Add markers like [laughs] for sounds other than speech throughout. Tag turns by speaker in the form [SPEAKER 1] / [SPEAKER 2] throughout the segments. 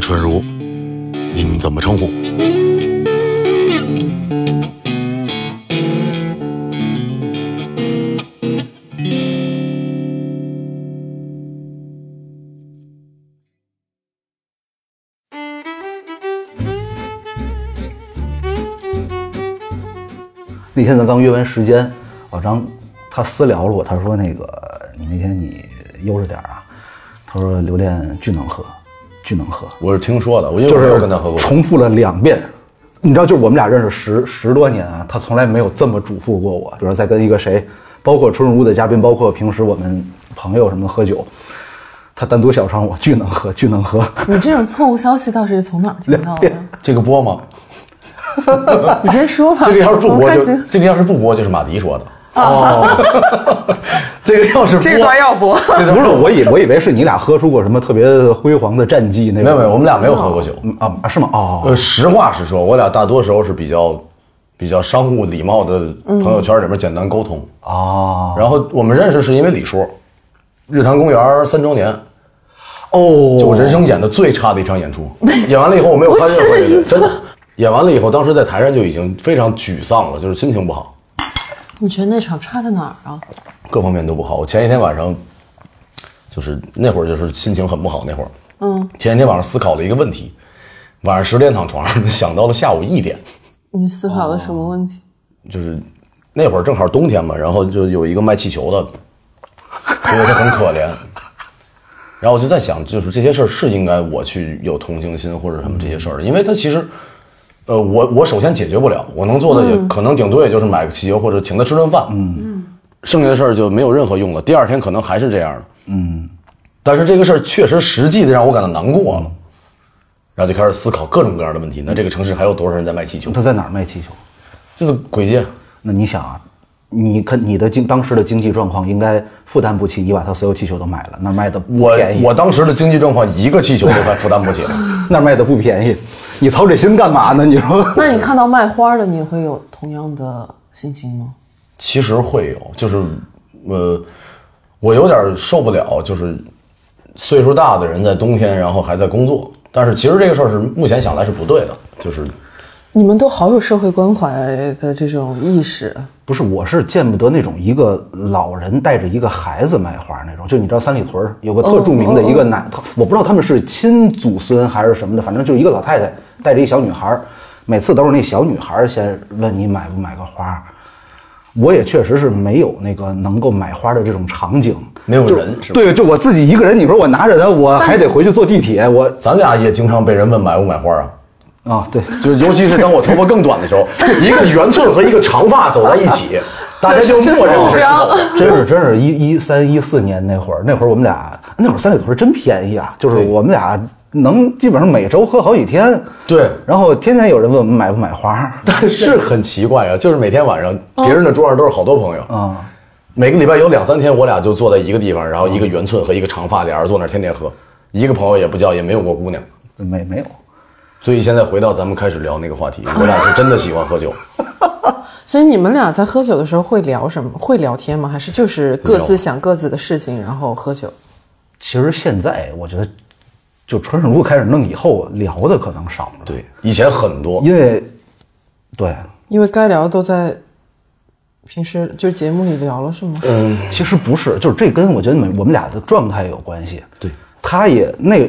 [SPEAKER 1] 春如，您怎么称呼？
[SPEAKER 2] 那天咱刚约完时间，老张他私聊了我，他说那个你那天你悠着点儿啊，他说榴莲巨能喝，巨能喝，
[SPEAKER 3] 我是听说的，我因为
[SPEAKER 2] 就
[SPEAKER 3] 我没
[SPEAKER 2] 是
[SPEAKER 3] 有跟他喝过。
[SPEAKER 2] 重复了两遍。你知道，就是我们俩认识十十多年啊，他从来没有这么嘱咐过我。比如说在跟一个谁，包括春如的嘉宾，包括平时我们朋友什么的喝酒，他单独小声我巨能喝，巨能
[SPEAKER 3] [laughs]
[SPEAKER 2] 喝。
[SPEAKER 4] 你这种错误消息到底是从哪儿听到的？
[SPEAKER 3] 这个播吗？
[SPEAKER 4] 你先说吧。
[SPEAKER 3] 这个要是不播
[SPEAKER 4] 我
[SPEAKER 3] 就
[SPEAKER 4] 看清
[SPEAKER 3] 这个要是不播就是马迪说的。哦， [laughs] 这个要是播
[SPEAKER 4] 这段要播，
[SPEAKER 2] 不是，我以我以为是你俩喝出过什么特别辉煌的战绩那种。
[SPEAKER 3] 没有没有，我们俩没有喝过酒。
[SPEAKER 2] 嗯啊啊是吗？哦，
[SPEAKER 3] 呃，实话实说，我俩大多时候是比较比较商务礼貌的朋友圈里面简单沟通。
[SPEAKER 2] 哦
[SPEAKER 3] 然后我们认识是因为李叔，日坛公园三周年，
[SPEAKER 2] 哦，
[SPEAKER 3] 就我人生演的最差的一场演出。演完了以后我没有看任何一个人，真的。演完了以后，当时在台上就已经非常沮丧了，就是心情不好。
[SPEAKER 4] 你觉得那场差在哪儿啊？
[SPEAKER 3] 各方面都不好。我前一天晚上，就是那会儿就是心情很不好，那会儿，嗯，前一天晚上思考了一个问题，晚上十点躺床上想到了下午一点，
[SPEAKER 4] 你思考的什么问题？
[SPEAKER 3] 就是那会儿正好冬天嘛，然后就有一个卖气球 [laughs] 的，觉得他很可怜。然后我就在想，就是这些事儿是应该我去有同情心或者什么这些事儿，因为他其实，呃，我我首先解决不了，我能做的也可能顶多也就是买个汽油或者请他吃顿饭，嗯，剩下的事儿就没有任何用了。第二天可能还是这样的，嗯，但是这个事儿确实实际的让我感到难过了，然后就开始思考各种各样的问题。那这个城市还有多少人在卖气球？
[SPEAKER 2] 他在哪儿卖气球？
[SPEAKER 3] 就是鬼街，
[SPEAKER 2] 那你想啊，你看你的经当时的经济状况应该负担不起，你把他所有气球都买了，那儿卖的不
[SPEAKER 3] 我
[SPEAKER 2] 便宜，
[SPEAKER 3] 我当时的经济状况，一个气球都快负担不起了。
[SPEAKER 2] [laughs] 那儿卖的不便宜，你操这心干嘛呢？你说
[SPEAKER 3] 哦
[SPEAKER 4] 那你看到卖花的，你也会有同样的心情吗？
[SPEAKER 3] 其实会有，就是呃，我有点受不了，就是岁数大的人在冬天，然后还在工作。但是其实这个事儿是目前想来是不对的，就是
[SPEAKER 4] 你们都好有社会关怀的这种意识，
[SPEAKER 2] 不是？我是见不得那种一个老人带着一个孩子卖花那种，就你知道三里屯儿有个特著名的
[SPEAKER 3] 哦
[SPEAKER 2] 一个奶，她我不知道他们是亲祖孙还是什么的，反正就是一个老太太带着一小女孩儿，每次都是那小女孩儿先问你买不买个花儿。我也确实是没有那个能够买花的这种场景，
[SPEAKER 3] 没有人是吧？，
[SPEAKER 2] 对，就我自己一个人，你说我拿着它，我还得回去坐地铁，我
[SPEAKER 3] 咱俩也经常被人问买不买花啊。
[SPEAKER 2] 啊，对，
[SPEAKER 3] 就是尤其是当我头发更短的时候，一个圆寸和一个长发走在一起，大家就默认
[SPEAKER 4] 目
[SPEAKER 3] 是
[SPEAKER 4] 标。
[SPEAKER 2] [laughs] 真是真是一一三一四年那会儿，那会儿我们俩那会儿三里屯真便宜啊，就是我们俩能基本上每周喝好几天，
[SPEAKER 3] 对。
[SPEAKER 2] 然后天天有人问我们买不买花，
[SPEAKER 3] 但是很奇怪啊，就是每天晚上别人的桌上都是好多朋友，
[SPEAKER 2] 啊，
[SPEAKER 3] 每个礼拜有两三天，我俩就坐在一个地方，然后一个圆寸和一个长发，俩人坐那儿天天喝，一个朋友也不叫，也没有过姑娘。
[SPEAKER 2] 没没有，
[SPEAKER 3] 所以现在回到咱们开始聊那个话题，我俩是真的喜欢喝酒，
[SPEAKER 4] 所以你们俩在喝酒的时候会聊什么？会聊天吗？还是就是各自想各自的事情，然后喝酒？
[SPEAKER 2] 其实现在我觉得，就春水路开始弄以后聊的可能少了，，
[SPEAKER 3] 对，以前很多，
[SPEAKER 2] 因为对，
[SPEAKER 4] 因为该聊都在平时就节目里聊了，是吗？
[SPEAKER 3] 嗯，
[SPEAKER 2] 其实不是，就是这跟我觉得每我们俩的状态有关系。
[SPEAKER 3] 对，
[SPEAKER 2] 他也那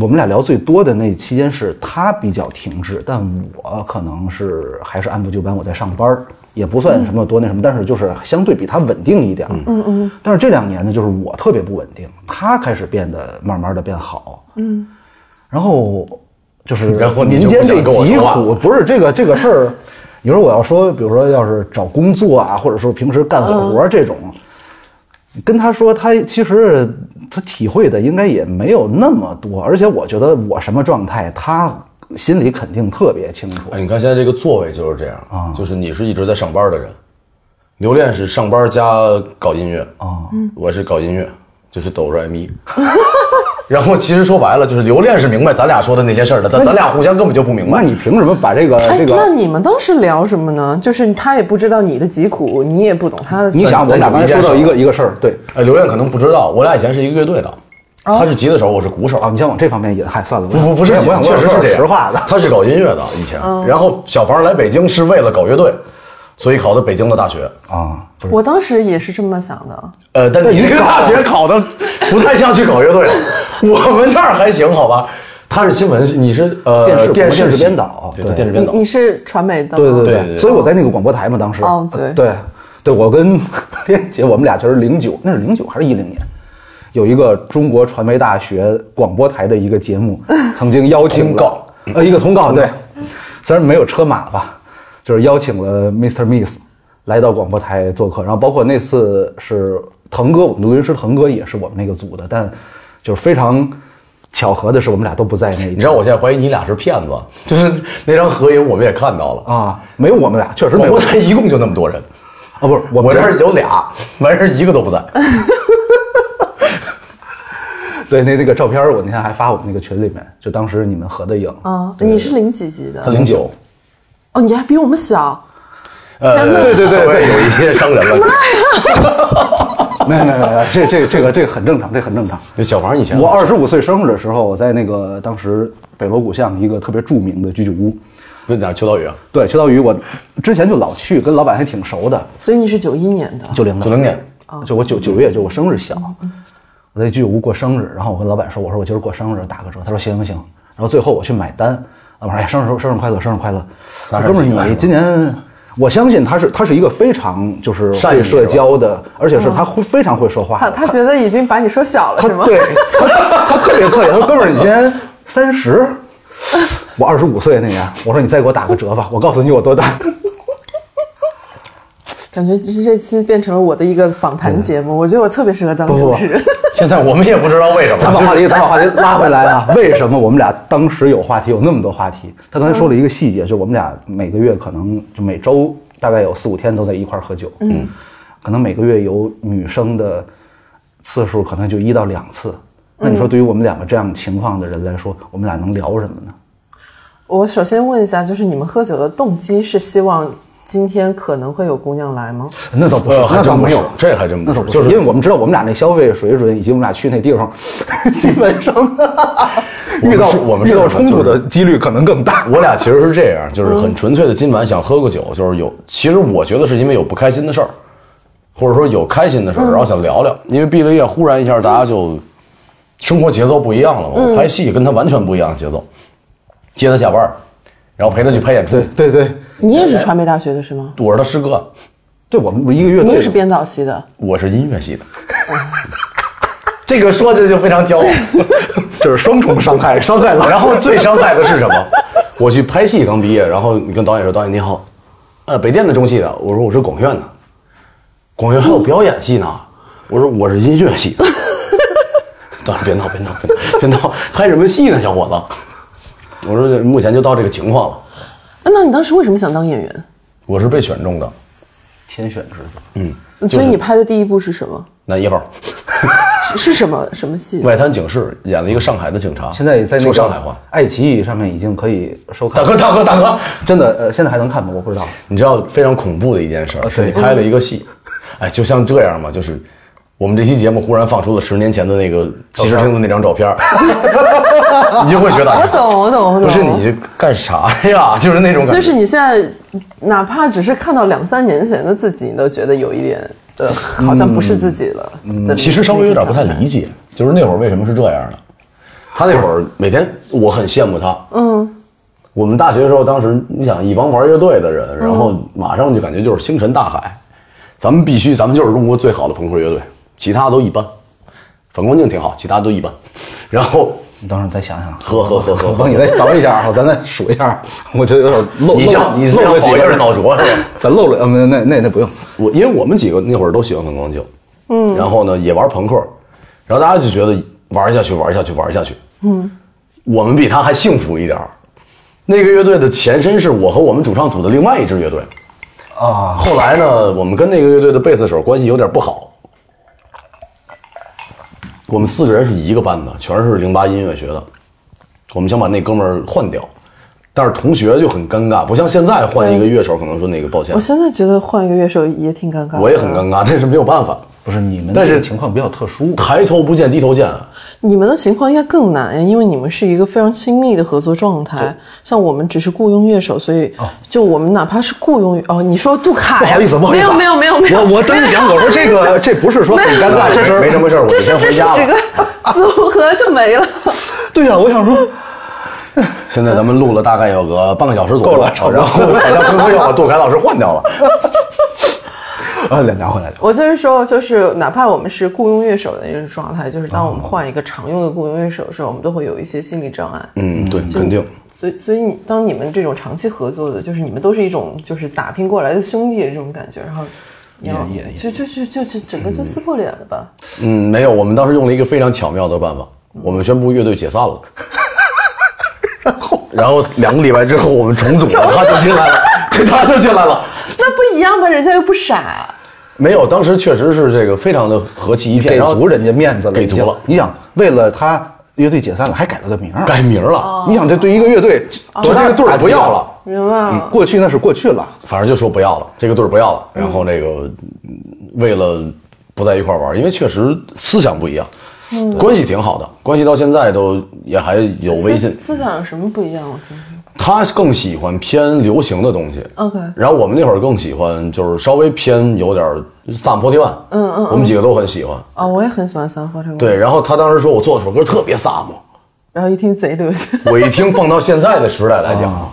[SPEAKER 2] 我们俩聊最多的那期间是他比较停滞，但我可能是还是按部就班，我在上班儿也不算什么多那什么，但是就是相对比他稳定一点。嗯嗯。但是这两年呢，就是我特别不稳定，他开始变得慢慢的变好。嗯。然后就是
[SPEAKER 3] 然后你
[SPEAKER 2] 民
[SPEAKER 3] 就
[SPEAKER 2] 间
[SPEAKER 3] 不
[SPEAKER 2] 这
[SPEAKER 3] 想跟我
[SPEAKER 2] 疾
[SPEAKER 3] 说话
[SPEAKER 2] 苦，不是这个这个事儿。你说我要说，比如说要是找工作啊，或者说平时干活儿这种，跟他说，他其实他体会的应该也没有那么多，而且我觉得我什么状态，他心里肯定特别清楚。
[SPEAKER 3] 哎，你看现在这个座位就是这样啊，就是你是一直在上班的人，刘恋是上班加搞音乐啊，我是搞音乐，就是抖着 M 一。 [laughs] 然后其实说白了，就是刘恋是明白咱俩说的那些事儿的，但咱俩互相根本就不明白
[SPEAKER 2] 那。你凭什么把这个
[SPEAKER 4] 哎，
[SPEAKER 2] 呃这
[SPEAKER 4] 那
[SPEAKER 2] 个？
[SPEAKER 4] 你们当时聊什么呢？就是他也不知道你的疾苦，你也不懂他的疾苦。
[SPEAKER 2] 你想，我们俩刚才说到一个一个事儿，对，
[SPEAKER 3] 哎，刘恋可能不知道，我俩以前是一个乐队的，他是吉他手，我是鼓手。
[SPEAKER 2] 哦，你先往这方面引，嗨，算了，
[SPEAKER 3] 不不不是
[SPEAKER 2] 我想
[SPEAKER 3] 你，确实
[SPEAKER 2] 是
[SPEAKER 3] 这样
[SPEAKER 2] 实话的。哦
[SPEAKER 3] 他是搞音乐的以前，然后小房来北京是为了搞乐队，所以考的北京的大学。
[SPEAKER 2] 啊，
[SPEAKER 4] 我当时也是这么想的，
[SPEAKER 3] 呃，但你这个大学考的不太像去搞乐队
[SPEAKER 2] [laughs]
[SPEAKER 3] 了，我们这儿还行，好吧？他是新闻系，你是呃
[SPEAKER 2] 电视
[SPEAKER 3] 电
[SPEAKER 2] 电视
[SPEAKER 3] 系
[SPEAKER 2] 编导啊
[SPEAKER 3] 对
[SPEAKER 2] 对
[SPEAKER 3] 电视编
[SPEAKER 4] 你
[SPEAKER 3] 导。
[SPEAKER 4] 你是传媒的吗？
[SPEAKER 2] 对对
[SPEAKER 3] 对对
[SPEAKER 2] 对，所以我在那个广播台嘛，当时呃
[SPEAKER 4] 哦对
[SPEAKER 2] 对对，我跟 [laughs] 编姐我们俩其实零九，那是零九还是一零年？有一个中国传媒大学广播台的一个节
[SPEAKER 4] [laughs]
[SPEAKER 2] 目，曾经邀请了
[SPEAKER 3] 通告
[SPEAKER 2] 呃一个通告对，虽然没有车马吧，就是邀请了 Mr. Miss 来到广播台做客，然后包括那次是腾哥，我们录音师腾哥也是我们那个组的，但就是非常巧合的是，我们俩都不在那一
[SPEAKER 3] 你知道我现在怀疑你俩是骗子，就是那张合影我们也看到了，
[SPEAKER 2] 啊，没有我们俩，确实没
[SPEAKER 3] 广
[SPEAKER 2] 有
[SPEAKER 3] 播
[SPEAKER 2] 啊，
[SPEAKER 3] 台一共就那么多人，
[SPEAKER 2] 不是我
[SPEAKER 3] 我
[SPEAKER 2] 们
[SPEAKER 3] 这儿有俩，完事儿一个
[SPEAKER 2] [laughs]
[SPEAKER 3] 都不在。
[SPEAKER 2] 对，那那个照片儿我那天还发我们那个群里面，就当时你们合的影
[SPEAKER 4] 啊，你是零几级的？
[SPEAKER 3] 零九，
[SPEAKER 4] 哦，你还比我们小。
[SPEAKER 3] 呃，对对对对，有一些伤人了。
[SPEAKER 2] 没有没有没有，这这这个这个很正常，这个很正常。
[SPEAKER 3] 那小房以前
[SPEAKER 2] 我二十五岁生日的时候，我在那个当时北锣鼓巷一个特别著名的居酒屋，
[SPEAKER 3] 问点邱道宇啊，
[SPEAKER 2] 对，秋刀鱼我之前就老去，跟老板还挺熟的，
[SPEAKER 4] 所以你是九一年的，
[SPEAKER 2] 九零的，
[SPEAKER 3] 九零年，
[SPEAKER 2] 就我九九月就我生日小，我在居酒屋过生日，然后我跟老板说，我说我今儿过生日，打个折，他说行行行，然后最后我去买单，老板说哎生日生日快乐生日快乐，
[SPEAKER 3] 三十
[SPEAKER 2] 哥们
[SPEAKER 3] 几
[SPEAKER 2] 儿
[SPEAKER 3] 万
[SPEAKER 2] 你
[SPEAKER 3] 是吧
[SPEAKER 2] 今年。我相信他是他是一个非常就是
[SPEAKER 3] 善意
[SPEAKER 2] 会社
[SPEAKER 3] 是吧
[SPEAKER 2] 交的，而且是他会非常会说话
[SPEAKER 4] 他
[SPEAKER 2] 的。
[SPEAKER 4] 他觉得已经把你说小了
[SPEAKER 2] 他
[SPEAKER 4] 是吗？
[SPEAKER 2] 对，他他特别客气，他说：“哥们儿，你今年三十，我二十五岁那年。”我说：“你再给我打个折吧，我告诉你我多大。
[SPEAKER 4] 感觉这这期变成了我的一个访谈节目，我觉得我特别适合当
[SPEAKER 2] 不不
[SPEAKER 4] 主
[SPEAKER 2] 不
[SPEAKER 4] 持人。 [laughs]
[SPEAKER 3] 现在我们也不知道为什”
[SPEAKER 2] 咱
[SPEAKER 3] 么
[SPEAKER 2] 把。话题，咱把话题拉回来啊！为什么我们俩当时有话题，有那么多话题？他刚才说了一个细节，就我们俩每个月可能就每周大概有四五天都在一块儿喝酒，嗯，可能每个月有女生的次数可能就一到两次。那
[SPEAKER 4] 嗯
[SPEAKER 2] 你说，对于我们两个这样情况的人来说，我们俩能聊什么呢？
[SPEAKER 4] 我首先问一下，就是你们喝酒的动机是希望今天可能会有姑娘来吗？
[SPEAKER 2] 那倒不是
[SPEAKER 3] 呃，还
[SPEAKER 2] 那
[SPEAKER 3] 真
[SPEAKER 2] 倒
[SPEAKER 3] 不
[SPEAKER 2] 没
[SPEAKER 3] 是
[SPEAKER 2] 有，
[SPEAKER 3] 这还真不
[SPEAKER 2] 那
[SPEAKER 3] 是
[SPEAKER 2] 倒不
[SPEAKER 3] 就是
[SPEAKER 2] 因为我们知道我们俩那消费水准以及我们俩去那地方，基本上
[SPEAKER 3] 我们
[SPEAKER 2] 遇到
[SPEAKER 3] 是我们
[SPEAKER 2] 遇
[SPEAKER 3] 是
[SPEAKER 2] 到
[SPEAKER 3] 什
[SPEAKER 2] 冲
[SPEAKER 3] 么
[SPEAKER 2] 突
[SPEAKER 3] 就
[SPEAKER 2] 的
[SPEAKER 3] 是
[SPEAKER 2] 几率可能更大。嗯
[SPEAKER 3] 我俩其实是这样，就是很纯粹的，今晚想喝个酒，就是有，其实我觉得是因为有不开心的事儿，或者说有开心的
[SPEAKER 2] 嗯
[SPEAKER 3] 事儿，然后想聊聊，因为毕了业，忽然一下大家就生活节奏不一样了嘛，
[SPEAKER 2] 嗯
[SPEAKER 3] 我拍戏跟他完全不一样的节奏，接他下班儿，然后陪他去拍演出
[SPEAKER 2] 对，对对，
[SPEAKER 4] 你也是传媒大学的是吗？
[SPEAKER 3] 我是他师哥，
[SPEAKER 2] 对我们一个乐
[SPEAKER 4] 你
[SPEAKER 2] 队
[SPEAKER 4] 也是编导系的，
[SPEAKER 3] 我是音乐系的， [laughs] 这个说着就非常骄傲。
[SPEAKER 2] 这是双重伤 [laughs] 害，伤害了。
[SPEAKER 3] [laughs] 然后最伤害的是什么？我去拍戏刚毕业，然后你跟导演说：“导演你好，呃，北电的中戏的。”我说：“我是广院的。”广院还有表演系呢。我说：“我是音乐系的。” [laughs] 导演别闹别闹别闹别闹，拍什么戏呢，小伙子？我说这目前就到这个情况了。
[SPEAKER 4] 啊那你当时为什么想当演员？
[SPEAKER 3] 我是被选中的
[SPEAKER 2] 天选之子，
[SPEAKER 4] 所以你拍的第一部是什么？
[SPEAKER 3] 男一号，
[SPEAKER 4] 是是什么什么戏？
[SPEAKER 3] 外滩警视演了一个上海的警察。
[SPEAKER 2] 现在在那
[SPEAKER 3] 说上海话
[SPEAKER 2] 个。爱奇艺上面已经可以收看
[SPEAKER 3] 大。哥大哥大哥，
[SPEAKER 2] 真的，呃，现在还能看吗？我不知道。
[SPEAKER 3] 你知道非常恐怖的一件事儿，是你拍了一个 [laughs] 戏，哎，就像这样嘛，就是我们这期节目忽然放出了十年前的那个骑士厅的那张照片儿， [laughs] 你就会觉得哎
[SPEAKER 4] 我懂，我懂，我懂。
[SPEAKER 3] 不是你这干啥呀？ [laughs] 就是那种感觉。
[SPEAKER 4] 就是你现在哪怕只是看到两三年前的自己，你都觉得有一点呃，好像不是自己了。的
[SPEAKER 3] 嗯其实稍微有点不太理解，就是那会儿为什么是这样的。他那会儿每天，我很羡慕他。嗯，我们大学的时候，当时你想一帮玩乐队的人，然后马上就感觉就是星辰大海。咱们必须，咱们就是中国最好的朋克乐队，其他都一般。反光镜挺好，其他都一般。然后
[SPEAKER 2] 你等会儿再想想。
[SPEAKER 3] 喝喝喝喝
[SPEAKER 2] 我
[SPEAKER 3] 喝
[SPEAKER 2] 帮，你再倒一下，咱再数一下。 [laughs] 我觉得有点漏
[SPEAKER 3] 你
[SPEAKER 2] 漏
[SPEAKER 3] 像你
[SPEAKER 2] 漏
[SPEAKER 3] 像
[SPEAKER 2] 了几
[SPEAKER 3] 好一
[SPEAKER 2] 个
[SPEAKER 3] 人脑浊是吧？
[SPEAKER 2] 咱漏了，呃，没那那那不用。
[SPEAKER 3] 我因为我们几个那会儿都喜欢反光镜，嗯，然后呢也玩朋克，然后大家就觉得玩下去，玩下去，玩下去，嗯，我们比他还幸福一点儿。那个乐队的前身是我和我们主唱组的另外一支乐队，
[SPEAKER 2] 啊，
[SPEAKER 3] 后来呢，我们跟那个乐队的贝斯手关系有点不好。我们四个人是一个班的，全是零八音乐学的。我们想把那哥们儿换掉，但是同学就很尴尬，不像现在换一个乐手，可能说那个抱歉
[SPEAKER 4] 我，现在觉得换一个乐手也挺尴尬的。
[SPEAKER 3] 我也很尴尬，但是没有办法。
[SPEAKER 2] 不是你们
[SPEAKER 3] 但
[SPEAKER 2] 这个
[SPEAKER 3] 是
[SPEAKER 2] 情况比较特殊，
[SPEAKER 3] 抬头不见低头见，啊
[SPEAKER 4] 你们的情况应该更难，因为你们是一个非常亲密的合作状态。像我们只是雇佣乐手，所以
[SPEAKER 3] 哦
[SPEAKER 4] 就我们哪怕是雇佣哦，你说杜卡
[SPEAKER 2] 不
[SPEAKER 4] 呀
[SPEAKER 2] 好意思，不好意思啊，
[SPEAKER 4] 没有没有没有没有，
[SPEAKER 2] 我我真是想，我说这
[SPEAKER 4] [laughs]
[SPEAKER 2] 个这不是说很尴尬，这是
[SPEAKER 3] 没这么事儿，我
[SPEAKER 4] 这
[SPEAKER 3] 就是先
[SPEAKER 4] 这
[SPEAKER 3] 回
[SPEAKER 4] 是
[SPEAKER 3] 家
[SPEAKER 4] 几
[SPEAKER 3] 了。
[SPEAKER 4] 个组合就没了。
[SPEAKER 2] 对呀，我想说
[SPEAKER 3] [laughs]
[SPEAKER 2] [laughs]
[SPEAKER 3] 现在咱们录了大概有个半个小时左右，
[SPEAKER 2] 够了差不多
[SPEAKER 3] 然后好像听说要把杜凯老师换掉了，
[SPEAKER 4] [laughs]
[SPEAKER 2] 啊，两家回来聊，
[SPEAKER 4] 我就是说，就是哪怕我们是雇佣乐手的那种状态，就是当我
[SPEAKER 2] 哦
[SPEAKER 4] 们换一个常用的雇佣乐手的时候，我们都会有一些心理障碍。
[SPEAKER 3] 嗯，对，肯定。
[SPEAKER 4] 所以，所以你当你们这种长期合作的，就是你们都是一种就是打拼过来的兄弟这种感觉，然后你要
[SPEAKER 2] 也也
[SPEAKER 4] 就就就就就整个就撕破脸了吧？
[SPEAKER 3] 嗯，没有，我们当时用了一个非常巧妙的办法，我们宣布乐队解散
[SPEAKER 4] [laughs]
[SPEAKER 3] 了，然后然后两个礼拜之后我们重组了，他就进
[SPEAKER 4] [laughs]
[SPEAKER 3] 来了，对，他就进来了。
[SPEAKER 4] 那不一样吧？人家又不傻，
[SPEAKER 3] 没有，当时确实是这个非常的和气一片，
[SPEAKER 2] 给
[SPEAKER 3] 然后
[SPEAKER 2] 足人家面子了，
[SPEAKER 3] 给
[SPEAKER 2] 已经
[SPEAKER 3] 足了，
[SPEAKER 2] 你想，为了他乐队解散了，还改了个名儿，
[SPEAKER 3] 改名了，
[SPEAKER 2] 你想这对一个乐队，
[SPEAKER 3] 就
[SPEAKER 2] 多大
[SPEAKER 3] 这个队儿
[SPEAKER 2] 打击
[SPEAKER 3] 不要
[SPEAKER 2] 啊
[SPEAKER 3] 了。，
[SPEAKER 4] 明白了。
[SPEAKER 2] 过去那是过去了，
[SPEAKER 3] 反正就说不要了，这个队儿不要了。然后那个嗯为了不在一块儿玩儿，因为确实思想不一样，关系挺好的，关系到现在都也还有微信。
[SPEAKER 4] 思思想有什么不一样？我听听。
[SPEAKER 3] 他更喜欢偏流行的东西
[SPEAKER 4] OK
[SPEAKER 3] 然后我们那会儿更喜欢就是稍微偏有点儿萨姆破提万，嗯嗯，我们几个都很喜欢。
[SPEAKER 4] 哦，我也很喜欢三花唱歌。
[SPEAKER 3] 对，，然后他当时说我做的首歌特别萨姆，
[SPEAKER 4] 然后一听贼 [laughs] 流行。
[SPEAKER 3] 我一听放到现在的时代来讲，啊、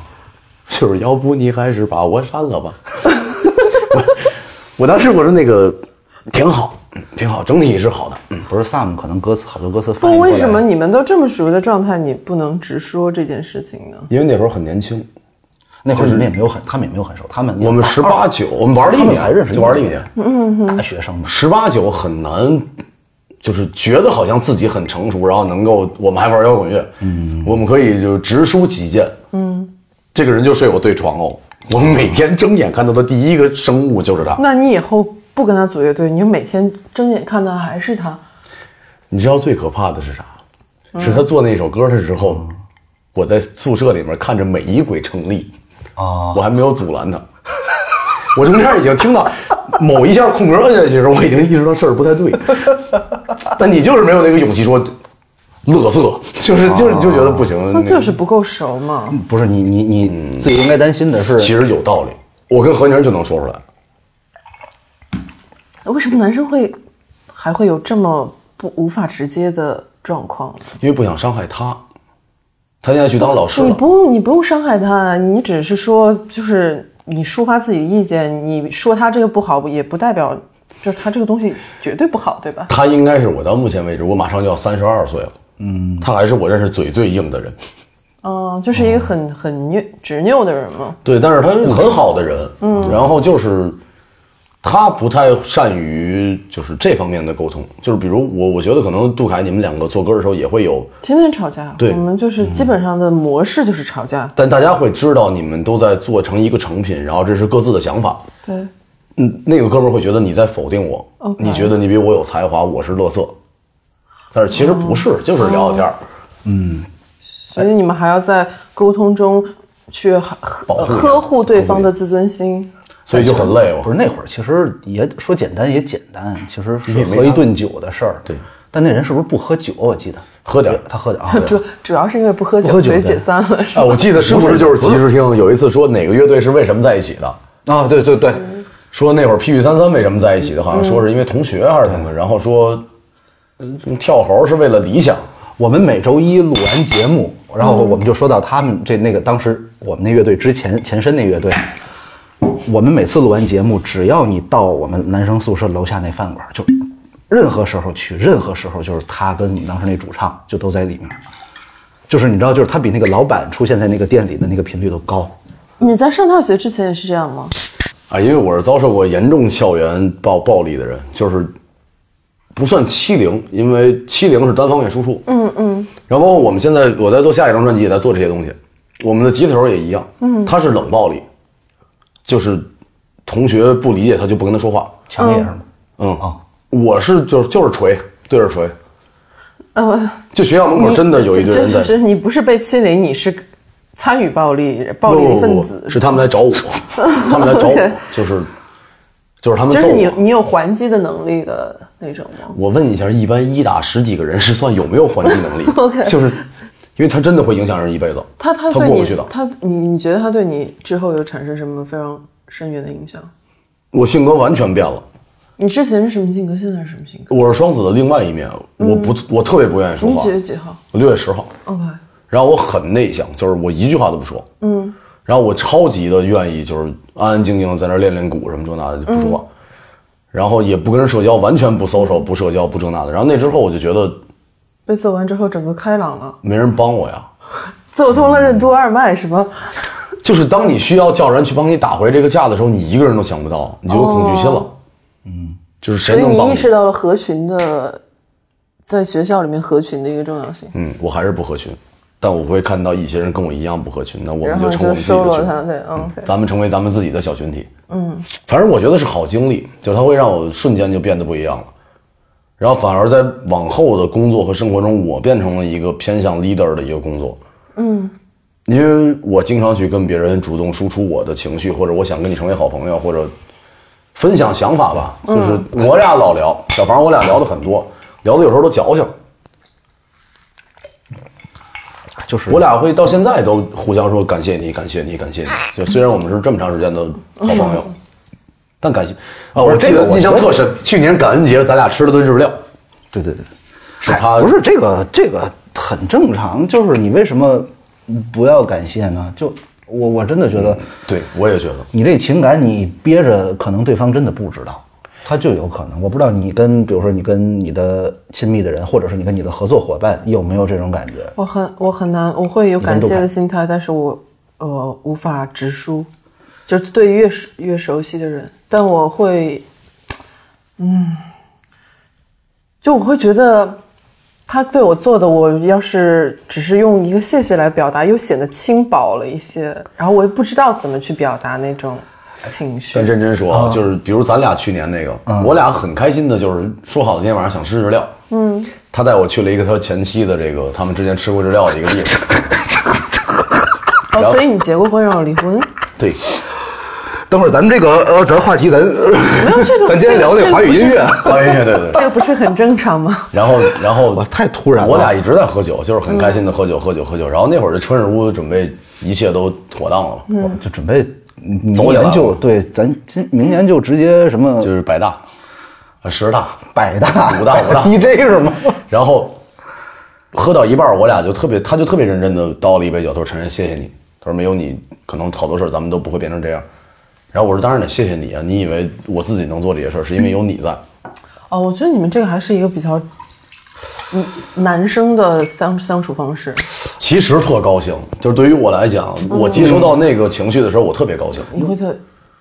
[SPEAKER 3] 就是要不你还是把我删了吧。 [laughs] 我我当时我说那个挺好，嗯挺好，整体是好的。嗯
[SPEAKER 2] 不是 Sam 可能歌词好多歌词翻译
[SPEAKER 4] 不，
[SPEAKER 2] 过来
[SPEAKER 4] 为什么你们都这么熟的状态，你不能直说这件事情呢？
[SPEAKER 3] 因为那时候很年轻，
[SPEAKER 2] 那会儿你们也没有很，他们也没有很熟，他们
[SPEAKER 3] 我们十八九，我啊们玩了一
[SPEAKER 2] 他们才认
[SPEAKER 3] 年，
[SPEAKER 2] 识
[SPEAKER 3] 就玩了一年。
[SPEAKER 4] 嗯
[SPEAKER 2] 年，大学生嘛，
[SPEAKER 3] 十八九很难，就是觉得好像自己很成熟，然后能够我们还玩摇滚乐，嗯，我们可以就直抒己见，嗯，这个人就睡我对床哦，我们每天睁眼看到的第一个生物就是他。
[SPEAKER 4] 那你以后不跟他组乐队，你就每天睁眼看到还是他。
[SPEAKER 3] 你知道最可怕的是啥？是他做那首歌的时候，我在宿舍里面看着每一轨成立，
[SPEAKER 2] 啊，
[SPEAKER 3] 我还没有阻拦他。 [laughs] 我中间已经听到某一下空格摁下去的时候，我已经意识到事儿不太对。 [laughs] 但你就是没有那个勇气说，乐色，就是就是你就觉得不行。
[SPEAKER 4] 啊那就是不够熟嘛。
[SPEAKER 2] 不是你你你最应该担心的是，
[SPEAKER 3] 嗯其实有道理，我跟何宁就能说出来。
[SPEAKER 4] 为什么男生会还会有这么不无法直接的状况？
[SPEAKER 3] 因为不想伤害他，他现在去当老师
[SPEAKER 4] 你
[SPEAKER 3] 了。
[SPEAKER 4] 不用，你不用伤害他，你只是说，就是你抒发自己的意见，你说他这个不好，也不代表就是他这个东西绝对不好，对吧？
[SPEAKER 3] 他应该是我到目前为止，我马上就要三十二岁了，嗯，他还是我认识嘴最硬的人。
[SPEAKER 4] 嗯，就是一个很很拗执拗的人嘛。
[SPEAKER 3] 对，但是他是很好的人，嗯，然后就是他不太善于就是这方面的沟通，就是比如我，我觉得可能杜凯你们两个做歌的时候也会有，
[SPEAKER 4] 天天吵架，
[SPEAKER 3] 对
[SPEAKER 4] 我们就是基本上的模式就是吵架。
[SPEAKER 3] 但大家会知道你们都在做成一个成品，然后这是各自的想法，
[SPEAKER 4] 对，
[SPEAKER 3] 嗯，那个哥们儿会觉得你在否定我
[SPEAKER 4] OK
[SPEAKER 3] 你觉得你比我有才华，我是乐色，但是其实不是，就是聊聊天儿，
[SPEAKER 4] 所以你们还要在沟通中去呵
[SPEAKER 3] 保护人
[SPEAKER 4] 呵护对方的自尊心。
[SPEAKER 3] 所以就很累
[SPEAKER 2] 不
[SPEAKER 3] 哦。
[SPEAKER 2] 是那会儿，其实也说简单也简单，其实
[SPEAKER 3] 你
[SPEAKER 2] 是
[SPEAKER 3] 也没
[SPEAKER 2] 喝一
[SPEAKER 3] 啥
[SPEAKER 2] 顿酒的事儿。
[SPEAKER 3] 对，
[SPEAKER 2] 但那人是不是不喝酒？我记得
[SPEAKER 3] 喝点儿
[SPEAKER 2] 他喝
[SPEAKER 3] [laughs]
[SPEAKER 2] 点儿啊。
[SPEAKER 4] [laughs] 主主要是因为不喝
[SPEAKER 2] 不喝
[SPEAKER 4] 酒，
[SPEAKER 2] 酒
[SPEAKER 4] 所以
[SPEAKER 2] 对
[SPEAKER 4] 解散了，是吧
[SPEAKER 3] 哎，我记得是不是就是即时听有一次说哪个乐队是为什么在一起的？
[SPEAKER 2] 啊，对对对，
[SPEAKER 4] 嗯
[SPEAKER 3] 说那会儿 PG 三三为什么在一起的，好像说是因为同学还是什么，然后说，嗯跳猴是为了理想，
[SPEAKER 2] 我们每周一录完节目，然
[SPEAKER 3] 嗯
[SPEAKER 2] 后我们就说到他们这那个当时我们那乐队之前前身那乐队，我们每次录完节目，只要你到我们男生宿舍楼下那饭馆，就任何时候去，任何时候就是他跟我们当时那主唱就都在里面，就是你知道，就是他比那个老板出现在那个店里的那个频率都高。
[SPEAKER 4] 你在上大学之前也是这样吗？
[SPEAKER 3] 啊，因为我是遭受过严重校园暴暴力的人，就是不算欺凌，因为欺凌是单方面输出。嗯嗯。然后包括我们现在我在做下一张专辑，也在做这些东西。我们的吉他手也一样，嗯，他是冷暴力，就是同学不理解他就不跟他说话。
[SPEAKER 2] 强烈是吗？
[SPEAKER 3] 嗯
[SPEAKER 4] 哦
[SPEAKER 3] 啊，我是就是就是锤，对着锤。
[SPEAKER 4] 呃，
[SPEAKER 3] 就学校门口
[SPEAKER 4] 你
[SPEAKER 3] 哦真的有一堆
[SPEAKER 4] 这
[SPEAKER 3] 人在
[SPEAKER 4] 这。这你不是被欺凌，你是参与暴力，暴
[SPEAKER 3] 不
[SPEAKER 4] 力
[SPEAKER 3] 不
[SPEAKER 4] 分
[SPEAKER 3] 不
[SPEAKER 4] 子 [laughs]
[SPEAKER 3] 是他们来找我，他们来找我，就是就是他们
[SPEAKER 4] 就
[SPEAKER 3] 揍
[SPEAKER 4] 是你
[SPEAKER 3] 我
[SPEAKER 4] 你有还击的能力的那种吗？
[SPEAKER 3] 我问一下，一般一打十几个人是算有没有还击能力
[SPEAKER 4] [laughs] OK
[SPEAKER 3] 就是，因为他真的会影响人一辈子。
[SPEAKER 4] 他他
[SPEAKER 3] 他
[SPEAKER 4] 对
[SPEAKER 3] 过不
[SPEAKER 4] 你
[SPEAKER 3] 去的。
[SPEAKER 4] 他你你觉得他对你之后有产生什么非常深远的影响？
[SPEAKER 3] 我性格完全变了，
[SPEAKER 4] 你之前是什么性格，现在是什么性格？
[SPEAKER 3] 我是双子的另外一面，我不，
[SPEAKER 4] 嗯
[SPEAKER 3] 我特别不愿意说
[SPEAKER 4] 你
[SPEAKER 3] 话
[SPEAKER 4] 几。月几号
[SPEAKER 3] 我六月十号，
[SPEAKER 4] ？OK，
[SPEAKER 3] 然后我很内向，就是我一句话都不说。嗯，然后我超级的愿意，就是安安静静地在那儿练练鼓什么这那的就不
[SPEAKER 4] 嗯
[SPEAKER 3] 说话，然后也不跟人社交，完全不 social，不社交，不这那的。然后那之后我就觉得
[SPEAKER 4] 被揍完之后整个开朗了，
[SPEAKER 3] 没人帮我呀，
[SPEAKER 4] 走通了任督
[SPEAKER 3] 嗯
[SPEAKER 4] 二脉，什么？
[SPEAKER 3] 就是当你需要叫人去帮你打回这个架的时候，你一个人都想不到，你就有恐惧心了。嗯，就是
[SPEAKER 4] 哦所
[SPEAKER 3] 谁
[SPEAKER 4] 以
[SPEAKER 3] 能帮
[SPEAKER 4] 你意识到了合群的，在学校里面合群的一个重要性，
[SPEAKER 3] 嗯，我还是不合群，但我会看到一些人跟我一样不合群，那我
[SPEAKER 4] 然
[SPEAKER 3] 们
[SPEAKER 4] 后
[SPEAKER 3] 就成我们
[SPEAKER 4] 就
[SPEAKER 3] 自己
[SPEAKER 4] 收
[SPEAKER 3] 的
[SPEAKER 4] 了
[SPEAKER 3] 群。
[SPEAKER 4] 他，对嗯，OK，
[SPEAKER 3] 咱们成为咱们自己的小群体。嗯，反正我觉得是好经历，就是它会让我瞬间就变得不一样了。然后反而在往后的工作和生活中，我变成了一个偏向 leader 的一个工作。嗯，因为我经常去跟别人主动输出我的情绪，或者我想跟你成为好朋友，或者分享想法吧。就是我俩老聊，小房我俩聊的很多，聊的有时候都矫情。
[SPEAKER 2] 就是
[SPEAKER 3] 我俩会到现在都互相说感谢你，感谢你，感谢你。就虽然我们是这么长时间的好朋友，但感谢啊，我这个印象特深。去年感恩节咱俩吃了顿日料，
[SPEAKER 2] 对对对，
[SPEAKER 3] 哎是
[SPEAKER 2] 嗨
[SPEAKER 3] 他
[SPEAKER 2] 不是这个这个很正常，就是你为什么不要感谢呢？就我我真的觉得
[SPEAKER 3] 对我也觉得
[SPEAKER 2] 你这情感你憋着，可能对方真的不知道，他就有可能。我不知道你跟比如说你跟你的亲密的人，或者是你跟你的合作伙伴有没有这种感觉？
[SPEAKER 4] 我很我很难，我会有感
[SPEAKER 2] 你跟
[SPEAKER 4] 谢
[SPEAKER 2] 杜凯
[SPEAKER 4] 的心态，但是我呃无法直抒，就是对越熟越熟悉的人，但我会，嗯，就我会觉得他对我做的，我要是只是用一个谢谢来表达，又显得轻薄了一些，然后我又不知道怎么去表达那种情绪
[SPEAKER 3] 但。认真说啊，就是比如咱俩去年那个，我俩很开心的，就是说好了今天晚上想吃日料，嗯，他带我去了一个他前妻的这个他们之前吃过日料的一个地方， [laughs]
[SPEAKER 4] 哦，所以你结过婚让我离
[SPEAKER 3] [laughs]
[SPEAKER 4] 婚？
[SPEAKER 3] 对，
[SPEAKER 2] 等会儿咱们这个呃，咱话题咱没
[SPEAKER 4] 有这个
[SPEAKER 2] 咱今天聊那华语音乐，
[SPEAKER 3] 华语音乐，对对对
[SPEAKER 4] 这。个不是很正常吗？
[SPEAKER 3] 然后，然后
[SPEAKER 2] 哇太突然了
[SPEAKER 3] 我俩一直在喝酒，就是很开心的喝酒，喝酒，喝酒。然后那会儿这春日屋准备一切都妥当了嘛，
[SPEAKER 2] 我 [laughs] 们就准备明
[SPEAKER 3] 走起来
[SPEAKER 2] 年
[SPEAKER 3] 了
[SPEAKER 2] 就对，咱今明年啊就直接什么
[SPEAKER 3] 就是百大、啊十大，
[SPEAKER 2] 百大
[SPEAKER 3] 五大
[SPEAKER 2] [laughs]
[SPEAKER 3] 五大
[SPEAKER 2] DJ 是吗？
[SPEAKER 3] 然后喝到一半儿，我俩就特别，他就特别认真的倒了一杯酒，他说：“陈晨，谢谢你。”他说：“没有你，可能好多事儿咱们都不会变成这样。”然后我说：“当然得谢谢你啊！你以为我自己能做这些事儿，是因为有你在。
[SPEAKER 2] 嗯
[SPEAKER 4] 哦，我觉得你们这个还是一个比较，嗯，男生的相相处方式。
[SPEAKER 3] 其实特高兴，就是对于我来讲，我接收到那个情绪的时候，我特别高兴，
[SPEAKER 4] 你会特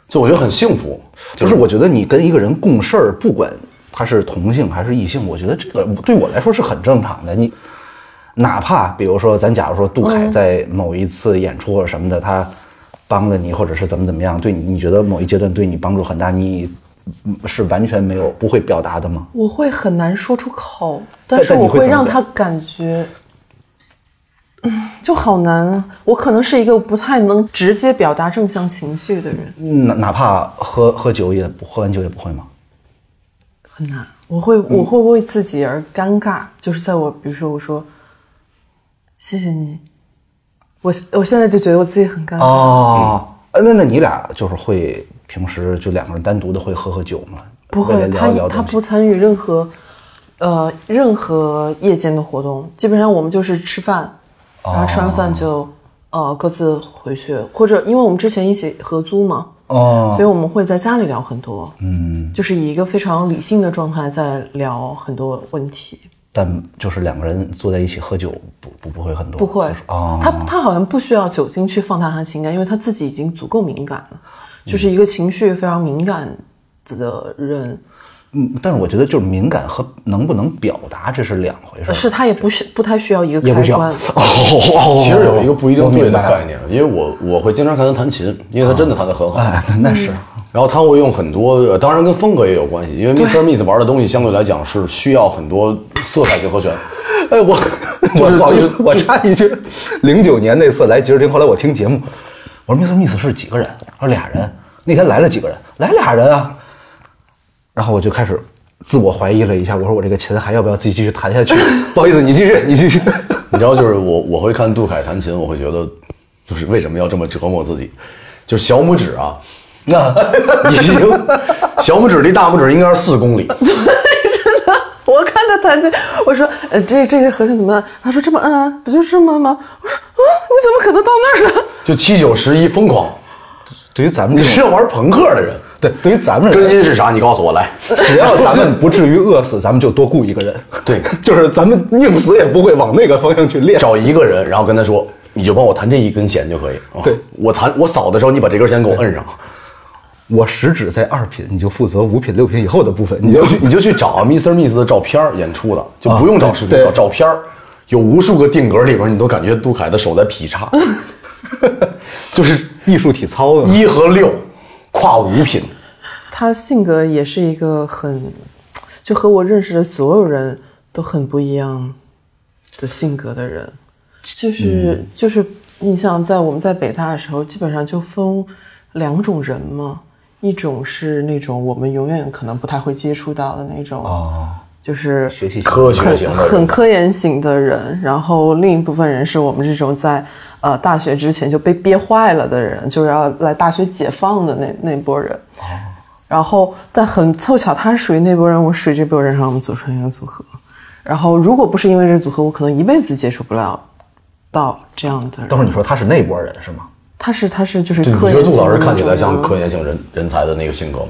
[SPEAKER 3] 就我觉得很幸福。
[SPEAKER 2] 不是，我觉得你跟一个人共事儿，不管他是同性还是异性，我觉得这个对我来说是很正常的。你哪怕比如说，咱假如说杜凯在某一次演出或者什么的，他帮了你，或者是怎么怎么样，对你，你觉得某一阶段对你帮助很大，你嗯是完全没有不会表达的吗？
[SPEAKER 4] 我会很难说出口，但
[SPEAKER 2] 但
[SPEAKER 4] 是
[SPEAKER 2] 你
[SPEAKER 4] 我
[SPEAKER 2] 会
[SPEAKER 4] 会
[SPEAKER 2] 怎么
[SPEAKER 4] 让
[SPEAKER 2] 表
[SPEAKER 4] 他感觉，嗯，就好难啊。我可能是一个不太能直接表达正向情绪的人，
[SPEAKER 2] 哪哪怕喝喝酒也不喝完酒也不会吗？
[SPEAKER 4] 很难。我会
[SPEAKER 2] 嗯
[SPEAKER 4] 我会为自己而尴尬，就是在我比如说我说，谢谢你，我我现在就觉得我自己很尴尬。啊
[SPEAKER 2] 哦，呃那那你俩就是会平时就两个人单独的会喝喝酒吗？
[SPEAKER 4] 不
[SPEAKER 2] 为了
[SPEAKER 4] 会，
[SPEAKER 2] 聊
[SPEAKER 4] 他
[SPEAKER 2] 一聊
[SPEAKER 4] 他
[SPEAKER 2] 东西
[SPEAKER 4] 不参与任何，呃，任何夜间的活动。基本上我们就是吃饭，然后吃完
[SPEAKER 2] 哦
[SPEAKER 4] 饭就、呃各自回去，或者因为我们之前一起合租嘛，
[SPEAKER 2] 哦，
[SPEAKER 4] 所以我们会在家里聊很多，嗯，就是以一个非常理性的状态在聊很多问题。
[SPEAKER 2] 但就是两个人坐在一起喝酒，不不不会很多，
[SPEAKER 4] 不会
[SPEAKER 2] 次数，哦，
[SPEAKER 4] 他他好像不需要酒精去放大他的情感，因为他自己已经足够敏感了，
[SPEAKER 2] 嗯
[SPEAKER 4] 就是一个情绪非常敏感的人。
[SPEAKER 2] 嗯，但是我觉得就是敏感和能不能表达这是两回事儿，
[SPEAKER 4] 是他也不是不太需要一个
[SPEAKER 2] 也不
[SPEAKER 4] 开
[SPEAKER 2] 需要。
[SPEAKER 4] 关
[SPEAKER 2] [laughs] 哦，哦
[SPEAKER 3] 其实有一个不一定对的概，念，因为我我会经常看他弹琴，因为他真的弹得很好。
[SPEAKER 2] 哎，那那是
[SPEAKER 3] 然后他会用很多，呃当然跟风格也有关系，因为 Mr. Miss 玩的东西相对来讲是需要很多色彩结合拳。
[SPEAKER 2] 哎，我我
[SPEAKER 3] 就是
[SPEAKER 2] 不好意
[SPEAKER 3] 就
[SPEAKER 2] 思，
[SPEAKER 3] 是
[SPEAKER 2] 我插一句，零九年那次来吉尔丁，后来我听节目，我说 Miss Miss 是几个人？我说俩人。那天来了几个人？来俩人啊。然后我就开始自我怀疑了一下，我说我这个琴还要不要自己继续弹下去？不好意思，你继续，你继续。
[SPEAKER 3] 你知道，就是我 [laughs] 我会看杜凯弹琴，我会觉得，就是为什么要这么折磨自己？就是小拇指啊， [laughs] 那已经小拇指离大拇指应该是四公里，
[SPEAKER 4] 我看他弹琴，我说，呃，这这个和弦怎么按？他说这么按啊，不就这么按吗？我说，啊，你怎么可能到那儿呢？
[SPEAKER 3] 就七九十一疯狂。
[SPEAKER 2] 对于咱们
[SPEAKER 3] 你
[SPEAKER 2] 这
[SPEAKER 3] 是
[SPEAKER 2] 种，
[SPEAKER 3] 要玩朋克的人，
[SPEAKER 2] 对，对于咱们
[SPEAKER 3] 真
[SPEAKER 2] 这
[SPEAKER 3] 音是啥？你告诉我来。
[SPEAKER 2] 只要咱们不至于饿死，咱们就多雇一个人。
[SPEAKER 3] [laughs] 对
[SPEAKER 2] [laughs] 就是咱们宁死也不会往那个方向去练。
[SPEAKER 3] [laughs] 找一个人，然后跟他说，你就帮我弹这一根弦就可以。哦
[SPEAKER 2] 对
[SPEAKER 3] 我弹我扫的时候，你把这根弦给我摁上，
[SPEAKER 2] 我食指在二品，你就负责五品、六品以后的部分，你就
[SPEAKER 3] 就去你就去找 Mr. Miss 的照片儿演出的，就不用找视频，
[SPEAKER 2] 对
[SPEAKER 3] 找照片儿有无数个定格里边，你都感觉杜凯的手在劈叉， [laughs] 就是
[SPEAKER 2] 艺术体操啊的。
[SPEAKER 3] 一和六跨五品，
[SPEAKER 4] 他性格也是一个很，就和我认识的所有人都很不一样的性格的人，就是、
[SPEAKER 2] 嗯
[SPEAKER 4] 就是你想在我们在北大的时候，基本上就分两种人嘛，一种是那种我们永远可能不太会接触到的那种，就是
[SPEAKER 2] 哦学习
[SPEAKER 3] 科学型的
[SPEAKER 4] 很很科研型的人，然后另一部分人是我们这种在呃大学之前就被憋坏了的人，就是要来大学解放的那那波人。
[SPEAKER 3] 哦
[SPEAKER 4] 然后，但很凑巧，他是属于那波人，我属于这波人，然后我们组成一个组合。然后，如果不是因为这组合，我可能一辈子接触不了到这样的
[SPEAKER 2] 等
[SPEAKER 4] 人。
[SPEAKER 2] 会儿你说他是那波人是吗？
[SPEAKER 4] 他是他是就是
[SPEAKER 3] 对，你
[SPEAKER 4] 科
[SPEAKER 3] 觉得
[SPEAKER 4] 研
[SPEAKER 3] 杜
[SPEAKER 4] 型
[SPEAKER 3] 老
[SPEAKER 4] 的
[SPEAKER 3] 师
[SPEAKER 4] 那
[SPEAKER 3] 看起来
[SPEAKER 4] 种
[SPEAKER 3] 像
[SPEAKER 4] 人
[SPEAKER 3] 科研型人人才的那个性格吗？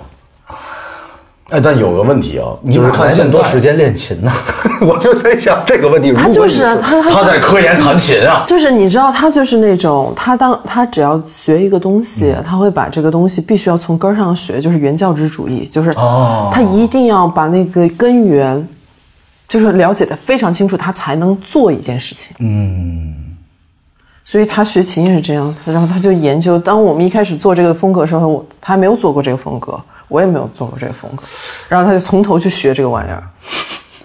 [SPEAKER 3] 哎，但有个问题啊，
[SPEAKER 2] 你
[SPEAKER 3] 就是
[SPEAKER 2] 哪
[SPEAKER 3] 看
[SPEAKER 2] 来那
[SPEAKER 3] 现
[SPEAKER 2] 么多
[SPEAKER 3] 在
[SPEAKER 2] 时间练琴呢？ [laughs] 我就在想这个问题。
[SPEAKER 4] 他
[SPEAKER 2] 如果
[SPEAKER 4] 就
[SPEAKER 2] 你
[SPEAKER 4] 是啊他
[SPEAKER 3] 他在科研弹琴啊，
[SPEAKER 4] 就是你知道，他就是那种，他当他只要学一个东西，他会把这个东西必须要从根儿上学，就是原教旨主义，就是
[SPEAKER 2] 哦
[SPEAKER 4] 他一定要把那个根源，就是了解的非常清楚，他才能做一件事情。嗯，所以他学琴也是这样，然后他就研究。当我们一开始做这个风格的时候，我他还没有做过这个风格，我也没有做过这个风格，然后他就从头去学这个玩意儿。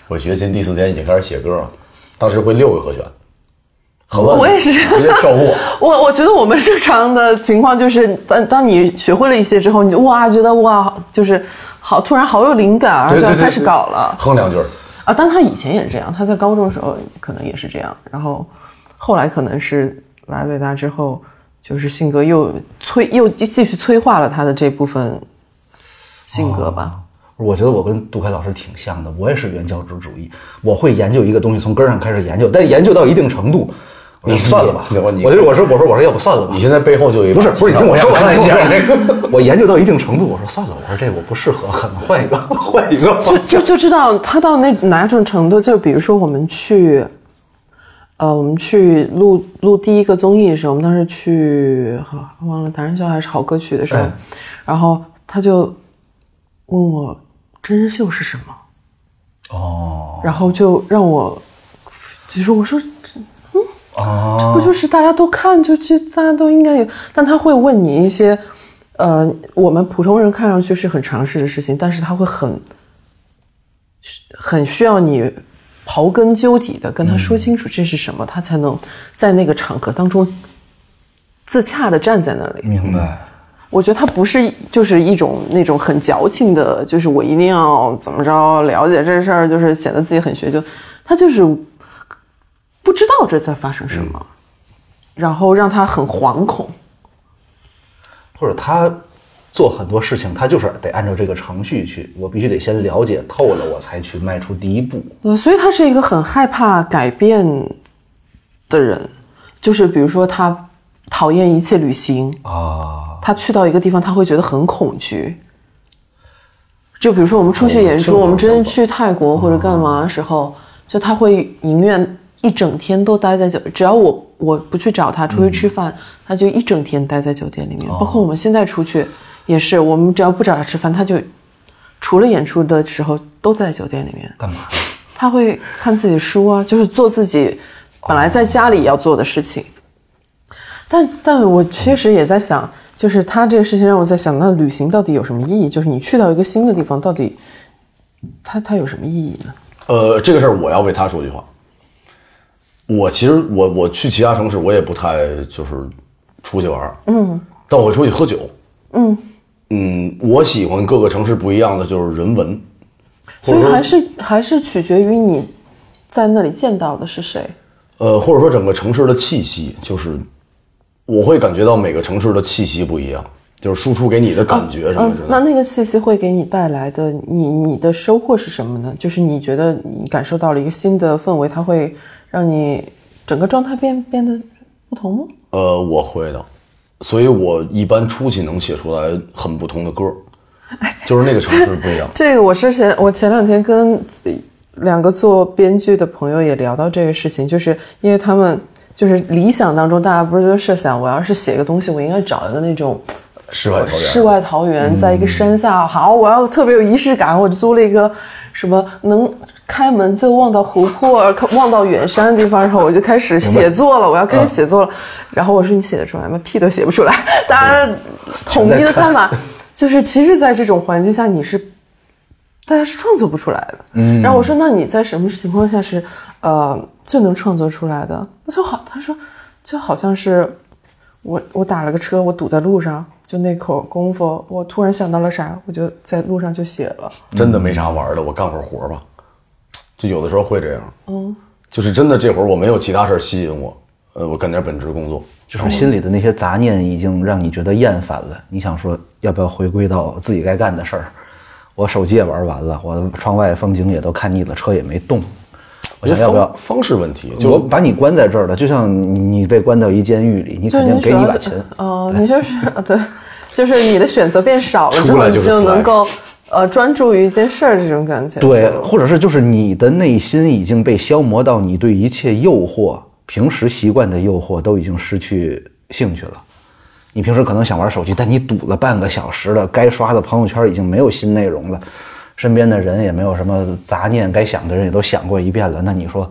[SPEAKER 3] 我学琴第四天已经开始写歌了，当时会六个和弦，
[SPEAKER 2] 哦
[SPEAKER 3] 很
[SPEAKER 4] 我
[SPEAKER 3] 乱，
[SPEAKER 4] 我也是
[SPEAKER 3] 直接跳过。
[SPEAKER 4] 我我觉得我们正常的情况就是，当当你学会了一些之后，你就哇觉得哇，就是好突然好有灵感，然后
[SPEAKER 3] 对
[SPEAKER 4] 就要
[SPEAKER 3] 对对，
[SPEAKER 4] 开始搞了
[SPEAKER 3] [laughs] 哼两句儿，
[SPEAKER 4] 啊。但他以前也是这样，他在高中的时候可能也是这样，然后后来可能是来北大之后，就是性格又催又继续催化了他的这部分性格吧。
[SPEAKER 2] 我觉得我跟杜凯老师挺像的，我也是原教旨主义，我会研究一个东西，从根儿上开始研究，但研究到一定程度，我说算了吧，
[SPEAKER 3] 你
[SPEAKER 2] 我
[SPEAKER 3] 你
[SPEAKER 2] 就我说我说我说要不算了吧
[SPEAKER 3] 你。现在背后就有一
[SPEAKER 2] 不是不是，你听我说完，你
[SPEAKER 3] 一
[SPEAKER 2] 听
[SPEAKER 3] 下。
[SPEAKER 2] 我说完 [laughs] 我研究到一定程度，我说算了，我说这我不适合，可能换一个， [laughs]
[SPEAKER 3] [laughs]
[SPEAKER 2] 换一个吧。
[SPEAKER 4] 就就就知道他到那哪种程度，就比如说我们去，呃，我们去录录第一个综艺的时候，我们当时去，好忘了达人秀还是好歌曲的时候，
[SPEAKER 2] 哎
[SPEAKER 4] 然后他就问我真人秀是什么，
[SPEAKER 2] 哦
[SPEAKER 4] 然后就让我，其实我说嗯
[SPEAKER 2] 哦，
[SPEAKER 4] 不就是大家都看，就就大家都应该有，但他会问你一些，呃，我们普通人看上去是很常识的事情，但是他会很，很需要你刨根究底的跟他说清楚这是什么，他才能在那个场合当中自洽的站在那里。
[SPEAKER 2] 明白。
[SPEAKER 4] 我觉得他不是就是一种那种很矫情的，就是我一定要怎么着了解这事儿，就是显得自己很学究。他就是不知道这在发生什么，然后让他很惶恐。
[SPEAKER 2] 或者他做很多事情，他就是得按照这个程序去，我必须得先了解透了，我才去迈出第一步。
[SPEAKER 4] 呃，所以他是一个很害怕改变的人，就是比如说他讨厌一切旅行，
[SPEAKER 2] 啊，
[SPEAKER 4] 他去到一个地方，他会觉得很恐惧。就比如说我们出去演
[SPEAKER 3] 哦这嗯
[SPEAKER 4] 出，
[SPEAKER 3] 个
[SPEAKER 4] 我们之前去泰国或者干嘛的时候，就他会宁愿一整天都待在酒，只要我我不去找他出去吃
[SPEAKER 3] 嗯
[SPEAKER 4] 饭，他就一整天待在酒店里面。
[SPEAKER 3] 哦
[SPEAKER 4] 包括我们现在出去也是，我们只要不找他吃饭，他就除了演出的时候都在酒店里面。
[SPEAKER 2] 干嘛？
[SPEAKER 4] 他会看自己的书啊，就是做自己本来在家里要做的事情。但但我确实也在想，就是他这个事情让我在想，那旅行到底有什么意义？就是你去到一个新的地方，到底它它有什么意义呢？
[SPEAKER 3] 呃，这个事儿我要为他说句话。我其实我我去其他城市，我也不太就是出去玩嗯，但我出去喝酒，嗯，嗯，我喜欢各个城市不一样的就是人文，或
[SPEAKER 4] 所
[SPEAKER 3] 者
[SPEAKER 4] 以
[SPEAKER 3] 说
[SPEAKER 4] 还是还是取决于你在那里见到的是谁。
[SPEAKER 3] 呃，或者说整个城市的气息，就是我会感觉到每个城市的气息不一样，就是输出给你的感觉什么
[SPEAKER 4] 嗯
[SPEAKER 3] 之，类
[SPEAKER 4] 那
[SPEAKER 3] 的。
[SPEAKER 4] 那个气息会给你带来的，你你的收获是什么呢？就是你觉得你感受到了一个新的氛围，它会让你整个状态变变得不同吗？。
[SPEAKER 3] 呃，我会的，所以我一般出去能写出来很不同的歌，就是那个城市不一样
[SPEAKER 4] [laughs] 这个我之前我前两天跟两个做编剧的朋友也聊到这个事情，就是因为他们就是理想当中，大家不是都设想，我要是写一个东西，我应该找一个那种
[SPEAKER 3] 世外桃源，嗯
[SPEAKER 4] 世外桃源，在一个山下，好，我要特别有仪式感，我就租了一个什么能开门就望到湖泊、看望到远山的地方，然后我就开始写作了，我要开
[SPEAKER 3] 嗯
[SPEAKER 4] 始写作了。然后我说你写得出来吗？屁都写不出来。大家统一的看法 [laughs] 就是，其实，在这种环境下，你是大家是创作不出来的。嗯，然后我说，那你在什么情况下是呃最能创作出来的？那就好，他说就好像是我我打了个车，我堵在路上，就那口功夫，我突然想到了啥，我就在路上就写了。
[SPEAKER 3] 真的没啥玩儿的，我干会儿活儿吧。就有的时候会这样，嗯，就是真的这会儿我没有其他事儿吸引我，呃，我干点本职工作。
[SPEAKER 2] 就是心里的那些杂念已经让你觉得厌烦了，你想说要不要回归到自己该干的事儿？我手机也玩完了，我窗外风景也都看腻了，车也没动，我
[SPEAKER 3] 我觉
[SPEAKER 2] 想哎
[SPEAKER 3] 得
[SPEAKER 2] 要
[SPEAKER 3] 方
[SPEAKER 2] 不要？
[SPEAKER 3] 方式问题，
[SPEAKER 2] 我
[SPEAKER 3] 就
[SPEAKER 2] 把你关在这儿了，就像你你被关到一监狱里，你
[SPEAKER 4] 就
[SPEAKER 2] 肯定
[SPEAKER 4] 主
[SPEAKER 2] 给你
[SPEAKER 4] 要
[SPEAKER 2] 一把
[SPEAKER 4] 的
[SPEAKER 2] 琴。 [laughs]
[SPEAKER 4] 哦、你就是对，就是你的选择变少了之
[SPEAKER 3] 出
[SPEAKER 4] 后，
[SPEAKER 3] 来
[SPEAKER 4] 你
[SPEAKER 3] 就是
[SPEAKER 4] 就
[SPEAKER 3] slash
[SPEAKER 4] 能够呃专注于一件事儿这种感觉。
[SPEAKER 2] 对
[SPEAKER 4] 是，吧
[SPEAKER 2] 或者是就是你的内心已经被消磨到，你对一切诱惑、平时习惯的诱惑都已经失去兴趣了。你平时可能想玩手机，但你堵了半个小时了，该刷的朋友圈已经没有新内容了，身边的人也没有什么杂念，该想的人也都想过一遍了。那你说，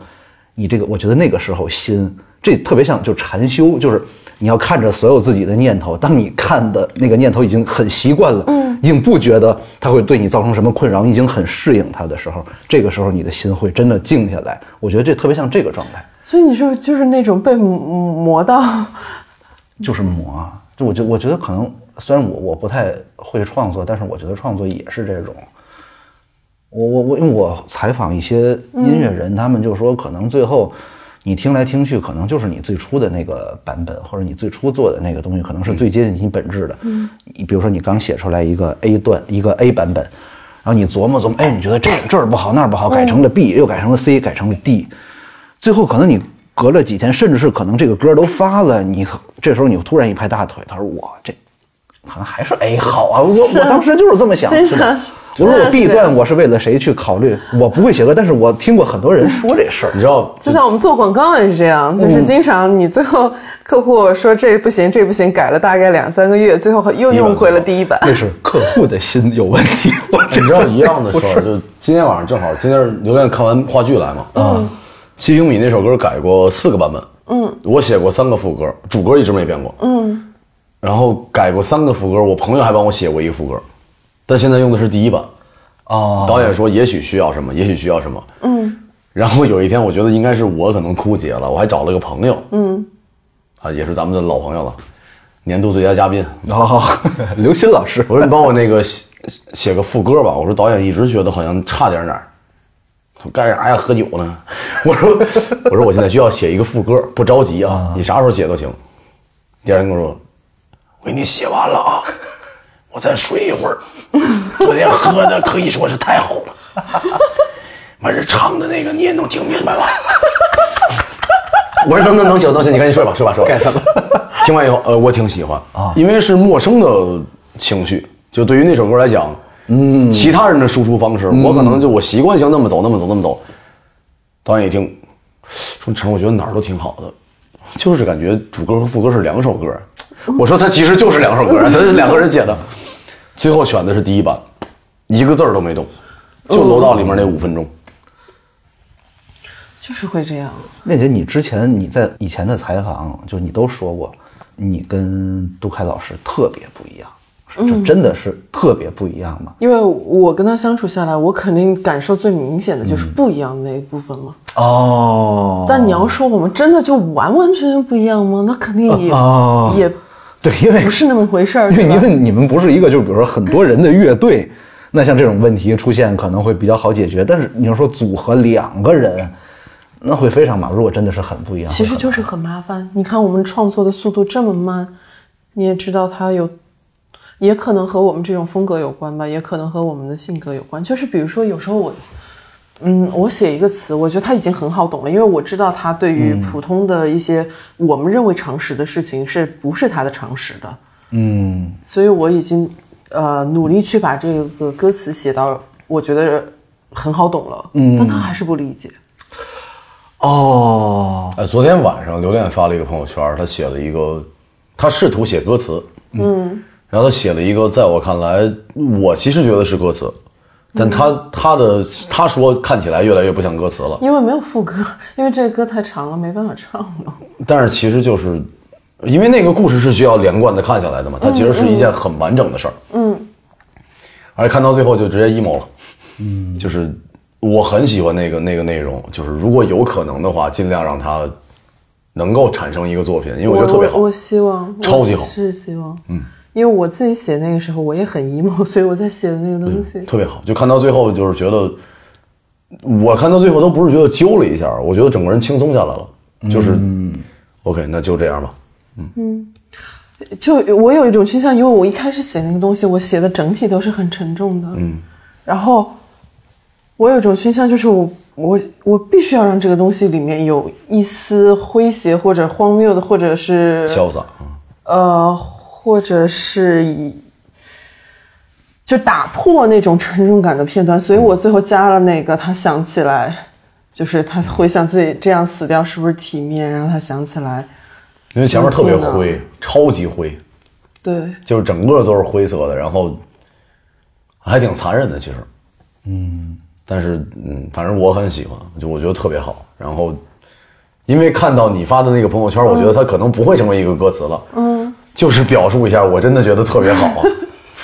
[SPEAKER 2] 你这个，我觉得那个时候心，这特别像就禅修，就是你要看着所有自己的念头，当你看的那个念头已经很习惯了，嗯，已经不觉得它会对你造成什么困扰，你已经很适应它的时候，这个时候你的心会真的静下来。我觉得这特别像这个状态。
[SPEAKER 4] 所以你是不是就是那种被磨磨到？
[SPEAKER 2] 就是磨啊。就我觉我觉得可能虽然我我不太会创作，但是我觉得创作也是这种。我我我，因为我采访一些音乐人，他们就说可能最后。你听来听去，可能就是你最初的那个版本，或者你最初做的那个东西，可能是最接近你本质的。嗯，你比如说，你刚写出来一个 A 段，一个 A 版本，然后你琢磨琢磨，哎，你觉得这这儿不好，那儿不好，改成了 B，又改成了 C，改成了 D，最后可能你隔了几天，甚至是可能这个歌都发了，你这时候你突然一拍大腿，他说我这好像还是 A 好啊，我我当时就是这么想，
[SPEAKER 4] 真的
[SPEAKER 2] 是啊吧？我
[SPEAKER 4] 真的
[SPEAKER 2] 说我 B
[SPEAKER 4] 是
[SPEAKER 2] 段我是为了谁去考虑？我不会写歌，但是我听过很多人说这
[SPEAKER 3] [laughs]
[SPEAKER 2] 事儿
[SPEAKER 3] 你，知道，
[SPEAKER 4] 就像我们做广告也是这样，就是经常你最后客户说这不行，这不行，改了大概两三个月，最后又
[SPEAKER 3] 第一版
[SPEAKER 4] 用回
[SPEAKER 3] 最
[SPEAKER 4] 了
[SPEAKER 3] 好
[SPEAKER 4] 第一版。
[SPEAKER 2] 那是客户的心有问题。 [laughs] 我
[SPEAKER 3] 你知道一样 [laughs] 的事儿，就今天晚上正好，今天刘恋看完话剧来嘛，嗯，七平米那首歌改过四个版本，嗯，我写过三个副歌，主歌一直没变过，嗯，然后改过三个副歌，我朋友还帮我写过一个副歌，但现在用的是第一版，
[SPEAKER 2] 哦，
[SPEAKER 3] 导演说也许需要什么，也许需要什么，嗯，然后有一天我觉得应该是我可能枯竭了，我还找了个朋友，嗯，啊，也是咱们的老朋友了，年度最佳嘉宾，
[SPEAKER 2] 然后 [laughs] 刘鑫老师，
[SPEAKER 3] [laughs] 我说你帮我那个写写个副歌吧。我说导演一直觉得好像差点哪儿，我干啥呀？喝酒呢？ [laughs] 我说我说我现在需要写一个副歌，不着急啊，你啥时候写都行。第二天跟我说，我给你写完了啊，我再睡一会儿。昨天喝的可以说是太好了， [laughs] 完事儿唱的那个你也能听明白吧？ [laughs] 我说能能能行能行，你赶紧睡吧睡吧睡吧。 [laughs] 听完以后，呃，我挺喜欢啊，因为是陌生的情绪，就对于那首歌来讲，嗯，其他人的输出方式，我可能就我习惯性那么走那么走那么走。导演一听，说陈，我觉得哪儿都挺好的，就是感觉主歌和副歌是两首歌。我说他其实就是两首 [laughs] 歌，他是两个人写的，最后选的是第一版，一个字儿都没动，就楼道里面那五分钟。
[SPEAKER 4] 就是会这样，
[SPEAKER 2] 念姐，你之前你在以前的采访，就你都说过，你跟杜凯老师特别不一样，是就真的是特别不一样吗？
[SPEAKER 4] 因为我跟他相处下来，我肯定感受最明显的就是不一样的那一部分了。
[SPEAKER 2] 哦
[SPEAKER 4] 哦
[SPEAKER 2] 嗯
[SPEAKER 4] 但你要说我们真的就完完全全不一样吗？那肯定也、
[SPEAKER 2] 哦
[SPEAKER 4] 也
[SPEAKER 2] 对，因为
[SPEAKER 4] 不是那么回事
[SPEAKER 2] [laughs]
[SPEAKER 4] 儿，
[SPEAKER 2] 因为
[SPEAKER 4] [laughs] 对吧
[SPEAKER 2] 因为你们不是一个，就是比如说很多人的乐队，那像这种问题出现可能会比较好解决。但是你要说组合两个人，那会非常麻烦。如果真的是很不一样，
[SPEAKER 4] 其
[SPEAKER 2] 会
[SPEAKER 4] 实
[SPEAKER 2] 很
[SPEAKER 4] 就是很麻烦。你看我们创作的速度这么慢，你也知道它有，也可能和我们这种风格有关吧，也可能和我们的性格有关。就是比如说，有时候我，嗯，我写一个词，我觉得它已经很好懂了，因为我知道它对于普通的一些我们认为常识的事情是不是它的常识的，
[SPEAKER 2] 嗯，
[SPEAKER 4] 所以我已经呃努力去把这个歌词写到我觉得很好懂了，嗯，但他还是不理解。
[SPEAKER 2] 哦，
[SPEAKER 3] 呃，昨天晚上刘恋发了一个朋友圈，他写了一个，他试图写歌词，嗯，然后他写了一个，在我看来，我其实觉得是歌词，但他、他的他说看起来越来越不像歌词了，
[SPEAKER 4] 因为没有副歌， [laughs] 因为这个歌太长了，没办法唱了。
[SPEAKER 3] 但是其实就是，因为那个故事是需要连贯的看下来的嘛，它其实是一件很完整的事儿。嗯，而且看到最后就直接 emo 了。嗯，就是我很喜欢那个那个内容，就是如果有可能的话，尽量让它能够产生一个作品，因为 [laughs] 我觉得特别好
[SPEAKER 4] 我。我希望
[SPEAKER 3] 超级好
[SPEAKER 4] 我是希望，嗯，因为我自己写那个时候我也很 emo，所以 [laughs] 我在写的那个东西，
[SPEAKER 3] 嗯特别好，就看到最后就是觉得，我看到最后都不是觉得揪了一下，我觉得整个人轻松下来了，就是、OK，那就这样吧。
[SPEAKER 4] 就我有一种倾向，因为我一开始写那个东西，我写的整体都是很沉重的，嗯，然后我有一种倾向，就是我我我必须要让这个东西里面有一丝诙谐或者荒谬的，或者是
[SPEAKER 3] 潇洒，嗯
[SPEAKER 4] 呃，或者是以就打破那种沉重感的片段，所以我
[SPEAKER 3] 嗯
[SPEAKER 4] 最后加了那个他想起来，就是他回想自己这样死掉是不是体面，然后他想起来，
[SPEAKER 3] 因为前面特别
[SPEAKER 4] 嗯对的
[SPEAKER 3] 灰，超级灰。
[SPEAKER 4] 对，
[SPEAKER 3] 就是整个都是灰色的，然后还挺残忍的，其实，嗯，但是嗯，反正我很喜欢，就我觉得特别好。然后，因为看到你发的那个朋友圈，我觉得它可能不会成为一个歌词了，嗯，就是表述一下，我真的觉得特别好，啊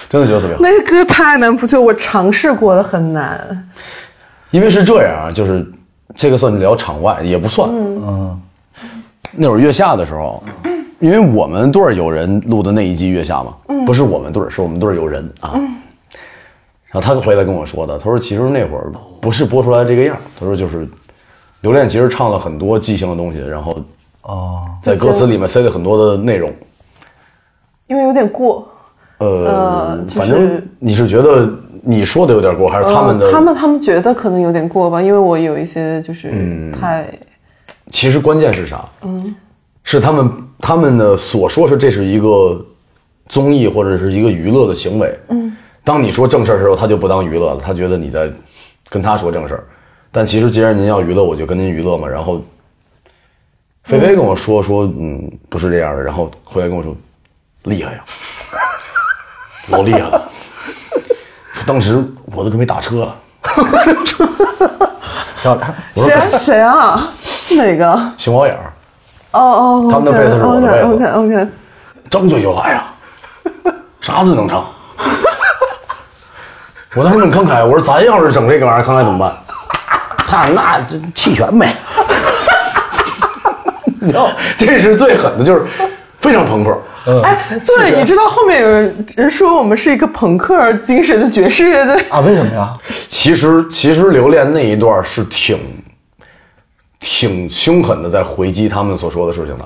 [SPEAKER 3] 真的觉得特别好，
[SPEAKER 4] 那个歌太难不就我尝试过的很难，
[SPEAKER 3] 因为是这样啊，就是这个算聊场外也不算，嗯，那会儿月下的时候。因为我们队儿有人录的那一季月下嘛，不是我们队儿，是我们队儿有人啊。然后他回来跟我说的，他说其实那会儿不是播出来这个样儿，他说就是刘恋其实唱了很多即兴的东西，然后
[SPEAKER 2] 哦，
[SPEAKER 3] 在歌词里面塞了很多的内容。
[SPEAKER 4] 因为有点过，
[SPEAKER 3] 呃，
[SPEAKER 4] 呃就是
[SPEAKER 3] 反正你是觉得你说的有点过，还是他们的？
[SPEAKER 4] 呃他们他们觉得可能有点过吧，因为我有一些就是
[SPEAKER 3] 嗯
[SPEAKER 4] 太、
[SPEAKER 3] 其实关键是啥？嗯，是他们他们的所说是这是一个综艺或者是一个娱乐的行为。嗯，当你说正事儿的时候，他就不当娱乐了，他觉得你在跟他说正事儿。但其实既然您要娱乐，我就跟您娱乐嘛。然后菲菲跟我说说，嗯，不是这样的。然后回来跟我说，厉害呀， [laughs] 老厉害了。当时我都准备打车了。
[SPEAKER 2] 漂亮，
[SPEAKER 3] 我
[SPEAKER 4] 谁
[SPEAKER 3] 说
[SPEAKER 4] 啊谁
[SPEAKER 3] [laughs]
[SPEAKER 4] 啊哪个哦
[SPEAKER 3] 熊猫眼儿，
[SPEAKER 4] 哦，
[SPEAKER 3] 他们的被子是我的被
[SPEAKER 4] OK
[SPEAKER 3] 子
[SPEAKER 4] OK OK，
[SPEAKER 3] 张嘴就来呀，啥都能唱。我当时很慷慨，我说咱要是整这个玩意儿，慷慨怎么办？他那就弃权
[SPEAKER 4] [laughs]
[SPEAKER 3] 呗。你知道，这是最狠的，就是非常朋克。
[SPEAKER 4] [laughs] 哎，对，你知道后面有人说我们是一个朋克精神的爵士乐队，
[SPEAKER 2] 啊，为什么呀？
[SPEAKER 3] 其实，其实留恋那一段是挺挺凶狠的，在回击他们所说的事情的，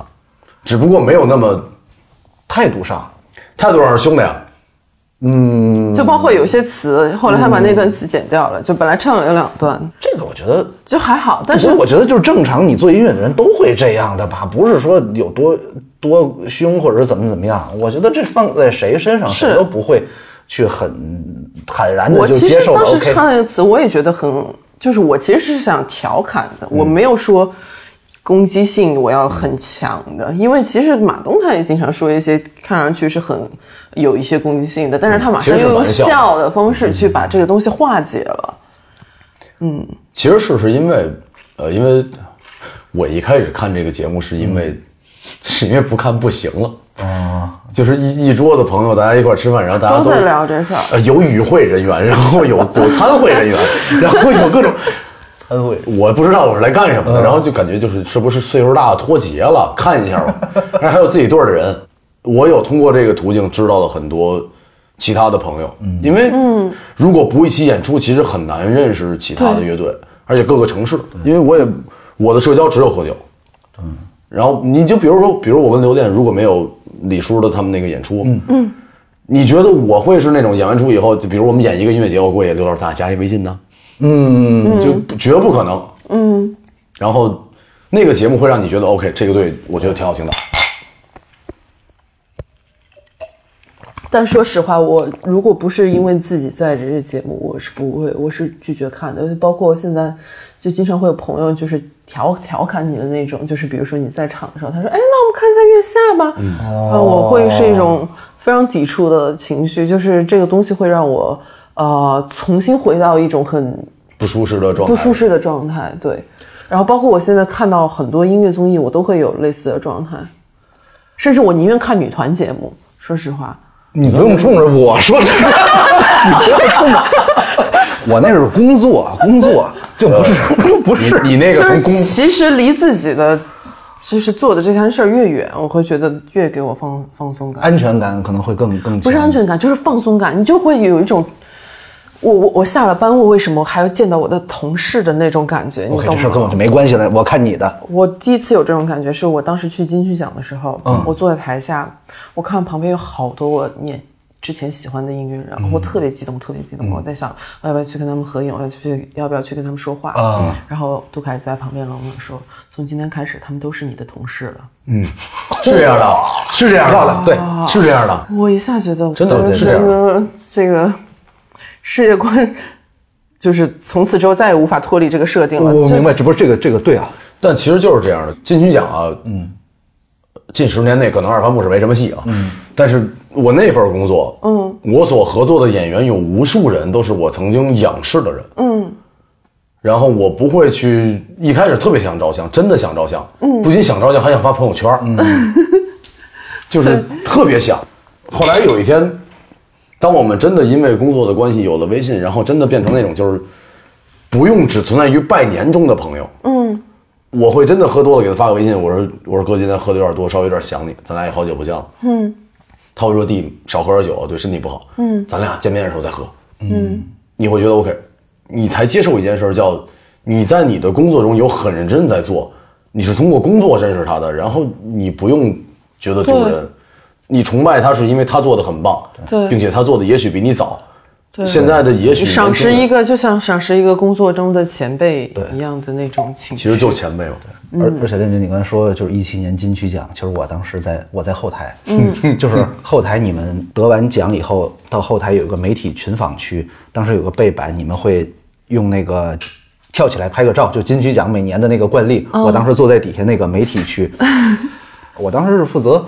[SPEAKER 3] 只不过没有那么
[SPEAKER 2] 态度上，
[SPEAKER 3] 态度上是凶的呀。嗯
[SPEAKER 4] 就包括有一些词，后来他把那段词剪掉了，就本来唱了有两段，
[SPEAKER 2] 这个我觉得，
[SPEAKER 4] 就还好，但
[SPEAKER 2] 但
[SPEAKER 4] 是
[SPEAKER 2] 是我觉得就是正常，你做音乐的人都会这样的吧，不是说有多多凶或者是怎么怎么样。我觉得这放在谁身上，谁
[SPEAKER 4] 是
[SPEAKER 2] 都不会去很坦然的
[SPEAKER 4] 我
[SPEAKER 2] 就
[SPEAKER 4] 其
[SPEAKER 2] 接
[SPEAKER 4] 实
[SPEAKER 2] 受了。
[SPEAKER 4] 当时
[SPEAKER 2] OK，
[SPEAKER 4] 唱那个词，我也觉得很，就是我其实是想调侃的，
[SPEAKER 3] 嗯
[SPEAKER 4] 我没有说攻击性我要很强的，因为其实马东他也经常说一些看上去是很有一些攻击性的，但是他马
[SPEAKER 3] 其实
[SPEAKER 4] 上
[SPEAKER 3] 是
[SPEAKER 4] 又用
[SPEAKER 3] 玩笑的
[SPEAKER 4] 笑的方式去把这个东西化解了。
[SPEAKER 3] 其实是是因为，呃，因为我一开始看这个节目是因为，
[SPEAKER 4] 嗯
[SPEAKER 3] [laughs] 是因为不看不行了。啊，就是一一桌子朋友，大家一块儿吃饭，然后大家
[SPEAKER 4] 哦都
[SPEAKER 3] 都
[SPEAKER 4] 在聊这事儿
[SPEAKER 3] 呃，有与会人员，然后有有参会
[SPEAKER 4] [laughs]
[SPEAKER 3] 人员，然后有各种，
[SPEAKER 2] 参会
[SPEAKER 3] 我不知道我是来干什么哎的，然后就感觉就是是不是岁数大脱节了，看一下吧。然后还有自己队儿的人，我有通过这个途径知道了很多其他的朋友，因为如果不一起演出，其实很难认识其他的乐队，而且各个城市，因为我也我的社交只有喝酒，然后你就比如说，比如我跟刘恋如果没有李叔的他们那个演出，嗯，你觉得我会是那种演完出以后，就比如我们演一个音乐节，我会给刘老师大加一微信呢？嗯，就不绝不可能。嗯，然后那个节目会让你觉得 OK，这个队我觉得挺好听的。
[SPEAKER 4] 但说实话，我如果不是因为自己在这个节目，我是不会，我是拒绝看的。包括现在，就经常会有朋友就是调调侃你的那种，就是比如说你在场的时候，他说：“哎，那我们看一下月下吧。嗯”啊，我会是一种非常抵触的情绪，就是这个东西会让我呃重新回到一种很
[SPEAKER 3] 不舒适的状态，
[SPEAKER 4] 不舒适的状态。对，然后包括我现在看到很多音乐综艺，我都会有类似的状态，甚至我宁愿看女团节目。说实话。
[SPEAKER 2] 你不用冲着我说 [laughs] 这个，你不要冲着我那是工作，啊工作就不是呃不是
[SPEAKER 3] 你。你那个
[SPEAKER 4] 就是
[SPEAKER 3] 从工
[SPEAKER 4] 其实离自己的就是做的这件事儿越远，我会觉得越给我放放松感，
[SPEAKER 2] 安全感可能会更更
[SPEAKER 4] 不是
[SPEAKER 2] 强
[SPEAKER 4] 安全感，就是放松感，你就会有一种。我我我下了班，我为什么还要见到我的同事的那种感觉？你
[SPEAKER 2] OK，这
[SPEAKER 4] 懂
[SPEAKER 2] 事儿跟我
[SPEAKER 4] 吗
[SPEAKER 2] 就？没关系了，我看你的。
[SPEAKER 4] 我第一次有这种感觉，是我当时去金曲奖的时候，
[SPEAKER 3] 嗯
[SPEAKER 4] 我坐在台下，我看旁边有好多我年之前喜欢的音乐人，我特别激动，特别激
[SPEAKER 3] 嗯
[SPEAKER 4] 动。我在想，我要不要去跟他们合影？我要去，要不要去跟他们说话？
[SPEAKER 2] 啊
[SPEAKER 4] 然后杜凯在旁边冷冷说：“从今天开始，他们都是你的同事了。
[SPEAKER 3] 是这样的，
[SPEAKER 4] 哦
[SPEAKER 3] 是这样
[SPEAKER 2] 漂亮
[SPEAKER 3] 的，
[SPEAKER 2] 对
[SPEAKER 3] 是这样的。”
[SPEAKER 4] 我一下觉得，
[SPEAKER 3] 真的
[SPEAKER 4] 我
[SPEAKER 3] 是这样啊
[SPEAKER 4] 个这个世界观，就是从此之后再也无法脱离这个设定了。
[SPEAKER 2] 我
[SPEAKER 4] 就
[SPEAKER 2] 明白，这不是这个这个对啊，
[SPEAKER 3] 但其实就是这样的，金曲奖啊，嗯，近十年内可能二番目是没什么戏啊，嗯，但是我那份工作，嗯，我所合作的演员有无数人都是我曾经仰视的人，嗯，然后我不会去一开始特别想照相，真的想照相，嗯，不仅想照相，还想发朋友圈，嗯， [laughs] 就是特别想。后来有一天，当我们真的因为工作的关系有了微信，然后真的变成那种就是不用只存在于拜年中的朋友，
[SPEAKER 4] 嗯
[SPEAKER 3] 我会真的喝多了给他发个微信，我说我说哥今天喝的有点多，稍微有点想你，咱俩也好久不见了。嗯，他会说弟少喝点酒，对身体不好。嗯，咱俩见面的时候再喝。嗯，你会觉得 OK，你才接受一件事儿叫你在你的工作中有很认真在做，你是通过工作认识他的，然后你不用觉得丢人，你崇拜他是因为他做的很棒，
[SPEAKER 4] 对
[SPEAKER 3] 并且他做的也许比你早。现在的也许
[SPEAKER 4] 你赏识
[SPEAKER 3] 年轻人
[SPEAKER 4] 一个，就像赏识一个工作中的前辈一样的那种情绪。
[SPEAKER 3] 其实就是前辈嘛。
[SPEAKER 2] 而而且，练姐，你刚才说就是一七年金曲奖，其实我当时在我在后台，嗯， [laughs] 就是后台你们得完奖以后，到后台有一个媒体群访区，当时有个背板，你们会用那个跳起来拍个照，就金曲奖每年的那个惯例，我当时坐在底下那个媒体区，我当时是负责。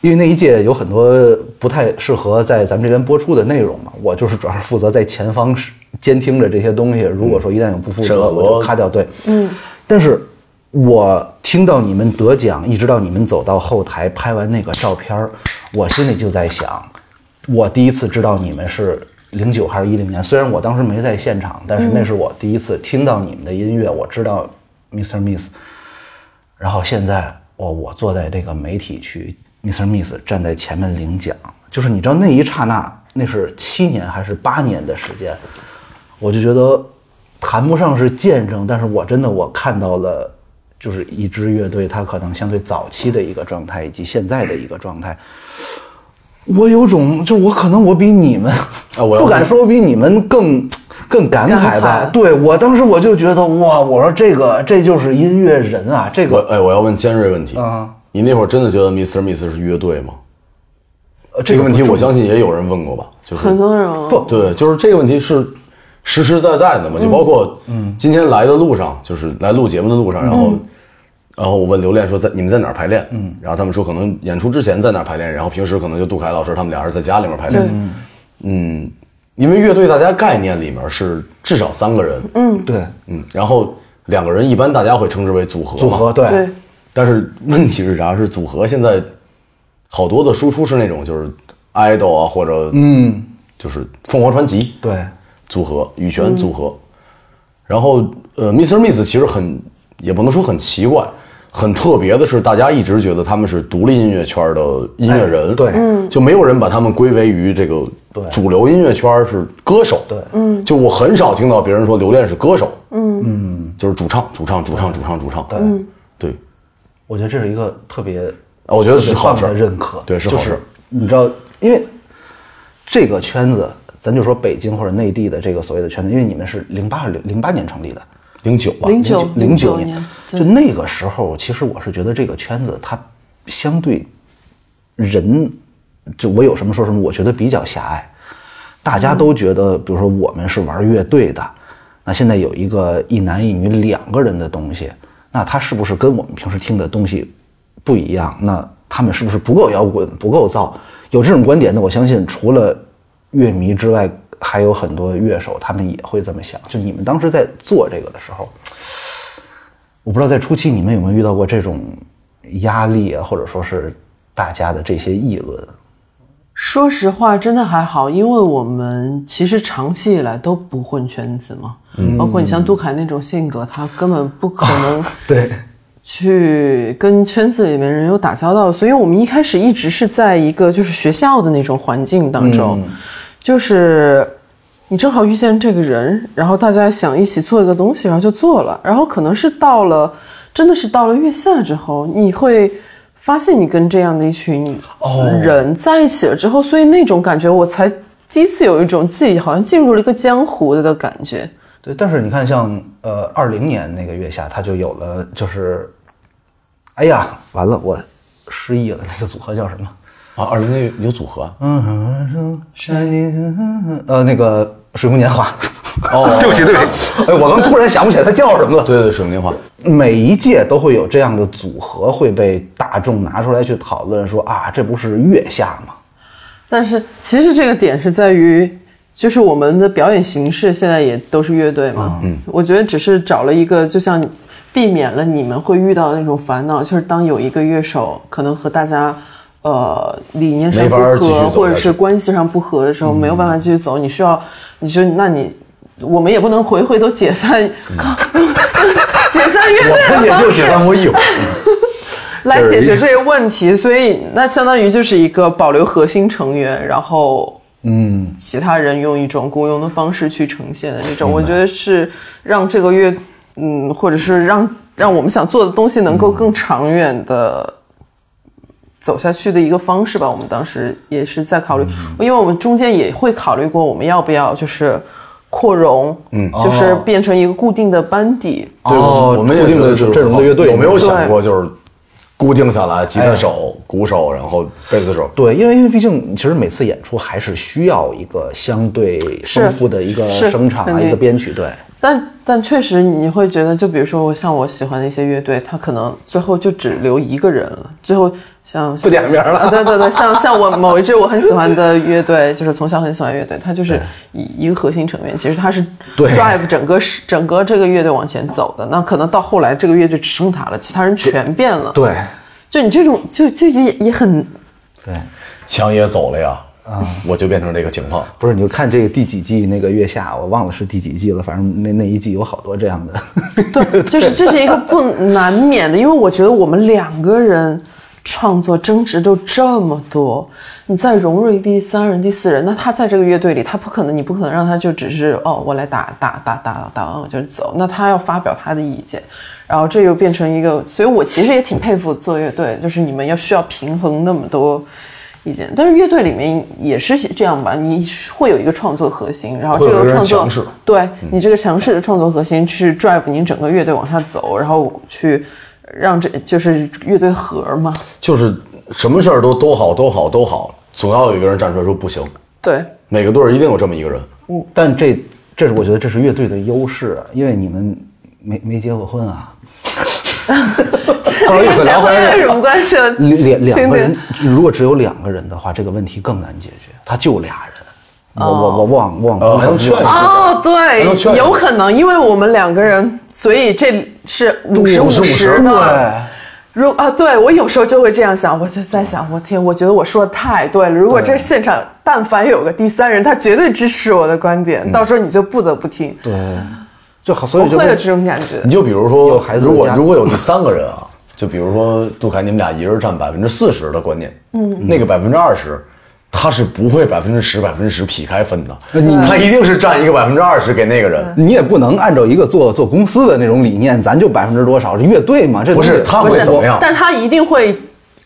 [SPEAKER 2] 因为那一届有很多不太适合在咱们这边播出的内容嘛，我就是主要是负责在前方是监听着这些东西。如果说一旦有不负
[SPEAKER 3] 审
[SPEAKER 2] 责，
[SPEAKER 3] 核
[SPEAKER 2] 我就咔掉。对，嗯。但是我听到你们得奖，一直到你们走到后台拍完那个照片儿，我心里就在想，我第一次知道你们是零九还是一零年。虽然我当时没在现场，但是那是我第一次听到你们的音乐，我知道 Mr. Miss。然后现在我我坐在这个媒体区，Mr. Miss 站在前面领奖，就是你知道那一刹那，那是七年还是八年的时间，我就觉得谈不上是见证，但是我真的我看到了，就是一支乐队它可能相对早期的一个状态，以及现在的一个状态。我有种，就是我可能我比你们，
[SPEAKER 3] 啊我要
[SPEAKER 2] 不敢说我比你们更更感慨吧
[SPEAKER 4] 感慨。
[SPEAKER 2] 对我当时我就觉得哇，我说这个这就是音乐人啊，这
[SPEAKER 3] 我
[SPEAKER 2] 个
[SPEAKER 3] 哎，我要问尖锐问题
[SPEAKER 2] 啊！
[SPEAKER 3] 你那会儿真的觉得 Mr. Miss 是乐队吗？
[SPEAKER 2] 呃
[SPEAKER 3] 这个问题
[SPEAKER 2] 不重
[SPEAKER 3] 我相信也有人问过吧？就是
[SPEAKER 4] 很多人啊
[SPEAKER 2] 不
[SPEAKER 3] 对，就是这个问题是实实在在的嘛，就包括嗯，今天来的路上，就是来录节目的路上，然后然后我问刘恋说在你们在哪儿排练？嗯，然后他们说可能演出之前在哪儿排练，然后平时可能就杜凯老师他们俩是在家里面排练
[SPEAKER 4] 对。
[SPEAKER 3] 嗯，因为乐队大家概念里面是至少三个人，嗯
[SPEAKER 2] 对
[SPEAKER 3] 嗯，然后两个人一般大家会称之为组合嘛，
[SPEAKER 2] 组合对
[SPEAKER 4] 对，
[SPEAKER 3] 但是问题是啥？是组合现在好多的输出是那种就是 idol 啊，或者嗯，就是凤凰传奇
[SPEAKER 2] 对
[SPEAKER 3] 组合、羽泉组合。然后呃，Mr. Miss 其实很也不能说很奇怪，很特别的是，大家一直觉得他们是独立音乐圈的音乐人，
[SPEAKER 2] 哎对
[SPEAKER 3] 嗯，就没有人把他们归为于这个主流音乐圈是歌手，对，嗯，就我很少听到别人说刘恋是歌手，嗯嗯，就是主唱，主唱，主唱，主唱，主唱，对，对，
[SPEAKER 2] 我觉得这是一个特别，
[SPEAKER 3] 啊我觉得是好事
[SPEAKER 2] 特别棒的认可，
[SPEAKER 3] 对是好
[SPEAKER 2] 就
[SPEAKER 3] 事
[SPEAKER 2] 是你知道，因为这个圈子，咱就说北京或者内地的这个所谓的圈子，因为你们是零八零零八年成立的，
[SPEAKER 3] 零九吧，
[SPEAKER 4] 零九
[SPEAKER 2] 零
[SPEAKER 4] 九
[SPEAKER 2] 九年，就那个时候，其实我是觉得这个圈子它相对人，就我有什么说什么，我觉得比较狭隘。大家都觉得，比如说我们是玩乐队的，那现在有一个一男一女两个人的东西，那他是不是跟我们平时听的东西不一样？那他们是不是不够摇滚、不够燥？有这种观点的，我相信除了乐迷之外，还有很多乐手，他们也会这么想。就你们当时在做这个的时候，我不知道在初期你们有没有遇到过这种压力啊，或者说是大家的这些议论？啊
[SPEAKER 4] 说实话，真的还好，因为我们其实长期以来都不混圈子嘛，包括你像杜凯那种性格，他根本不可能
[SPEAKER 2] 对，
[SPEAKER 4] 去跟圈子里面人有打交道，所以我们一开始一直是在一个就是学校的那种环境当中，就是你正好遇见这个人，然后大家想一起做一个东西，然后就做了，然后可能是到了真的是到了月下之后，你会发现你跟这样的一群人在一起了之后，所以那种感觉我才第一次有一种自己好像进入了一个江湖的的感觉。
[SPEAKER 2] 对。但是你看像，呃二零年那个月下，他就有了，就是，哎呀，完了，我失忆了，那个组合叫什么？
[SPEAKER 3] 啊，二零年有组合啊，
[SPEAKER 2] 嗯，嗯呃，那个水木年华。
[SPEAKER 3] 哦
[SPEAKER 2] 对不起，对不起，哎，我刚突然想不起来他叫什么了。
[SPEAKER 3] 对对，水木年华，
[SPEAKER 2] 每一届都会有这样的组合会被大众拿出来去讨论说，啊，这不是月下吗？
[SPEAKER 4] 但是其实这个点是在于，就是我们的表演形式现在也都是乐队嘛。嗯，我觉得只是找了一个，就像避免了你们会遇到的那种烦恼，就是当有一个乐手可能和大家。呃，理念上
[SPEAKER 3] 没
[SPEAKER 4] 不
[SPEAKER 3] 法儿继续走
[SPEAKER 4] 合，
[SPEAKER 3] 下去嗯
[SPEAKER 4] 或者是关系上不合的时候，没有办法继续走，你需要，你就那你，我们也不能回回都解散，
[SPEAKER 3] 嗯
[SPEAKER 4] [laughs] 解散乐队的方式，
[SPEAKER 3] 过一回，
[SPEAKER 4] 来解决这些问题，所以那相当于就是一个保留核心成员，然后嗯，其他人用一种雇佣的方式去呈现的这种，我觉得是让这个乐嗯，或者是让让我们想做的东西能够更长远的走下去的一个方式吧。我们当时也是在考虑，因为我们中间也会考虑过我们要不要就是扩容，嗯，就是变成一个固定的班底，
[SPEAKER 3] 对，
[SPEAKER 2] 哦
[SPEAKER 3] 我们也
[SPEAKER 2] 固定
[SPEAKER 3] 觉得
[SPEAKER 2] 的
[SPEAKER 3] 就是
[SPEAKER 2] 阵容的乐队
[SPEAKER 3] 有没有
[SPEAKER 2] 对哎
[SPEAKER 3] 想过就是固定下来，吉他手、鼓手，然后贝斯手，
[SPEAKER 2] 对，因为因为毕竟其实每次演出还是需要一个相对丰富的一个
[SPEAKER 4] 是哦
[SPEAKER 2] 声场
[SPEAKER 4] 肯
[SPEAKER 2] 啊，
[SPEAKER 4] 定
[SPEAKER 2] 一个编曲，对，
[SPEAKER 4] 但但确实你会觉得，就比如说我像我喜欢的一些乐队，他可能最后就只留一个人了，最后像
[SPEAKER 2] 不点名了
[SPEAKER 4] 啊对对对，像像我某一支我很喜欢的乐队，就是从小很喜欢的乐队，他就是一一个核心成员，其实他是
[SPEAKER 2] 对
[SPEAKER 4] drive 整个是整个这个乐队往前走的。那可能到后来这个乐队只剩他了，其他人全变了。
[SPEAKER 2] 对，
[SPEAKER 4] 就你这种就就也也很
[SPEAKER 2] 对，
[SPEAKER 3] 强爷走了呀，
[SPEAKER 2] 啊
[SPEAKER 3] 我就变成这个情况。
[SPEAKER 2] 不是，你就看这个第几季那个月下，我忘了是第几季了，反正那那一季有好多这样的，
[SPEAKER 4] 对，就是这是一个不难免的，因为我觉得我们两个人创作争执都这么多，你再融入一第三人、第四人，那他在这个乐队里，他不可能，你不可能让他就只是哦，我来打打打打打完我就走，那他要发表他的意见，然后这又变成一个，所以我其实也挺佩服做乐队，就是你们要需要平衡那么多。意见，但是乐队里面也是这样吧，你会有一个创作核心，然后这
[SPEAKER 3] 会有一个
[SPEAKER 4] 个
[SPEAKER 3] 人
[SPEAKER 4] 创作
[SPEAKER 3] 强势
[SPEAKER 4] 对你这个强势的创作核心去 drive 您整个乐队往下走，然后去让这就是乐队核嘛。
[SPEAKER 3] 就是什么事儿都都好，都好，都好，总要有一个人站出来说不行。
[SPEAKER 4] 对，
[SPEAKER 3] 每个队儿一定有这么一个人，
[SPEAKER 4] 嗯
[SPEAKER 2] [laughs] 但这这是我觉得这是乐队的优势，因为你们没没结过婚啊，
[SPEAKER 3] 不好意思，
[SPEAKER 4] 跟
[SPEAKER 3] 聊回来嗯
[SPEAKER 4] 有什么关系？
[SPEAKER 2] 两两个人
[SPEAKER 4] 听，
[SPEAKER 2] 如果只有两个人的话，这个问题更难解决。他就俩人，我我我往往
[SPEAKER 3] 呃
[SPEAKER 2] 往
[SPEAKER 3] 还能劝一下
[SPEAKER 4] 哦，
[SPEAKER 3] 能劝
[SPEAKER 4] 对，
[SPEAKER 3] 你
[SPEAKER 4] 有可能，因为我们两个人，所以这是五十
[SPEAKER 3] 50
[SPEAKER 4] 十
[SPEAKER 3] 对
[SPEAKER 4] 的。如啊，对我有时候就会这样想，我就在想，我天，我觉得我说的太对了。如果这现场但凡有个第三人，他绝对支持我的观
[SPEAKER 3] 嗯
[SPEAKER 4] 点，到时候你就不得不听。
[SPEAKER 2] 对，就好，所
[SPEAKER 4] 我
[SPEAKER 2] 以就
[SPEAKER 4] 会有
[SPEAKER 2] 被
[SPEAKER 4] 这种感觉
[SPEAKER 3] 你。就比如说，
[SPEAKER 2] 有孩子的
[SPEAKER 3] 如果
[SPEAKER 2] 家
[SPEAKER 3] 如果有第三个人啊， [laughs] 就比如说杜凯，你们俩一人占百分之四十的观念，嗯，那个百分之二十，他是不会百分之十、百分之十劈开分的，他一定是占一个百分之二十给那个人。
[SPEAKER 2] [laughs] 你也不能按照一个做做公司的那种理念，咱就百分之多少是乐队嘛？这
[SPEAKER 3] 不是
[SPEAKER 2] 东西
[SPEAKER 3] 他会怎么样
[SPEAKER 4] 但他一定会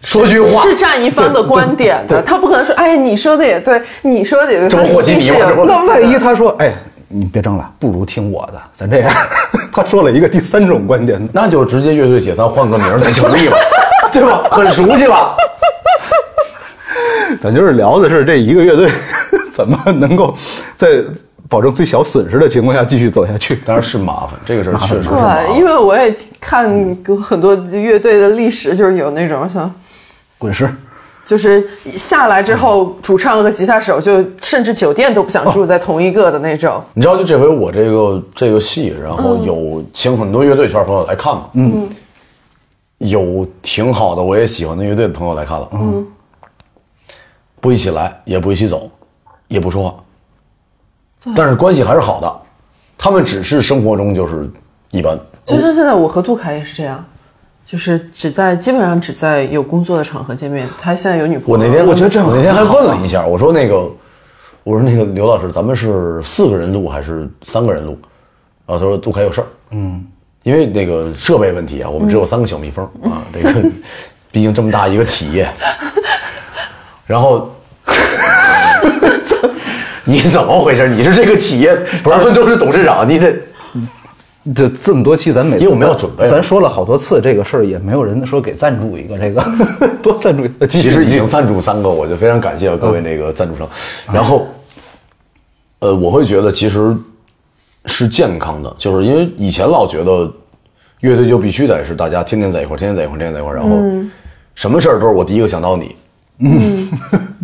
[SPEAKER 3] 说句话，
[SPEAKER 4] 是站一方的观点的，他不可能说，哎，你说的也对，你说的也对，
[SPEAKER 3] 这不
[SPEAKER 4] 他一
[SPEAKER 3] 和稀
[SPEAKER 4] 定
[SPEAKER 3] 泥
[SPEAKER 4] 是
[SPEAKER 3] 吗这不
[SPEAKER 4] 有
[SPEAKER 3] 是
[SPEAKER 2] 那万一他说，哎，你别争了，不如听我的， [laughs] 咱这样。他说了一个第三种观点，
[SPEAKER 3] 那就直接乐队解散，换个名儿再成立吧，对吧？很熟悉吧？
[SPEAKER 2] 咱就是聊的是这一个乐队 [laughs] 怎么能够在保证最小损失的情况下继续走下去。
[SPEAKER 3] 当然是麻烦，这个事儿确实是麻烦。
[SPEAKER 4] 对，因为我也看过很多乐队的历史，就是有那种像。
[SPEAKER 2] 滚石，
[SPEAKER 4] 就是下来之后，主唱和吉他手就甚至酒店都不想住在同一个的那种。
[SPEAKER 3] 你知道，就这回我这个这个戏，然后有请很多乐队圈朋友来看嘛，嗯，有挺好的，我也喜欢的乐队的朋友来看了，嗯，不一起来，也不一起走，也不说话，但是关系还是好的，他们只是生活中就是一般，
[SPEAKER 4] 就像现在我和杜凯也是这样，就是只在基本上只在有工作的场合见面。他现在有女朋友，
[SPEAKER 3] 我那天
[SPEAKER 2] 我觉得这样
[SPEAKER 3] 我那天还
[SPEAKER 2] 很好
[SPEAKER 3] 问了一下，我说那个，我说那个刘老师，咱们是四个人录还是三个人录？啊然后他说杜凯有事儿，嗯，因为那个设备问题啊，我们只有
[SPEAKER 2] 嗯
[SPEAKER 3] 三个小蜜蜂、啊，这
[SPEAKER 2] [laughs]
[SPEAKER 3] 个毕竟这么大一个企业，
[SPEAKER 2] [laughs]
[SPEAKER 3] 然后。你怎么回事？你是这个企业，咱们都是董事长，你得
[SPEAKER 2] 这这么多期，咱每次
[SPEAKER 3] 因为我们要准备啊
[SPEAKER 2] 咱说了好多次这个事儿，也没有人说给赞助一个这个， [laughs] 多赞助一个。
[SPEAKER 3] 其实已经赞助三个，我就非常感谢各位那个赞助商。然后，呃，我会觉得其实是健康的，就是因为以前老觉得乐队就必须得是大家天天在一块儿，天天在一块儿，天天在一块儿，然后什么事儿都是我第一个想到你。嗯，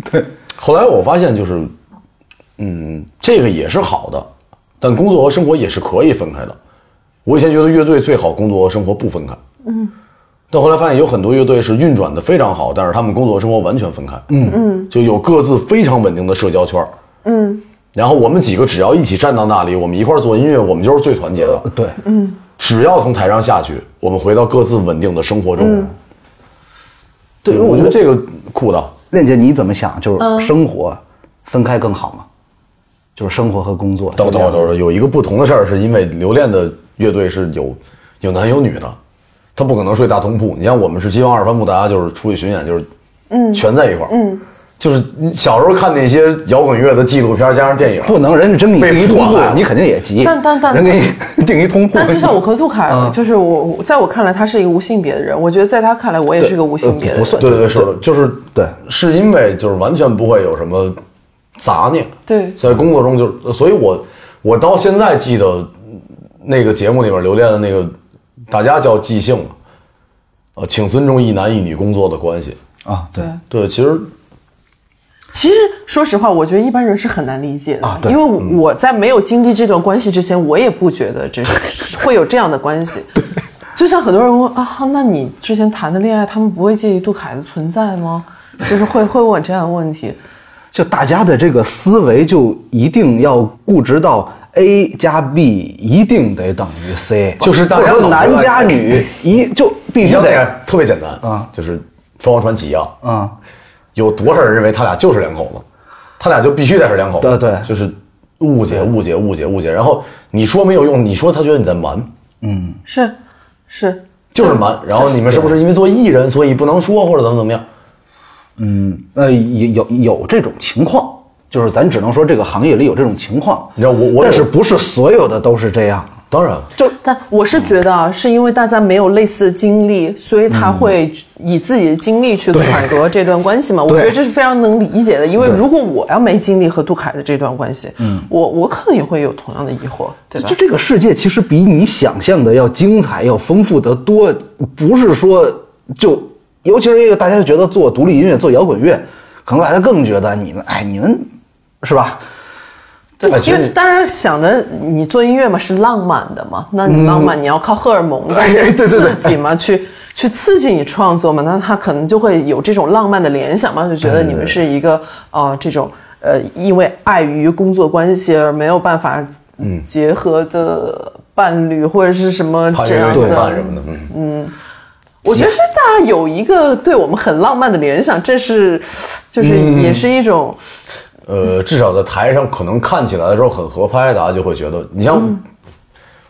[SPEAKER 3] 对。后来我发现就是，嗯，这个也是好的，但工作和生活也是可以分开的。我以前觉得乐队最好工作和生活不分开，但后来发现有很多乐队是运转的非常好，但是他们工作生活完全分开。嗯嗯，就有各自非常稳定的社交圈嗯，然后我们几个只要一起站到那里，我们一块儿做音乐，我们就是最团结的。
[SPEAKER 2] 对，
[SPEAKER 3] 只要从台上下去，我们回到各自稳定的生活中。
[SPEAKER 2] 对，
[SPEAKER 3] 我
[SPEAKER 2] 我
[SPEAKER 3] 觉
[SPEAKER 2] 觉
[SPEAKER 3] 得
[SPEAKER 2] 得
[SPEAKER 3] 这个酷的。
[SPEAKER 2] 链姐你怎么想？
[SPEAKER 4] 嗯
[SPEAKER 2] 就是生活分开更好吗？就是生活和工作。
[SPEAKER 3] 等等等等，有一个不同的事儿，是因为留恋的乐队是有有男有女的，他不可能睡大通铺。你像我们是街坊二番铺，大家就是出去巡演，就是嗯，全在一块儿，嗯，就是你小时候看那些摇滚乐的纪录片加上电影，
[SPEAKER 2] 不能，人家真给你
[SPEAKER 3] 被
[SPEAKER 2] 定一通
[SPEAKER 3] 迫
[SPEAKER 2] 铺
[SPEAKER 3] 害，
[SPEAKER 2] 你肯定也急。
[SPEAKER 4] 但但但
[SPEAKER 2] 人给你 [laughs] 定一通铺，
[SPEAKER 4] 但就像我和杜凯，
[SPEAKER 3] 嗯
[SPEAKER 4] 就是我，我在我看来，他是一个无性别的人。我觉得在他看来，我也是个无性别
[SPEAKER 2] 呃
[SPEAKER 4] 的
[SPEAKER 2] 不
[SPEAKER 4] 人。
[SPEAKER 2] 算
[SPEAKER 3] 对对对，是的，就是
[SPEAKER 2] 对，
[SPEAKER 3] 是因为就是完全不会有什么杂念，
[SPEAKER 4] 对
[SPEAKER 3] 在工作中就，所以我我到现在记得嗯那个节目里面留恋的那个，大家叫即兴嘛，呃，请尊重一男一女工作的关系。
[SPEAKER 2] 啊，对
[SPEAKER 4] 对。
[SPEAKER 3] 对，其实
[SPEAKER 4] 其实，说实话，我觉得一般人是很难理解的，
[SPEAKER 2] 啊对
[SPEAKER 4] 因为我我在没有经历这段关系之前，我也不觉得这是会有这样的
[SPEAKER 2] [laughs]
[SPEAKER 4] 关系。就像很多人问啊，那你之前谈的恋爱，他们不会介意杜凯的存在吗？就是会会问这样的问题。
[SPEAKER 2] 就大家的这个思维就一定要固执到 A 加 B 一定得等于 C，
[SPEAKER 3] 就是大家
[SPEAKER 2] 或者说
[SPEAKER 3] 老觉得
[SPEAKER 2] 男加女一就必
[SPEAKER 3] 你
[SPEAKER 2] 须
[SPEAKER 3] 像那个
[SPEAKER 2] 得
[SPEAKER 3] 特别简单
[SPEAKER 2] 啊，
[SPEAKER 3] 就是凤凰传奇啊，
[SPEAKER 2] 啊，
[SPEAKER 3] 有多少人认为他俩就是两口子，他俩就必须得是两口子，
[SPEAKER 2] 对对
[SPEAKER 3] 就是误解误解误解误解，然后你说没有用，你说他觉得你在瞒。
[SPEAKER 4] 是，是，
[SPEAKER 3] 就是瞒。然后你们是不是因为做艺人，所以不能说或者怎么怎么样？
[SPEAKER 2] 呃，有有有这种情况，就是咱只能说这个行业里有这种情况。
[SPEAKER 3] 你知道我我有
[SPEAKER 2] 但是不是所有的都是这样？
[SPEAKER 3] 当然，
[SPEAKER 4] 就但我是觉得啊，是因为大家没有类似的经历，所以他会以自己的经历去揣度这段关系嘛。我
[SPEAKER 2] 对
[SPEAKER 4] 觉得这是非常能理解的，因为如果我要没经历和杜凯的这段关系，我我可能也会有同样的疑惑，对吧
[SPEAKER 2] 就？这个世界其实比你想象的要精彩、要丰富得多，不是说就，尤其是这个大家就觉得做独立音乐、做摇滚乐，可能大家更觉得你们，哎，你们是吧？
[SPEAKER 4] 对
[SPEAKER 2] 啊
[SPEAKER 3] 哎，其
[SPEAKER 4] 因
[SPEAKER 3] 实
[SPEAKER 4] 为
[SPEAKER 3] 你
[SPEAKER 4] 大家想的，你做音乐嘛是浪漫的嘛，那你浪漫你要靠荷尔蒙的
[SPEAKER 2] 嗯 [laughs] 哎哎对对对
[SPEAKER 4] 刺激嘛，去去刺激你创作嘛，那他可能就会有这种浪漫的联想嘛，就觉得你们是一个
[SPEAKER 2] 哎
[SPEAKER 4] 呃这种呃因为碍于工作关系而没有办法结合的伴侣或者是什么
[SPEAKER 3] 怕
[SPEAKER 4] 这
[SPEAKER 3] 因
[SPEAKER 4] 样
[SPEAKER 3] 为解
[SPEAKER 4] 的
[SPEAKER 3] 散什么的，嗯，
[SPEAKER 4] 我觉得是大家有一个对我们很浪漫的联想，这是，就是
[SPEAKER 2] 嗯
[SPEAKER 4] 也是一种，
[SPEAKER 3] 呃，至少在台上可能看起来的时候很合拍，大家就会觉得，你像、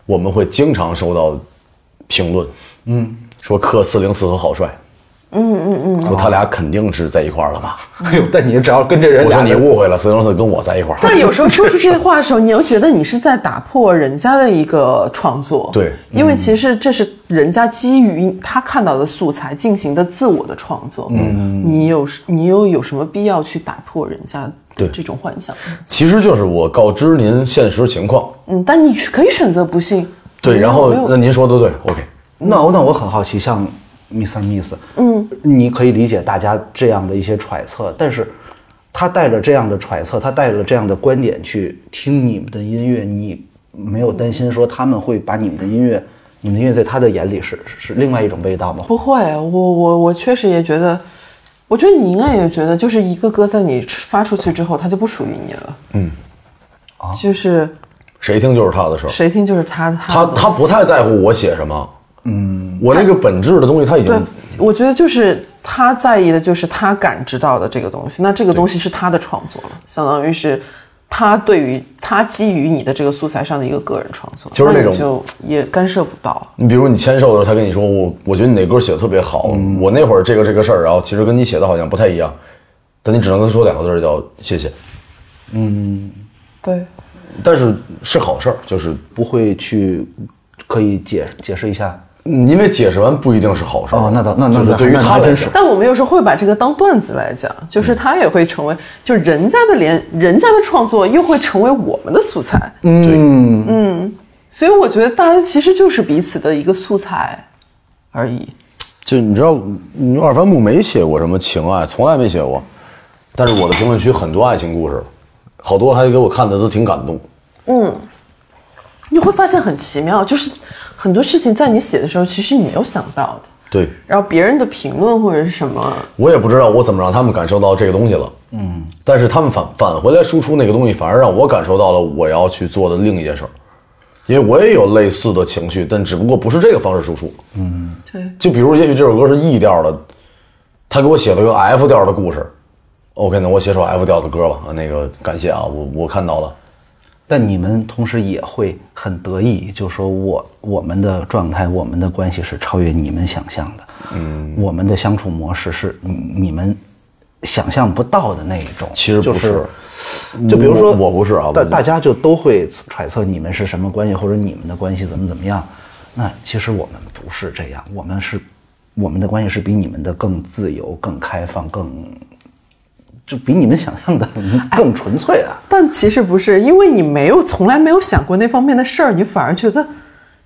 [SPEAKER 3] 我们会经常收到评论，嗯，说磕四零四和郝帅，嗯嗯嗯，说他俩肯定是在一块儿了吧？
[SPEAKER 2] 哎呦，但你只要跟这人
[SPEAKER 3] 我
[SPEAKER 2] 俩
[SPEAKER 3] 说你
[SPEAKER 2] 人
[SPEAKER 3] 误会了，四零四跟我在一块儿。
[SPEAKER 4] [laughs] 但有时候说出这些话的时候，你又觉得你是在打破人家的一个创作，
[SPEAKER 3] 对嗯
[SPEAKER 4] 因为其实这是人家基于他看到的素材进行的自我的创作，嗯，你有你又有什么必要去打破人家
[SPEAKER 3] 对
[SPEAKER 4] 这种幻想？
[SPEAKER 3] 其实就是我告知您现实情况，
[SPEAKER 4] 嗯，但你可以选择不信，
[SPEAKER 3] 对，然后
[SPEAKER 4] 没有
[SPEAKER 3] 那您说的对，OK，
[SPEAKER 2] 那我那我很好奇，像 Mr. Miss，嗯，你可以理解大家这样的一些揣测，但是他带着这样的揣测，他带着这样的观点去听你们的音乐，你没有担心说他们会把你们的音乐，你们的音乐在他的眼里是是另外一种味道吗？
[SPEAKER 4] 不会，我我我确实也觉得，我觉得你应该也觉得，就是一个歌在你发出去之后，它就不属于你了。嗯，就是
[SPEAKER 3] 谁听就是他的事儿，
[SPEAKER 4] 谁听就是他
[SPEAKER 3] 哦他
[SPEAKER 4] 他的
[SPEAKER 3] 他不太在乎我写什么，嗯，我那个本质的东西他已
[SPEAKER 4] 对
[SPEAKER 3] 经，
[SPEAKER 4] 我觉得就是他在意的就是他感知到的这个东西，那这个东西是他的创作了，相当于是。他对于他基于你的这个素材上的一个个人创作，
[SPEAKER 3] 就是那
[SPEAKER 4] 你
[SPEAKER 3] 种
[SPEAKER 4] 就也干涉不到。
[SPEAKER 3] 你比如你签售的时候，他跟你说我我觉得你那歌写的特别好，
[SPEAKER 2] 嗯
[SPEAKER 3] 我那会儿这个这个事儿，然后其实跟你写的好像不太一样，但你只能跟他说两个字儿叫谢谢，
[SPEAKER 4] 对，
[SPEAKER 3] 但是是好事儿，就是
[SPEAKER 2] 不会去可以解解释一下？
[SPEAKER 3] 嗯因为解释完不一定是好事儿
[SPEAKER 2] 哦那倒那那
[SPEAKER 3] 就是对于
[SPEAKER 2] 那
[SPEAKER 3] 他
[SPEAKER 2] 还
[SPEAKER 3] 来
[SPEAKER 2] 真是
[SPEAKER 3] 说，
[SPEAKER 4] 但我们有时候会把这个当段子来讲，就是它也会成为，就是人家的连人家的创作又会成为我们的素材，
[SPEAKER 2] 嗯。
[SPEAKER 4] 所以我觉得大家其实就是彼此的一个素材而已。
[SPEAKER 3] 就你知道，嗯二番木没写过什么情爱，从来没写过。但是我的评论区很多爱情故事，好多还给我看的都挺感动。
[SPEAKER 4] 你会发现很奇妙，就是很多事情在你写的时候，其实你没有想到的，
[SPEAKER 3] 对
[SPEAKER 4] 然后别人的评论或者是什么，
[SPEAKER 3] 我也不知道我怎么让他们感受到这个东西了。嗯，但是他们返返回来输出那个东西，反而让我感受到了我要去做的另一件事儿，因为我也有类似的情绪，但只不过不是这个方式输出。
[SPEAKER 4] 对，
[SPEAKER 3] 就比如，也许这首歌是 E 调的，他给我写了个 F 调的故事。OK，那我写首 F 调的歌吧。啊那个感谢啊，我我看到了。
[SPEAKER 2] 但你们同时也会很得意，就说我我们的状态，我们的关系是超越你们想象的，嗯，我们的相处模式是你你们想象不到的那一种。
[SPEAKER 3] 其实不
[SPEAKER 2] 就是就比如说
[SPEAKER 3] 我我不是啊
[SPEAKER 2] 大
[SPEAKER 3] 我
[SPEAKER 2] 大家就都会揣测你们是什么关系，或者你们的关系怎么怎么样。那其实我们不是这样，我们是我们的关系是比你们的更自由、更开放、更就比你们想象的 [laughs] 更纯粹啊。
[SPEAKER 4] 但其实不是，因为你没有从来没有想过那方面的事儿，你反而觉得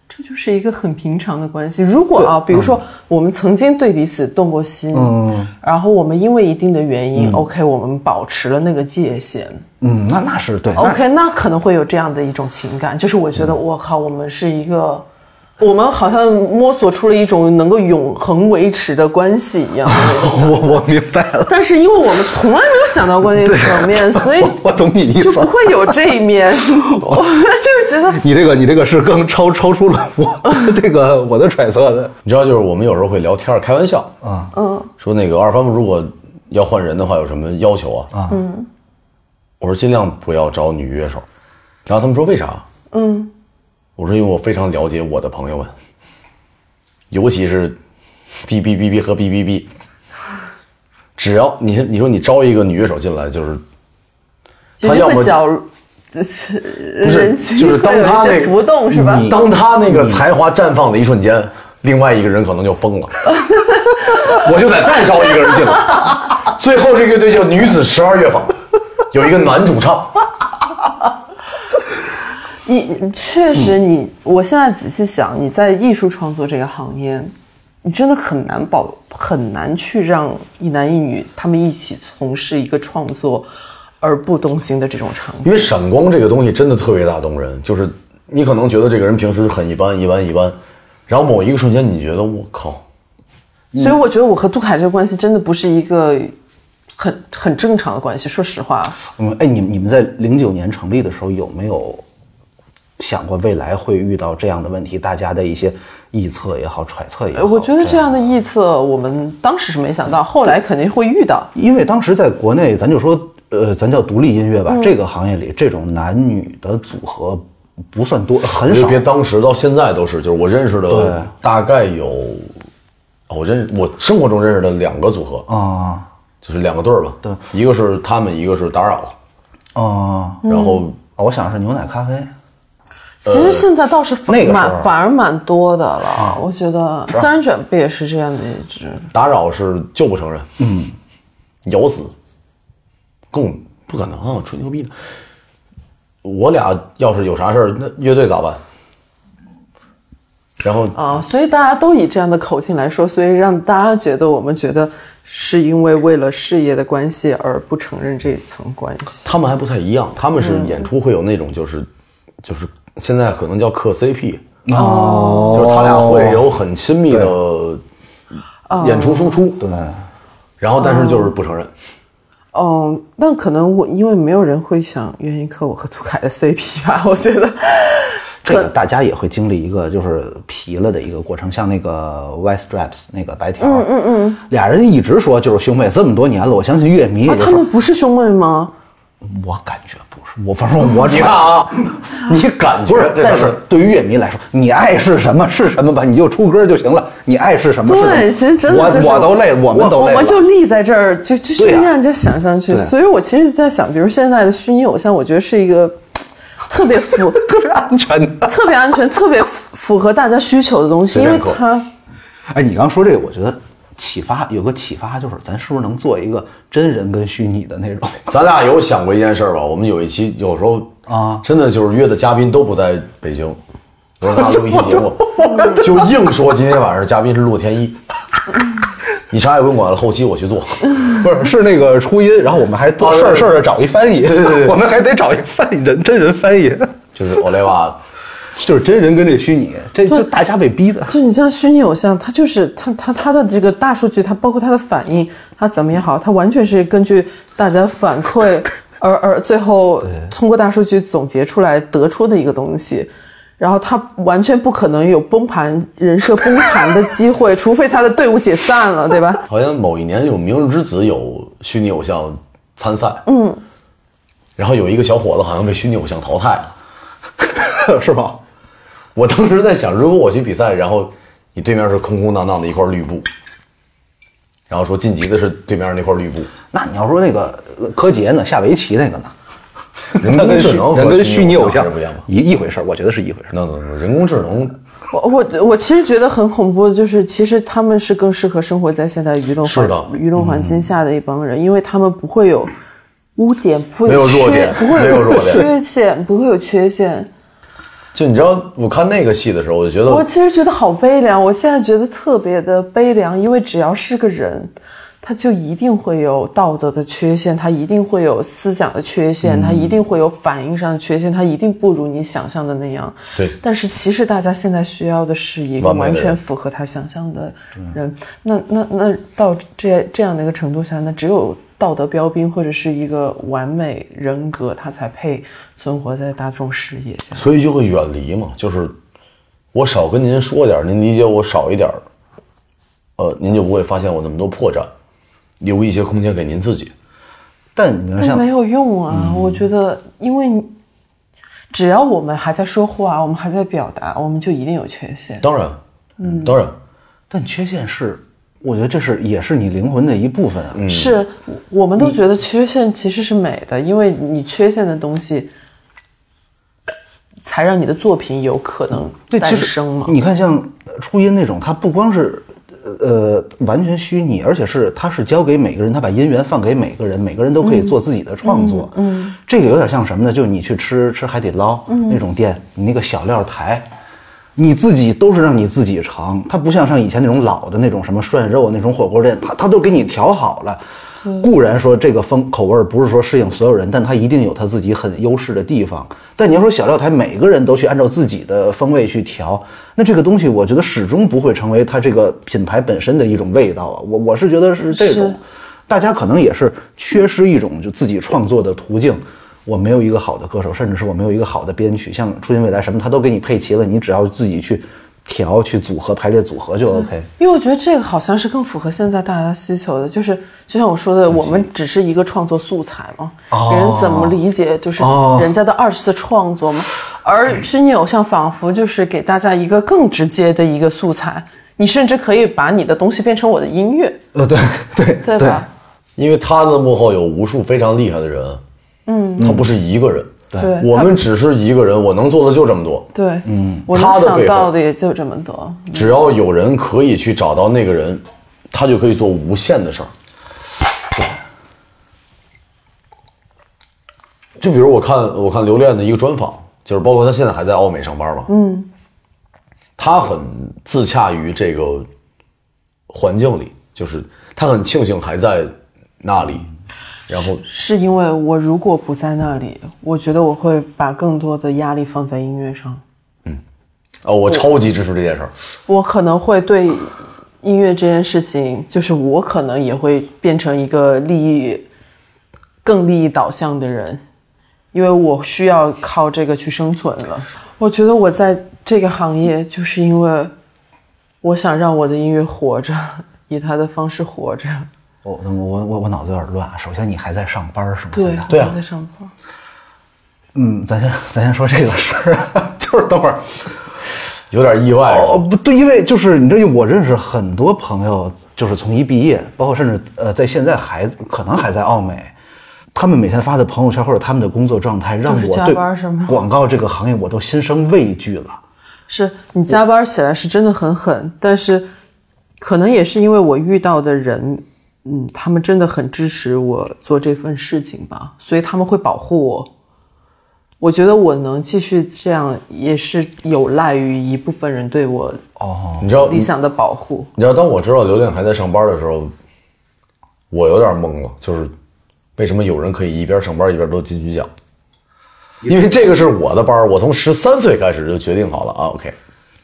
[SPEAKER 4] 这就是一个很平常的关系。如果啊，比如说我们曾经对彼此动过心，嗯，然后我们因为一定的原因、o k 我们保持了那个界限、
[SPEAKER 2] 嗯，那那是对那
[SPEAKER 4] o k 那可能会有这样的一种情感，就是我觉
[SPEAKER 3] 嗯
[SPEAKER 4] 得我靠，我们是一个。我们好像摸索出了一种能够永恒维持的关系
[SPEAKER 3] [laughs]
[SPEAKER 4] 一样，
[SPEAKER 2] 哦我我明白了。
[SPEAKER 4] 但是因为我们从来没有想到过那个层面，
[SPEAKER 3] 啊
[SPEAKER 4] 所
[SPEAKER 3] [laughs]
[SPEAKER 4] 以
[SPEAKER 2] 我懂你意思
[SPEAKER 4] 就不会有这一面。我就是觉得
[SPEAKER 2] 你这个你这个是更超超出了我 [laughs] 这个我的揣测的。
[SPEAKER 3] 你知道，就是我们有时候会聊天儿开玩笑啊，嗯，说那个二番如果要换人的话，有什么要求啊？啊，嗯，我说尽量不要找女乐手，然后他们说为啥？嗯，我说因为我非常了解我的朋友们，尤其是哔哔哔哔和哔哔哔，只要你是你说你招一个女乐手进来，就是
[SPEAKER 4] 绝
[SPEAKER 3] 他
[SPEAKER 4] 对
[SPEAKER 3] 要
[SPEAKER 4] 会
[SPEAKER 3] 么
[SPEAKER 4] [laughs] 搅
[SPEAKER 3] 不
[SPEAKER 4] 人
[SPEAKER 3] 是
[SPEAKER 4] 心
[SPEAKER 3] 就是
[SPEAKER 4] 会
[SPEAKER 3] 当
[SPEAKER 4] 有
[SPEAKER 3] 他
[SPEAKER 4] 一
[SPEAKER 3] 那个嗯
[SPEAKER 4] 些浮动是吧？
[SPEAKER 3] 当他那个才华绽放的一瞬间，另外一个人可能就疯
[SPEAKER 4] [laughs]
[SPEAKER 3] 了，我就得再招一个人进来。最后这个乐队叫女子十二乐坊，有一个男主唱，
[SPEAKER 4] 你你确实
[SPEAKER 2] 嗯
[SPEAKER 4] 你，我现在仔细想，你在艺术创作这个行业，你真的很难保，很难去让一男一女他们一起从事一个创作而不动心的这种场景。
[SPEAKER 3] 因为闪光这个东西真的特别打动人，就是你可能觉得这个人平时很一般一般一般，然后某一个瞬间你觉得我靠，
[SPEAKER 2] 嗯
[SPEAKER 4] 所以我觉得我和杜凯这个关系真的不是一个很很正常的关系。说实话，
[SPEAKER 2] 嗯，哎，你你们在零九年成立的时候有没有想过未来会遇到这样的问题？大家的一些臆测也好，揣测也好，
[SPEAKER 4] 呃我觉得这样的臆测，我们当时是没想到，后来肯定会遇到。
[SPEAKER 2] 因为当时在国内，咱就说，呃，咱叫独立音乐吧，这个行业里这种男女的组合不算多，很
[SPEAKER 3] 因为
[SPEAKER 2] 少。
[SPEAKER 3] 别当时到现在都是，就是我认识的大概有，哦我认识我生活中认识的两个组合，
[SPEAKER 2] 啊
[SPEAKER 3] 就是两个队儿吧，
[SPEAKER 2] 对，
[SPEAKER 3] 一个是他们，一个是打扰，
[SPEAKER 2] 啊、
[SPEAKER 3] 然后
[SPEAKER 2] 我想是牛奶咖啡。
[SPEAKER 4] 其实现在倒是反
[SPEAKER 2] 呃那个时候啊嗯
[SPEAKER 4] 蛮、反而蛮多的了，我觉得三人卷不也是这样的一支？
[SPEAKER 3] 打扰是就不承认，嗯，咬死，跟我不可能啊，吹牛逼呢。我俩要是有啥事儿，那乐队咋办？然后
[SPEAKER 4] 啊，所以大家都以这样的口径来说，所以让大家觉得我们觉得是因为为了事业的关系而不承认这一层关系。
[SPEAKER 3] 他们还不太一样，他们是演出会有那种就是，就是现在可能叫磕 CP 哦，就是他俩会有很亲密的演出输出，对，然后但是就是不承认，
[SPEAKER 4] 嗯，那可能我因为没有人会想愿意磕我和涂凯的 CP 吧， [laughs] 我觉得。
[SPEAKER 2] 这个大家也会经历一个就是疲了的一个过程，像那个 White Stripes 那个白条，嗯嗯嗯，俩人一直说就是兄妹，这么多年了，我相信乐迷也
[SPEAKER 4] 啊，
[SPEAKER 2] 就
[SPEAKER 4] 他
[SPEAKER 2] 说
[SPEAKER 4] 们不是兄妹吗？
[SPEAKER 2] 我感觉不是，我反正我
[SPEAKER 3] 你看啊，
[SPEAKER 2] [laughs]
[SPEAKER 3] 你感觉
[SPEAKER 2] 不是，
[SPEAKER 3] 这
[SPEAKER 2] 但
[SPEAKER 3] 事
[SPEAKER 2] 是
[SPEAKER 3] 儿
[SPEAKER 2] 对于乐迷来说，你爱是什么是什么吧，你就出歌就行了，你爱是什么是什么。
[SPEAKER 4] 对，其实真的就是
[SPEAKER 2] 我我都累了，我们都累了。
[SPEAKER 4] 我们就立在这儿，就就是
[SPEAKER 2] 对呀
[SPEAKER 4] 让人家想象去。
[SPEAKER 2] 对
[SPEAKER 4] 所以我其实在想，比如现在的虚拟偶像，我觉得是一个特别符、 [laughs]
[SPEAKER 2] 特别安全的。 [laughs]
[SPEAKER 4] 特别安全、特别符符合大家需求的东西，
[SPEAKER 3] 随
[SPEAKER 4] 因
[SPEAKER 3] 便
[SPEAKER 4] 为
[SPEAKER 3] 扣
[SPEAKER 4] 它
[SPEAKER 2] 哎，你刚说这个，我觉得启发有个启发就是，咱是不是能做一个真人跟虚拟的那种？
[SPEAKER 3] 咱俩有想过一件事儿吧？我们有一期有时候
[SPEAKER 2] 啊
[SPEAKER 3] 真的就是约的嘉宾都不在北京，我说咱俩录一期节目，就硬说今天晚上嘉宾是陆天一，你啥也不用管了，后期我去做。
[SPEAKER 2] 不是，是那个初音，然后我们还多
[SPEAKER 3] 啊对
[SPEAKER 2] 事儿
[SPEAKER 3] 对
[SPEAKER 2] 事儿的找一翻译，
[SPEAKER 3] 对
[SPEAKER 2] [laughs]
[SPEAKER 3] 对对
[SPEAKER 2] 我们还得找一翻译人，真人翻译，
[SPEAKER 3] 就是欧雷瓦，
[SPEAKER 2] 就是真人跟这虚拟，这就大家被逼的。
[SPEAKER 4] 就你像虚拟偶像，它就是它它它的这个大数据，它包括它的反应，它怎么也好，它完全是根据大家反馈而而最后通过大数据总结出来得出的一个东西。然后它完全不可能有崩盘人设崩盘的机会，除非他的队伍解散了，对吧？
[SPEAKER 3] 好像某一年有《明日之子》有虚拟偶像参赛，嗯，然后有一个小伙子好像被虚拟偶像淘汰了。 [laughs]
[SPEAKER 2] 是吗？
[SPEAKER 3] 我当时在想，如果我去比赛，然后你对面是空空荡荡的一块绿布，然后说晋级的是对面那
[SPEAKER 2] [laughs]
[SPEAKER 3] 块绿布，
[SPEAKER 2] 那你要说那个呃柯洁呢，下围棋那个呢，
[SPEAKER 3] 人
[SPEAKER 2] 他
[SPEAKER 3] 工
[SPEAKER 2] 跟
[SPEAKER 3] 智
[SPEAKER 2] 虚
[SPEAKER 3] 能
[SPEAKER 2] 人
[SPEAKER 3] 和
[SPEAKER 2] 跟虚拟偶
[SPEAKER 3] 还
[SPEAKER 2] 像
[SPEAKER 3] 是不一样吗？
[SPEAKER 2] 一一回事儿，我觉得是一回事儿。
[SPEAKER 3] 那那人工智能
[SPEAKER 4] 我我我其实觉得很恐怖，的就是其实他们是更适合生活在现在舆论
[SPEAKER 3] 是
[SPEAKER 4] 环
[SPEAKER 3] 的
[SPEAKER 4] 舆论环境下的一帮人，因为他们不会有污点，不会
[SPEAKER 3] 没有
[SPEAKER 4] 缺
[SPEAKER 3] 弱点
[SPEAKER 4] 不会
[SPEAKER 3] 没有弱点
[SPEAKER 4] 缺陷，不会有缺陷。
[SPEAKER 3] 就你知道，我看那个戏的时候，我就觉
[SPEAKER 4] 我
[SPEAKER 3] 得
[SPEAKER 4] 其实觉得好悲凉，我现在觉得特别的悲凉，因为只要是个人，他就一定会有道德的缺陷，他一定会有思想的缺陷，
[SPEAKER 3] 嗯
[SPEAKER 4] 他一定会有反应上的缺陷，他一定不如你想象的那样。
[SPEAKER 3] 对
[SPEAKER 4] 但是其实大家现在需要的是一个
[SPEAKER 3] 完美的
[SPEAKER 4] 完
[SPEAKER 3] 人
[SPEAKER 4] 全符合他想象的人。那那那到这这样的一个程度下，那只有道德标兵或者是一个完美人格，他才配存活在大众视野下。
[SPEAKER 3] 所以就会远离嘛，就是我少跟您说点儿，您理解我少一点儿，呃，您就不会发现我那么多破绽，留一些空间给您自己。
[SPEAKER 2] 但你要
[SPEAKER 4] 但
[SPEAKER 2] 像
[SPEAKER 4] 没有用啊！
[SPEAKER 3] 嗯
[SPEAKER 4] 我觉得，因为你只要我们还在说话，我们还在表达，我们就一定有缺陷。
[SPEAKER 3] 当然，嗯，当然，
[SPEAKER 2] 但缺陷是，我觉得这是也是你灵魂的一部分啊。
[SPEAKER 4] 是，我们都觉得缺陷其实是美的，因为你缺陷的东西，才让你的作品有可能
[SPEAKER 2] 对，
[SPEAKER 4] 诞
[SPEAKER 2] 其
[SPEAKER 4] 生
[SPEAKER 2] 实嗯
[SPEAKER 4] 嘛。
[SPEAKER 2] 你看像初音那种，它不光是呃完全虚拟，而且是它是交给每个人，它把音源放给每个人，每个人都可
[SPEAKER 4] 嗯
[SPEAKER 2] 以做自己的创作。嗯，这个有点像什么呢？就你去吃吃海底捞、
[SPEAKER 4] 嗯
[SPEAKER 2] 那种店，你那个小料台。你自己都是让你自己尝，它不像像以前那种老的那种什么涮肉那种火锅店，它它都给你调好了。固然说这个风口味儿不是说适应所有人，但它一定有它自己很优势的地方。但你要说小料台每个人都去按照自己的风味去调，那这个东西我觉得始终不会成为它这个品牌本身的一种味道啊。我我是觉得是这种
[SPEAKER 4] 是，
[SPEAKER 2] 大家可能也是缺失一种就自己创作的途径。我没有一个好的歌手，甚至是我没有一个好的编曲，像《初心未来》什么，他都给你配齐了，你只要自己去调、去组合、排列组合就 OK。
[SPEAKER 4] 因为我觉得这个好像是更符合现在大家需求的，就是就像我说的，我们只是一个创作素材嘛，人怎么理解就是人家的二次创作嘛，而虚拟偶像仿佛就是给大家一个更直接的一个素材，你甚至可以把你的东西变成我的音乐，
[SPEAKER 2] 呃，对 [laughs] 对
[SPEAKER 4] 对吧？
[SPEAKER 3] 因为他的幕后有无数非常厉害的人，嗯，他不是一个人，
[SPEAKER 4] 对对
[SPEAKER 3] 我们只是一个人，我能做的就这么多。
[SPEAKER 4] 对，嗯，我能
[SPEAKER 3] 他的
[SPEAKER 4] 想
[SPEAKER 3] 背后
[SPEAKER 4] 到的也就这么多，
[SPEAKER 3] 只要有人可以去找到那个人，他就可以做无限的事儿。就比如我看我看刘恋的一个专访，就是包括他现在还在奥美上班嘛，嗯，他很自洽于这个环境里，就是他很庆幸还在那里，然后
[SPEAKER 4] 是因为我如果不在那里，我觉得我会把更多的压力放在音乐上。
[SPEAKER 3] 哦，我超级支持这件事儿， [laughs]
[SPEAKER 4] 我可能会对音乐这件事情，就是我可能也会变成一个利益更利益导向的人，因为我需要靠这个去生存了。我觉得我在这个行业，就是因为我想让我的音乐活着，以它的方式活着。
[SPEAKER 2] 我我我我脑子有点乱啊。首先，你还在上班是吗？现在
[SPEAKER 3] 对啊
[SPEAKER 4] 我在上班。
[SPEAKER 2] 嗯，咱先咱先说这个事
[SPEAKER 4] [laughs]
[SPEAKER 2] 儿，就是等会儿
[SPEAKER 3] 有点意外。
[SPEAKER 2] 哦，不对，因为就是你知道，我认识很多朋友，就是从一毕业，包括甚至呃，在现在还可能还在奥美，他们每天发的朋友圈或者他们的工作状态，让
[SPEAKER 4] 都是
[SPEAKER 2] 我
[SPEAKER 4] 加
[SPEAKER 2] 对
[SPEAKER 4] 班是吗
[SPEAKER 2] 广告这个行业我都心生畏惧了。
[SPEAKER 4] 是你加班起来是真的很狠，但是可能也是因为我遇到的人，嗯，他们真的很支持我做这份事情吧，所以他们会保护我。我觉得我能继续这样，也是有赖于一部分人对我
[SPEAKER 2] 哦，
[SPEAKER 3] 你知道
[SPEAKER 4] 理想的保护。
[SPEAKER 3] 你知道，当我知道刘恋还在上班的时候，我有点懵了，就是为什么有人可以一边上班一边得金曲奖？因为这个是我的班儿，我从十三岁开始就决定好了啊，OK，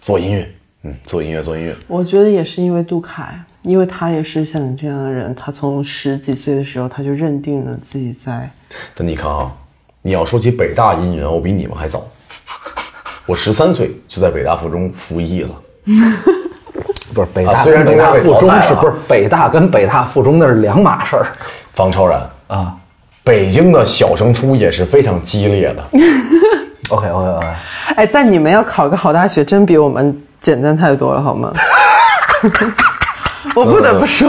[SPEAKER 3] 做音乐，嗯，做音乐，做音乐。
[SPEAKER 4] 我觉得也是因为杜凯，因为他也是像你这样的人，他从十几岁的时候他就认定了自己在
[SPEAKER 3] 但你看啊，你要说起北大音源，我比你们还早，我十三岁就在北大附中服役了。
[SPEAKER 2] 不是北
[SPEAKER 3] 啊
[SPEAKER 2] 大，
[SPEAKER 3] 虽然
[SPEAKER 2] 北
[SPEAKER 3] 中
[SPEAKER 2] 大
[SPEAKER 3] 国被
[SPEAKER 2] 附
[SPEAKER 3] 淘
[SPEAKER 2] 中
[SPEAKER 3] 汰
[SPEAKER 2] 是
[SPEAKER 3] 了啊
[SPEAKER 2] 不是北大跟北大附中那是两码事儿
[SPEAKER 3] 方超然，
[SPEAKER 2] 啊
[SPEAKER 3] 北京的小升初也是非常激烈的。
[SPEAKER 2] ？OK OK OK，
[SPEAKER 4] 哎，但你们要考个好大学，真比我们简单太多了，好吗？ [laughs] 我不得不说，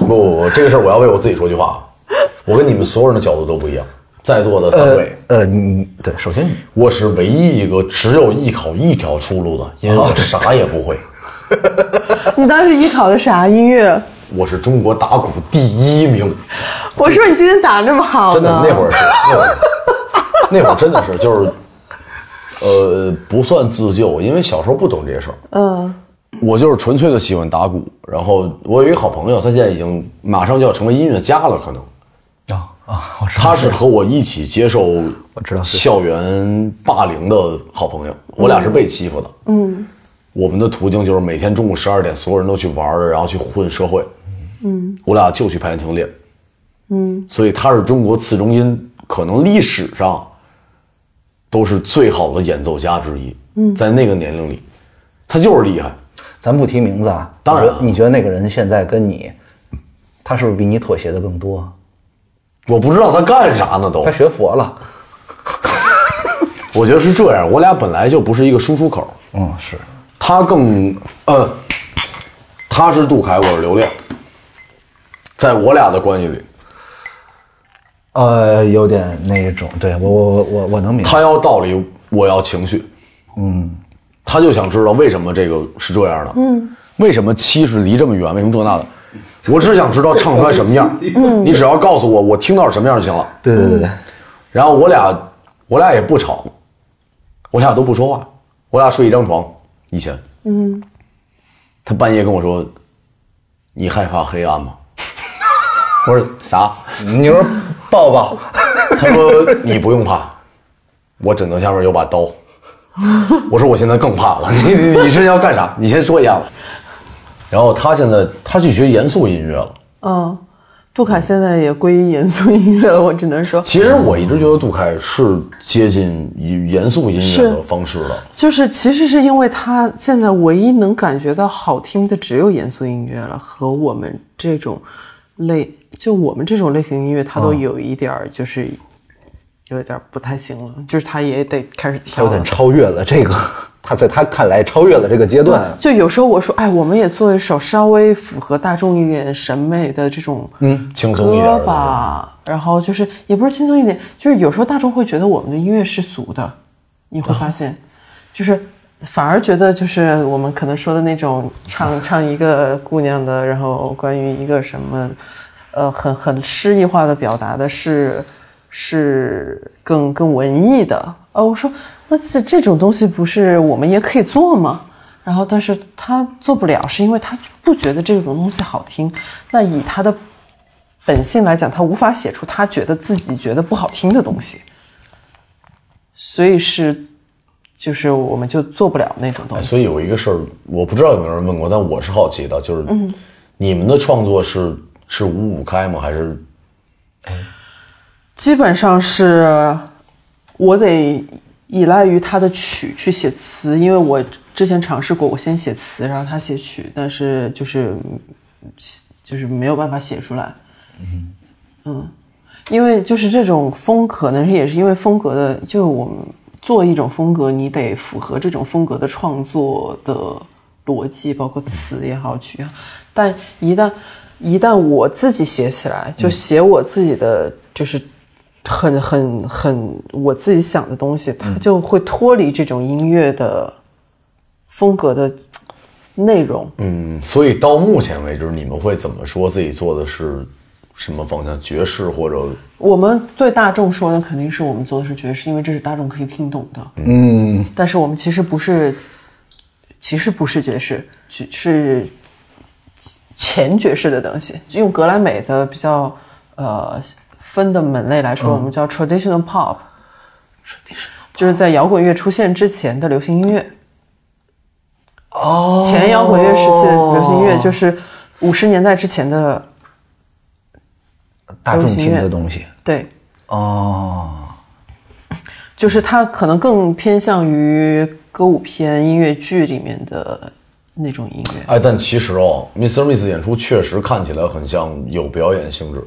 [SPEAKER 3] 不不不，这个事儿我要为我自己说句话，啊我跟你们所有人的角度都不一样。在座的三位，
[SPEAKER 2] 呃，你对，首先你
[SPEAKER 3] 我是唯一一个只有艺考一条出路的，因为我啥也不会。
[SPEAKER 4] 你当时艺考的啥音乐？
[SPEAKER 3] 我是中国打鼓第一名，
[SPEAKER 4] 我说你今天打这么好
[SPEAKER 3] 真的
[SPEAKER 4] 呢，
[SPEAKER 3] 那会儿是那会儿，那会儿真的是就是，呃，不算自救，因为小时候不懂这些事儿。
[SPEAKER 4] 嗯，
[SPEAKER 3] 我就是纯粹的喜欢打鼓，然后我有一个好朋友，他现在已经马上就要成为音乐家了，可能。
[SPEAKER 2] 啊啊，我知道
[SPEAKER 3] 他是和我一起接受
[SPEAKER 2] 我知道是
[SPEAKER 3] 校园霸凌的好朋友，我俩是被欺负的。嗯，我们的途径就是每天中午十二点，所有人都去玩儿，然后去混社会。嗯，我俩就去排球练。嗯，所以他是中国次中音可能历史上都是最好的演奏家之一。嗯，在那个年龄里，他就是厉害。
[SPEAKER 2] 咱不提名字啊，
[SPEAKER 3] 当然
[SPEAKER 2] 你觉得你
[SPEAKER 3] 了
[SPEAKER 2] 觉得那个人现在跟你，他是不是比你妥协的更多？
[SPEAKER 3] 我不知道他干啥呢都
[SPEAKER 2] 他。学佛了，
[SPEAKER 3] 我觉得是这样，我俩本来就不是一个输出口。
[SPEAKER 2] 嗯，是，
[SPEAKER 3] 他更呃，他是杜凯，我是刘亮，在我俩的关系里，
[SPEAKER 2] 呃，有点那种，对我我我我我能明白，
[SPEAKER 3] 他要道理，我要情绪，嗯，他就想知道为什么这个是这样的，嗯，为什么七是离这么远，为什么这那的，我只想知道唱出来什么样，你只要告诉我，我听到是什么样就行了。
[SPEAKER 2] 对对对对，
[SPEAKER 3] 然后我俩，我俩也不吵，我俩都不说话，我俩睡一张床。以前，嗯，他半夜跟我说：“你害怕黑暗吗？” [laughs] 我说：“啥
[SPEAKER 2] 你说抱抱，？”
[SPEAKER 3] [laughs] 他说：“你不用怕，我枕头下面有把刀。” [laughs] 我说：“我现在更怕了， [laughs] 你你你是要干啥？你先说一下吧。”然后他现在他去学严肃音乐了，
[SPEAKER 4] 嗯，杜凯现在也归严肃音乐了，我只能说，
[SPEAKER 3] 其实我一直觉得杜凯是接近以严肃音乐的方式的，
[SPEAKER 4] 就是其实是因为他现在唯一能感觉到好听的只有严肃音乐了，和我们这种类，就我们这种类型音乐，他
[SPEAKER 3] 嗯
[SPEAKER 4] 都有一点儿就是。有一点儿不太行了，就是他也得开始
[SPEAKER 2] 他
[SPEAKER 4] 跳
[SPEAKER 2] 有
[SPEAKER 4] 了。
[SPEAKER 2] 点超越了这
[SPEAKER 3] [laughs]
[SPEAKER 2] 个，他在他看来超越了这个阶段。
[SPEAKER 4] 就有时候我说，哎，我们也做一首稍微符合大众一点审美的这种
[SPEAKER 3] 嗯，轻松一点
[SPEAKER 4] 歌
[SPEAKER 3] 的
[SPEAKER 4] 吧，然后就是也不是轻松一点，就是有时候大众会觉得我们的音乐是俗的，你
[SPEAKER 3] 啊
[SPEAKER 4] 会发现，就是反而觉得就是我们可能说的那种
[SPEAKER 3] [laughs]
[SPEAKER 4] 唱唱一个姑娘的，然后关于一个什么，呃，很很诗意化的表达的是是更更文艺的。哦，我说那这这种东西不是我们也可以做吗？然后，但是他做不了，是因为他就不觉得这种东西好听。那以他的本性来讲，他无法写出他觉得自己觉得不好听的东西，所以是，就是我们就做不了那种东西。
[SPEAKER 3] 哎所以有一个事儿，我不知道有没有人问过，但我是好奇的，就是
[SPEAKER 4] 嗯
[SPEAKER 3] 你们的创作是是五五开吗？还是
[SPEAKER 4] 基本上是我得依赖于他的曲去写词，因为我之前尝试过，我先写词，然后他写曲，但是就是就是没有办法写出来。嗯因为就是这种风，可能也是因为风格的，就是我们做一种风格，你得符合这种风格的创作的逻辑，包括词也好，曲也好。但一旦一旦我自己写起来，就写我自己的，就是很很很我自己想的东西，它就会脱离这种音乐的风格的内容。
[SPEAKER 3] 嗯，所以到目前为止，你们会怎么说自己做的是什么方向？爵士或者
[SPEAKER 4] 我们对大众说的肯定是我们做的是爵士，因为这是大众可以听懂的。嗯，但是我们其实不是，其实不是爵士，只是前爵士的东西。就用格莱美的比较呃分的门类来说，我们叫嗯 traditional pop，就是在摇滚乐出现之前的流行音乐。哦，前摇滚乐时期的流行音乐就是五十年代之前的，
[SPEAKER 2] 大众听
[SPEAKER 4] 流行
[SPEAKER 2] 的
[SPEAKER 4] 乐
[SPEAKER 2] 东西
[SPEAKER 4] 对，
[SPEAKER 2] 哦，
[SPEAKER 4] 就是它可能更偏向于歌舞片、音乐剧里面的那种音乐。
[SPEAKER 3] 哎，但其实哦，Mr. Miss 演出确实看起来很像有表演性质。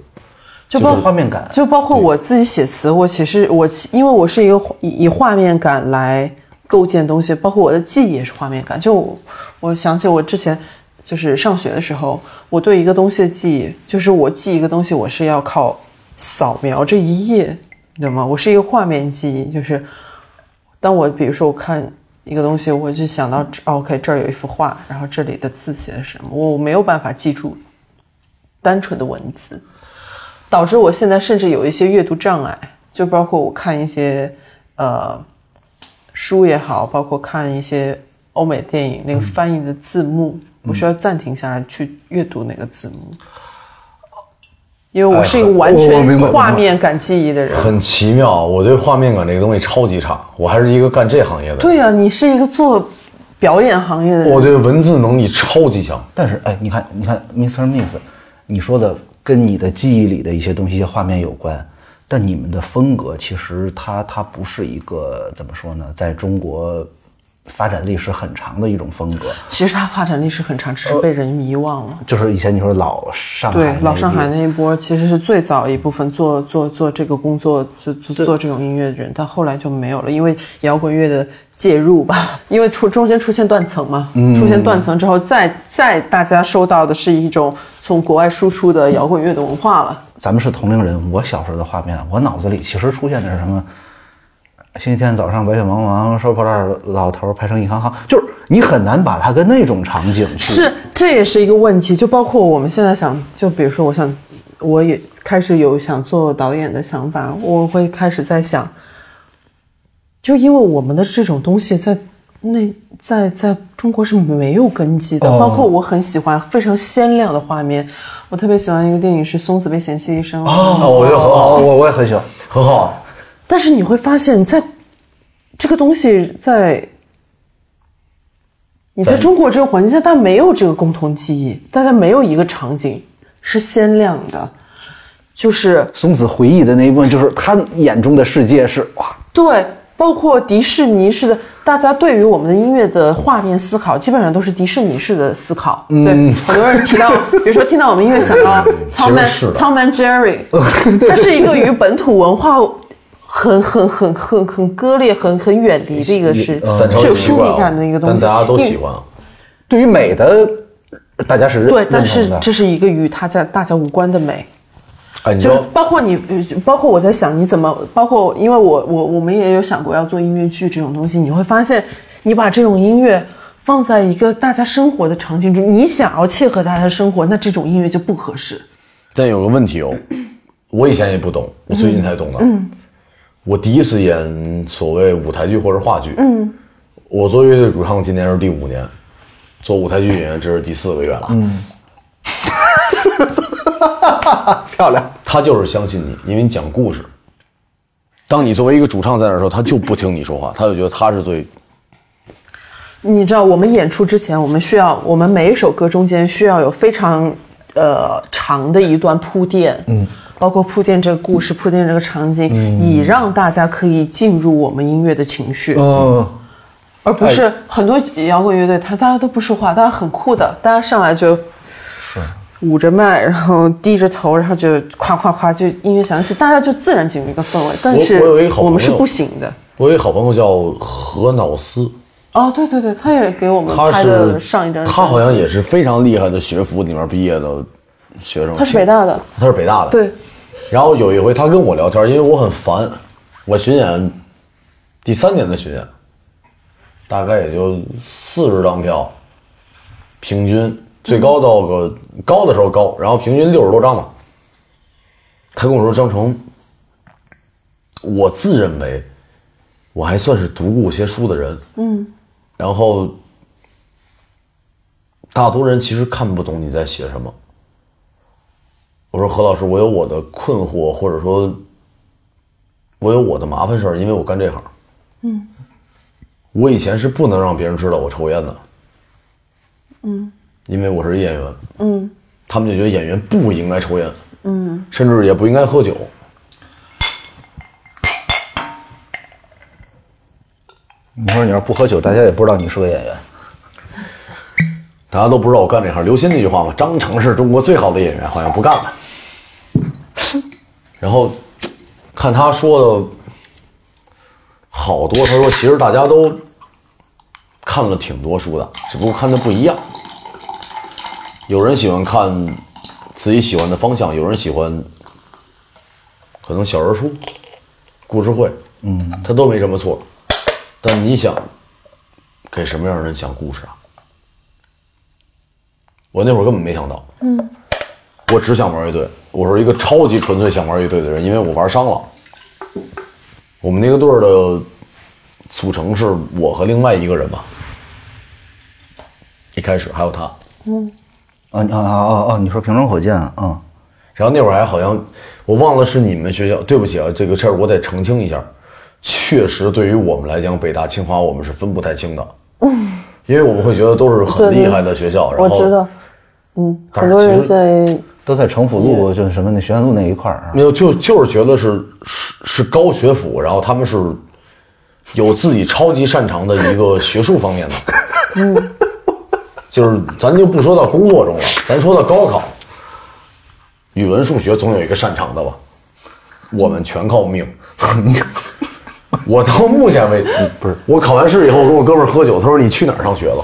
[SPEAKER 2] 就
[SPEAKER 4] 就
[SPEAKER 2] 是
[SPEAKER 4] 包括
[SPEAKER 2] 画面感
[SPEAKER 4] 就包括我自己写词，我其实我因为我是一个画以以画面感来构建东西，包括我的记忆也是画面感。就我我想起我之前就是上学的时候，我对一个东西的记忆，就是我记一个东西，我是要靠扫描这一页，你懂吗？我是一个画面记忆，就是当我比如说我看一个东西，我就想到这哦 OK 这儿有一幅画，然后这里的字写的什么，我没有办法记住单纯的文字。导致我现在甚至有一些阅读障碍，就包括我看一些呃书也好，包括看一些欧美电影那
[SPEAKER 2] 嗯
[SPEAKER 4] 个翻译的字幕，我需要暂停下来去阅读那个字幕，因为我是一个
[SPEAKER 2] 哎
[SPEAKER 4] 完
[SPEAKER 2] 我我明
[SPEAKER 4] 全
[SPEAKER 2] 白
[SPEAKER 4] 画面感记忆的人。
[SPEAKER 3] 很奇妙，我对画面感这个东西超级差，我还是一个干这行业的。，
[SPEAKER 4] 对呀、啊你是一个做表演行业的人，
[SPEAKER 3] 我对文字能力超级强。
[SPEAKER 2] 但是哎，你看，你看，Mr. Miss，你说的跟你的记忆里的一些东西、一些画面有关，但你们的风格其实它它不是一个怎么说呢，在中国发展历史很长的一种风格。
[SPEAKER 4] 其实它发展历史很长，只
[SPEAKER 2] 呃
[SPEAKER 4] 是被人遗忘了。
[SPEAKER 2] 就是以前你说老上海
[SPEAKER 4] 对
[SPEAKER 2] 那，一
[SPEAKER 4] 老上海
[SPEAKER 2] 批
[SPEAKER 4] 那一波其实是最早一部分做做做这个工作，就做做这种音乐的人，但后来就没有了，因为摇滚乐的介入吧，因为出中间出现断层嘛，
[SPEAKER 2] 嗯
[SPEAKER 4] 出现断层之后，再再大家收到的是一种从国外输出的摇滚乐的文化了。
[SPEAKER 2] 咱们是同龄人，我小时候的画面，我脑子里其实出现的是什么？星期天早上白雪茫茫，收破烂老头儿拍成一行行，就是你很难把它跟那种场景去
[SPEAKER 4] 是，这也是一个问题。就包括我们现在想，就比如说，我想，我也开始有想做导演的想法，我会开始在想，就因为我们的这种东西在那在在中国是没有根基的。包括我很喜欢非常鲜亮的画面，我特别喜欢一个电影是《松子被嫌弃的一生》
[SPEAKER 3] 啊，我觉得很好，
[SPEAKER 2] 哦我我也很喜欢。
[SPEAKER 3] 很好。
[SPEAKER 4] 但是你会发现在，这个东西在你在中国这个环境下，大家没有这个共同记忆，大家没有一个场景是鲜亮的，就是
[SPEAKER 2] 松子回忆的那一部分，就是他眼中的世界是哇，
[SPEAKER 4] 对，包括迪士尼式的，大家对于我们的音乐的画面思考，基本上都是迪士尼式的思考。
[SPEAKER 3] 嗯
[SPEAKER 4] 对，很多人
[SPEAKER 3] [laughs]
[SPEAKER 4] 提到，比如说听到我们音乐想到 Tom
[SPEAKER 3] 其实是
[SPEAKER 4] and
[SPEAKER 3] 的
[SPEAKER 4] Tom
[SPEAKER 3] [laughs]
[SPEAKER 4] and Jerry，它是一个与本土文化很很很很很割裂、很很远离的一个是
[SPEAKER 3] 但超
[SPEAKER 4] 是有
[SPEAKER 3] 级奇
[SPEAKER 4] 疏
[SPEAKER 3] 怪
[SPEAKER 4] 离
[SPEAKER 3] 啊
[SPEAKER 4] 感的一个东西。
[SPEAKER 3] 但大家都
[SPEAKER 4] 因为
[SPEAKER 3] 喜欢。啊
[SPEAKER 2] 对于美的，大家是认
[SPEAKER 4] 对，
[SPEAKER 2] 认
[SPEAKER 4] 但
[SPEAKER 3] [laughs]
[SPEAKER 2] 同
[SPEAKER 4] 是
[SPEAKER 2] 的
[SPEAKER 4] 这是一个与他家大家无关的美。
[SPEAKER 3] 哎，你知
[SPEAKER 4] 就
[SPEAKER 3] 道
[SPEAKER 4] 是包括你，呃包括我在想你怎么，包括因为我我我们也有想过要做音乐剧这种东西，你会发现，你把这种音乐放在一个大家生活的场景中，你想要切合大家生活，那这种音乐就不合适。
[SPEAKER 3] 但有个问题哦， [coughs] 我以前也不懂，我最近才懂的。我第一次演所谓舞台剧或者话剧，嗯，我做乐队主唱今年是第五年，做舞台剧演员这是第四个月了。嗯， [laughs]
[SPEAKER 2] 漂亮。
[SPEAKER 3] 他就是相信你，因为你讲故事。当你作为一个主唱在那儿的时候，他就不听你说话，他就觉得他是最
[SPEAKER 4] 你知道，我们演出之前，我们需要，我们每一首歌中间需要有非常呃长的一段铺垫，嗯，包括铺垫这个故事，铺垫这个场景，以让大家可以进入我们音乐的情绪，
[SPEAKER 2] 嗯，
[SPEAKER 4] 而不
[SPEAKER 3] 哎
[SPEAKER 4] 是很多摇滚乐队，他大家都不说话，大家很酷的，大家上来就捂着麦，然后低着头，然后就夸夸夸，就音乐响起，大家就自然进入一个氛围。但是
[SPEAKER 3] 我有一个好朋友
[SPEAKER 4] 我们是不行的。
[SPEAKER 3] 我有一好朋友叫何脑思，
[SPEAKER 4] 哦，对对对，嗯他也给我们
[SPEAKER 3] 他
[SPEAKER 4] 拍
[SPEAKER 3] 是
[SPEAKER 4] 的上一张，
[SPEAKER 3] 他好像也是非常厉害的学府里面毕业的学生。
[SPEAKER 4] 他是北大的，
[SPEAKER 3] 他是北大的。
[SPEAKER 4] 对。
[SPEAKER 3] 然后有一回他跟我聊天，因为我很烦，我巡演第三年的巡演，大概也就四十张票，平均最高到个、高的时候高，然后平均六十多张吧。他跟我说张成，我自认为我还算是读过些书的人，嗯，然后大多人其实看不懂你在写什么。我说何老师，我有我的困惑，或者说，我有我的麻烦事儿，因为我干这行。嗯，我以前是不能让别人知道我抽烟的。嗯，因为我是演员。嗯，他们就觉得演员不应该抽烟。嗯，甚至也不应该喝酒。
[SPEAKER 2] 你说你要不喝酒，大家也不知道你是个演员。
[SPEAKER 3] 大家都不知道我干这行，刘鑫那句话嘛，张成是中国最好的演员，好像不干了。然后看他说的好多，他说其实大家都看了挺多书的，只不过看的不一样。有人喜欢看自己喜欢的方向，有人喜欢可能小人书、故事会，嗯，他都没什么错。但你想给什么样的人讲故事啊？我那会儿根本没想到，嗯，我只想玩乐队，我是一个超级纯粹想玩乐队的人，因为我玩伤了。我们那个队儿的组成是我和另外一个人吧，一开始还有他，
[SPEAKER 2] 啊啊啊啊啊！你说平城火箭啊？嗯
[SPEAKER 3] 然后那会儿还好像我忘了是你们学校，对不起啊，这个事儿我得澄清一下。确实，对于我们来讲，北大、清华我们是分不太清的，嗯，因为我们会觉得都是很
[SPEAKER 4] 对对
[SPEAKER 3] 厉害的学校，然
[SPEAKER 4] 我
[SPEAKER 3] 后
[SPEAKER 4] 知道，嗯，
[SPEAKER 3] 但
[SPEAKER 4] 很
[SPEAKER 3] 是
[SPEAKER 4] 多
[SPEAKER 3] 其
[SPEAKER 4] 人
[SPEAKER 3] 实
[SPEAKER 4] 在
[SPEAKER 2] 都在城府路，
[SPEAKER 4] 嗯
[SPEAKER 2] 就是什么那学院路那一块儿啊。
[SPEAKER 3] 没有，就就是觉得是是是高学府，然后他们是有自己超级擅长的一个学术方面的， [laughs] 就是咱就不说到工作中了，咱说到高考，语文、数学总有一个擅长的吧，我们全靠命。我到目前为止嗯不是我考完试以后，我跟我哥们儿喝酒，他说你去哪儿上学了？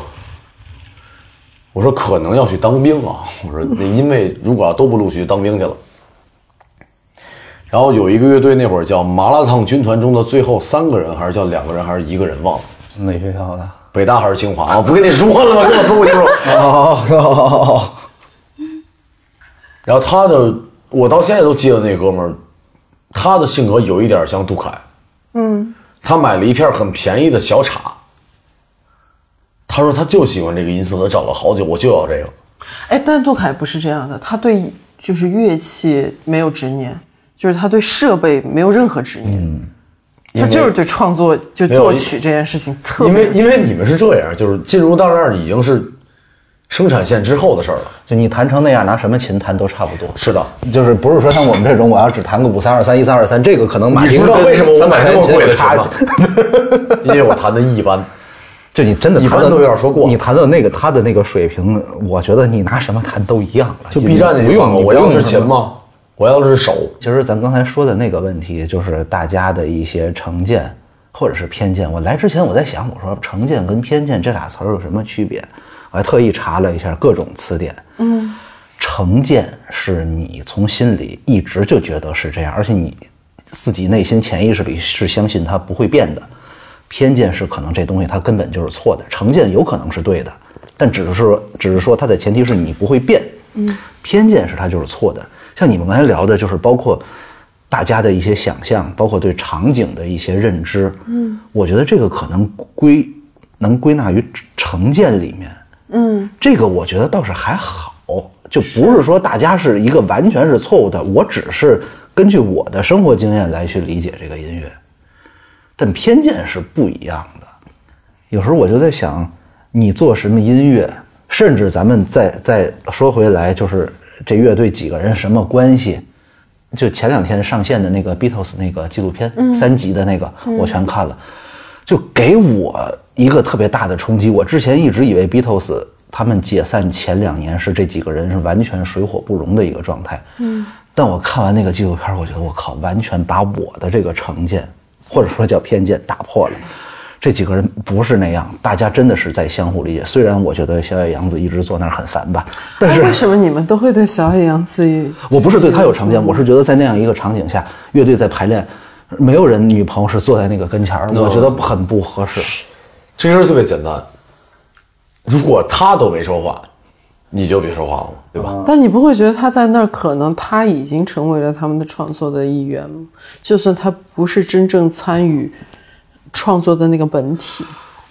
[SPEAKER 3] 我说可能要去当兵啊，我说那因为如果要都不录取，当兵去了。然后有一个乐队那会儿叫麻辣烫军团中的最后三个人，还是叫两个人，还是一个人，忘了。
[SPEAKER 2] 哪学校的？
[SPEAKER 3] 北大还是清华？我不跟你说了吗？跟我说不清楚。
[SPEAKER 2] 哦哦哦
[SPEAKER 3] 然后他的，我到现在都记得那哥们儿，他的性格有一点像杜凯。
[SPEAKER 4] 嗯，
[SPEAKER 3] 他买了一片很便宜的小叉，他说他就喜欢这个音色，他找了好久，我就要这个。
[SPEAKER 4] 哎，但杜凯不是这样的，他对就是乐器没有执念，就是他对设备没有任何执念，他就是对创作就
[SPEAKER 3] 嗯没有
[SPEAKER 4] 作曲这件事情特
[SPEAKER 3] 因
[SPEAKER 4] 别
[SPEAKER 3] 为因为你们是这样，就是进入到那儿已经是生产线之后的事儿了。
[SPEAKER 2] 就你弹成那样，拿什么琴弹都差不多。
[SPEAKER 3] 是的，
[SPEAKER 2] 就是不是说像我们这种，我要只弹个五三二三一三二三，这个可能马
[SPEAKER 3] 你
[SPEAKER 2] 丁
[SPEAKER 3] 知道
[SPEAKER 2] 跟
[SPEAKER 3] 为什么我
[SPEAKER 2] 三百
[SPEAKER 3] 买那么
[SPEAKER 2] 块钱
[SPEAKER 3] 贵的琴
[SPEAKER 2] 差
[SPEAKER 3] 吗？ [laughs] 因为我弹的
[SPEAKER 2] [laughs]
[SPEAKER 3] 一般。
[SPEAKER 2] 就你真的
[SPEAKER 3] 一
[SPEAKER 2] 弹
[SPEAKER 3] 般
[SPEAKER 2] 到
[SPEAKER 3] 都有点说过
[SPEAKER 2] 你弹到那个他的那个水平，我觉得你拿什么弹都一样了。
[SPEAKER 3] 就 B 站那
[SPEAKER 2] 不
[SPEAKER 3] 句话
[SPEAKER 2] 用
[SPEAKER 3] 嘛，我要的是琴？吗？我要的是手。
[SPEAKER 2] 其实咱刚才说的那个问题，就是大家的一些成见或者是偏见。我来之前我在想，我说成见跟偏见这俩词儿有什么区别？我还特意查了一下各种词典。嗯，成见是你从心里一直就觉得是这样，而且你自己内心潜意识里是相信它不会变的。偏见是可能这东西它根本就是错的，成见有可能是对的，但只是说，只是说它的前提是你不会变。嗯，偏见是它就是错的。像你们刚才聊的，就是包括大家的一些想象，包括对场景的一些认知。嗯，我觉得这个可能归能归纳于成见里面。嗯，这个我觉得倒是还好，就不是说大家是一个完全是错误的，我只是根据我的生活经验来去理解这个音乐。但偏见是不一样的。有时候我就在想，你做什么音乐，甚至咱们再再说回来，就是这乐队几个人什么关系？就前两天上线的那个 Beatles 那个纪录片，三集的那个，我全看了，就给我一个特别大的冲击。我之前一直以为 Beatles 他们解散前两年是这几个人是完全水火不容的一个状态，嗯，但我看完那个纪录片，我觉得我靠，完全把我的这个成见或者说叫偏见打破了。这几个人不是那样，大家真的是在相互理解。虽然我觉得小野洋子一直坐那儿很烦吧，但是
[SPEAKER 4] 哎为什么你们都会对小野洋子有？
[SPEAKER 2] 我不是对他有成
[SPEAKER 3] 嗯
[SPEAKER 2] 见，我是觉得在那样一个场景下，乐队在排练，没有人女朋友是坐在那个跟前儿，我觉
[SPEAKER 3] 哦
[SPEAKER 2] 得很不合适。
[SPEAKER 3] 这事儿特别简单，如果他都没说话，你就别说话了，对吧？
[SPEAKER 4] 但你不会觉得他在那儿，可能他已经成为了他们的创作的一员吗？就算他不是真正参与创作的那个本体，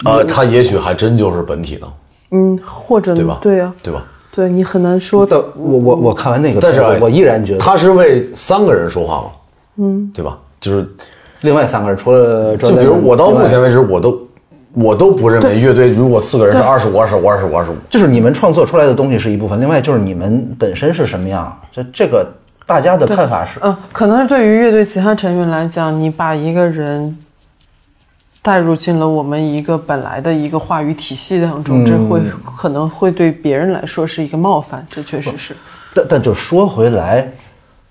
[SPEAKER 3] 呃，他也许还真就是本体呢，
[SPEAKER 4] 嗯，或者
[SPEAKER 3] 对吧？
[SPEAKER 4] 对啊，
[SPEAKER 3] 对吧？
[SPEAKER 4] 对你很难说
[SPEAKER 2] 但我我我看完那个片
[SPEAKER 3] 但是哎
[SPEAKER 2] 子，我依然觉得
[SPEAKER 3] 他是为三个人说话嘛，嗯，对吧？就是
[SPEAKER 2] 另外三个人除了
[SPEAKER 3] 就比如我到目前
[SPEAKER 2] 为
[SPEAKER 3] 为止，我都我都不认为乐队如果四个人是二十五、二十五、二十五、二十五，
[SPEAKER 2] 就是你们创作出来的东西是一部分，另外就是你们本身是什么样，这这个大家的看法是。
[SPEAKER 4] 嗯，可能对于乐队其他成员来讲，你把一个人带入进了我们一个本来的一个话语体系当中，这会
[SPEAKER 3] 嗯
[SPEAKER 4] 可能会对别人来说是一个冒犯，这确实是。
[SPEAKER 2] 但但就说回来，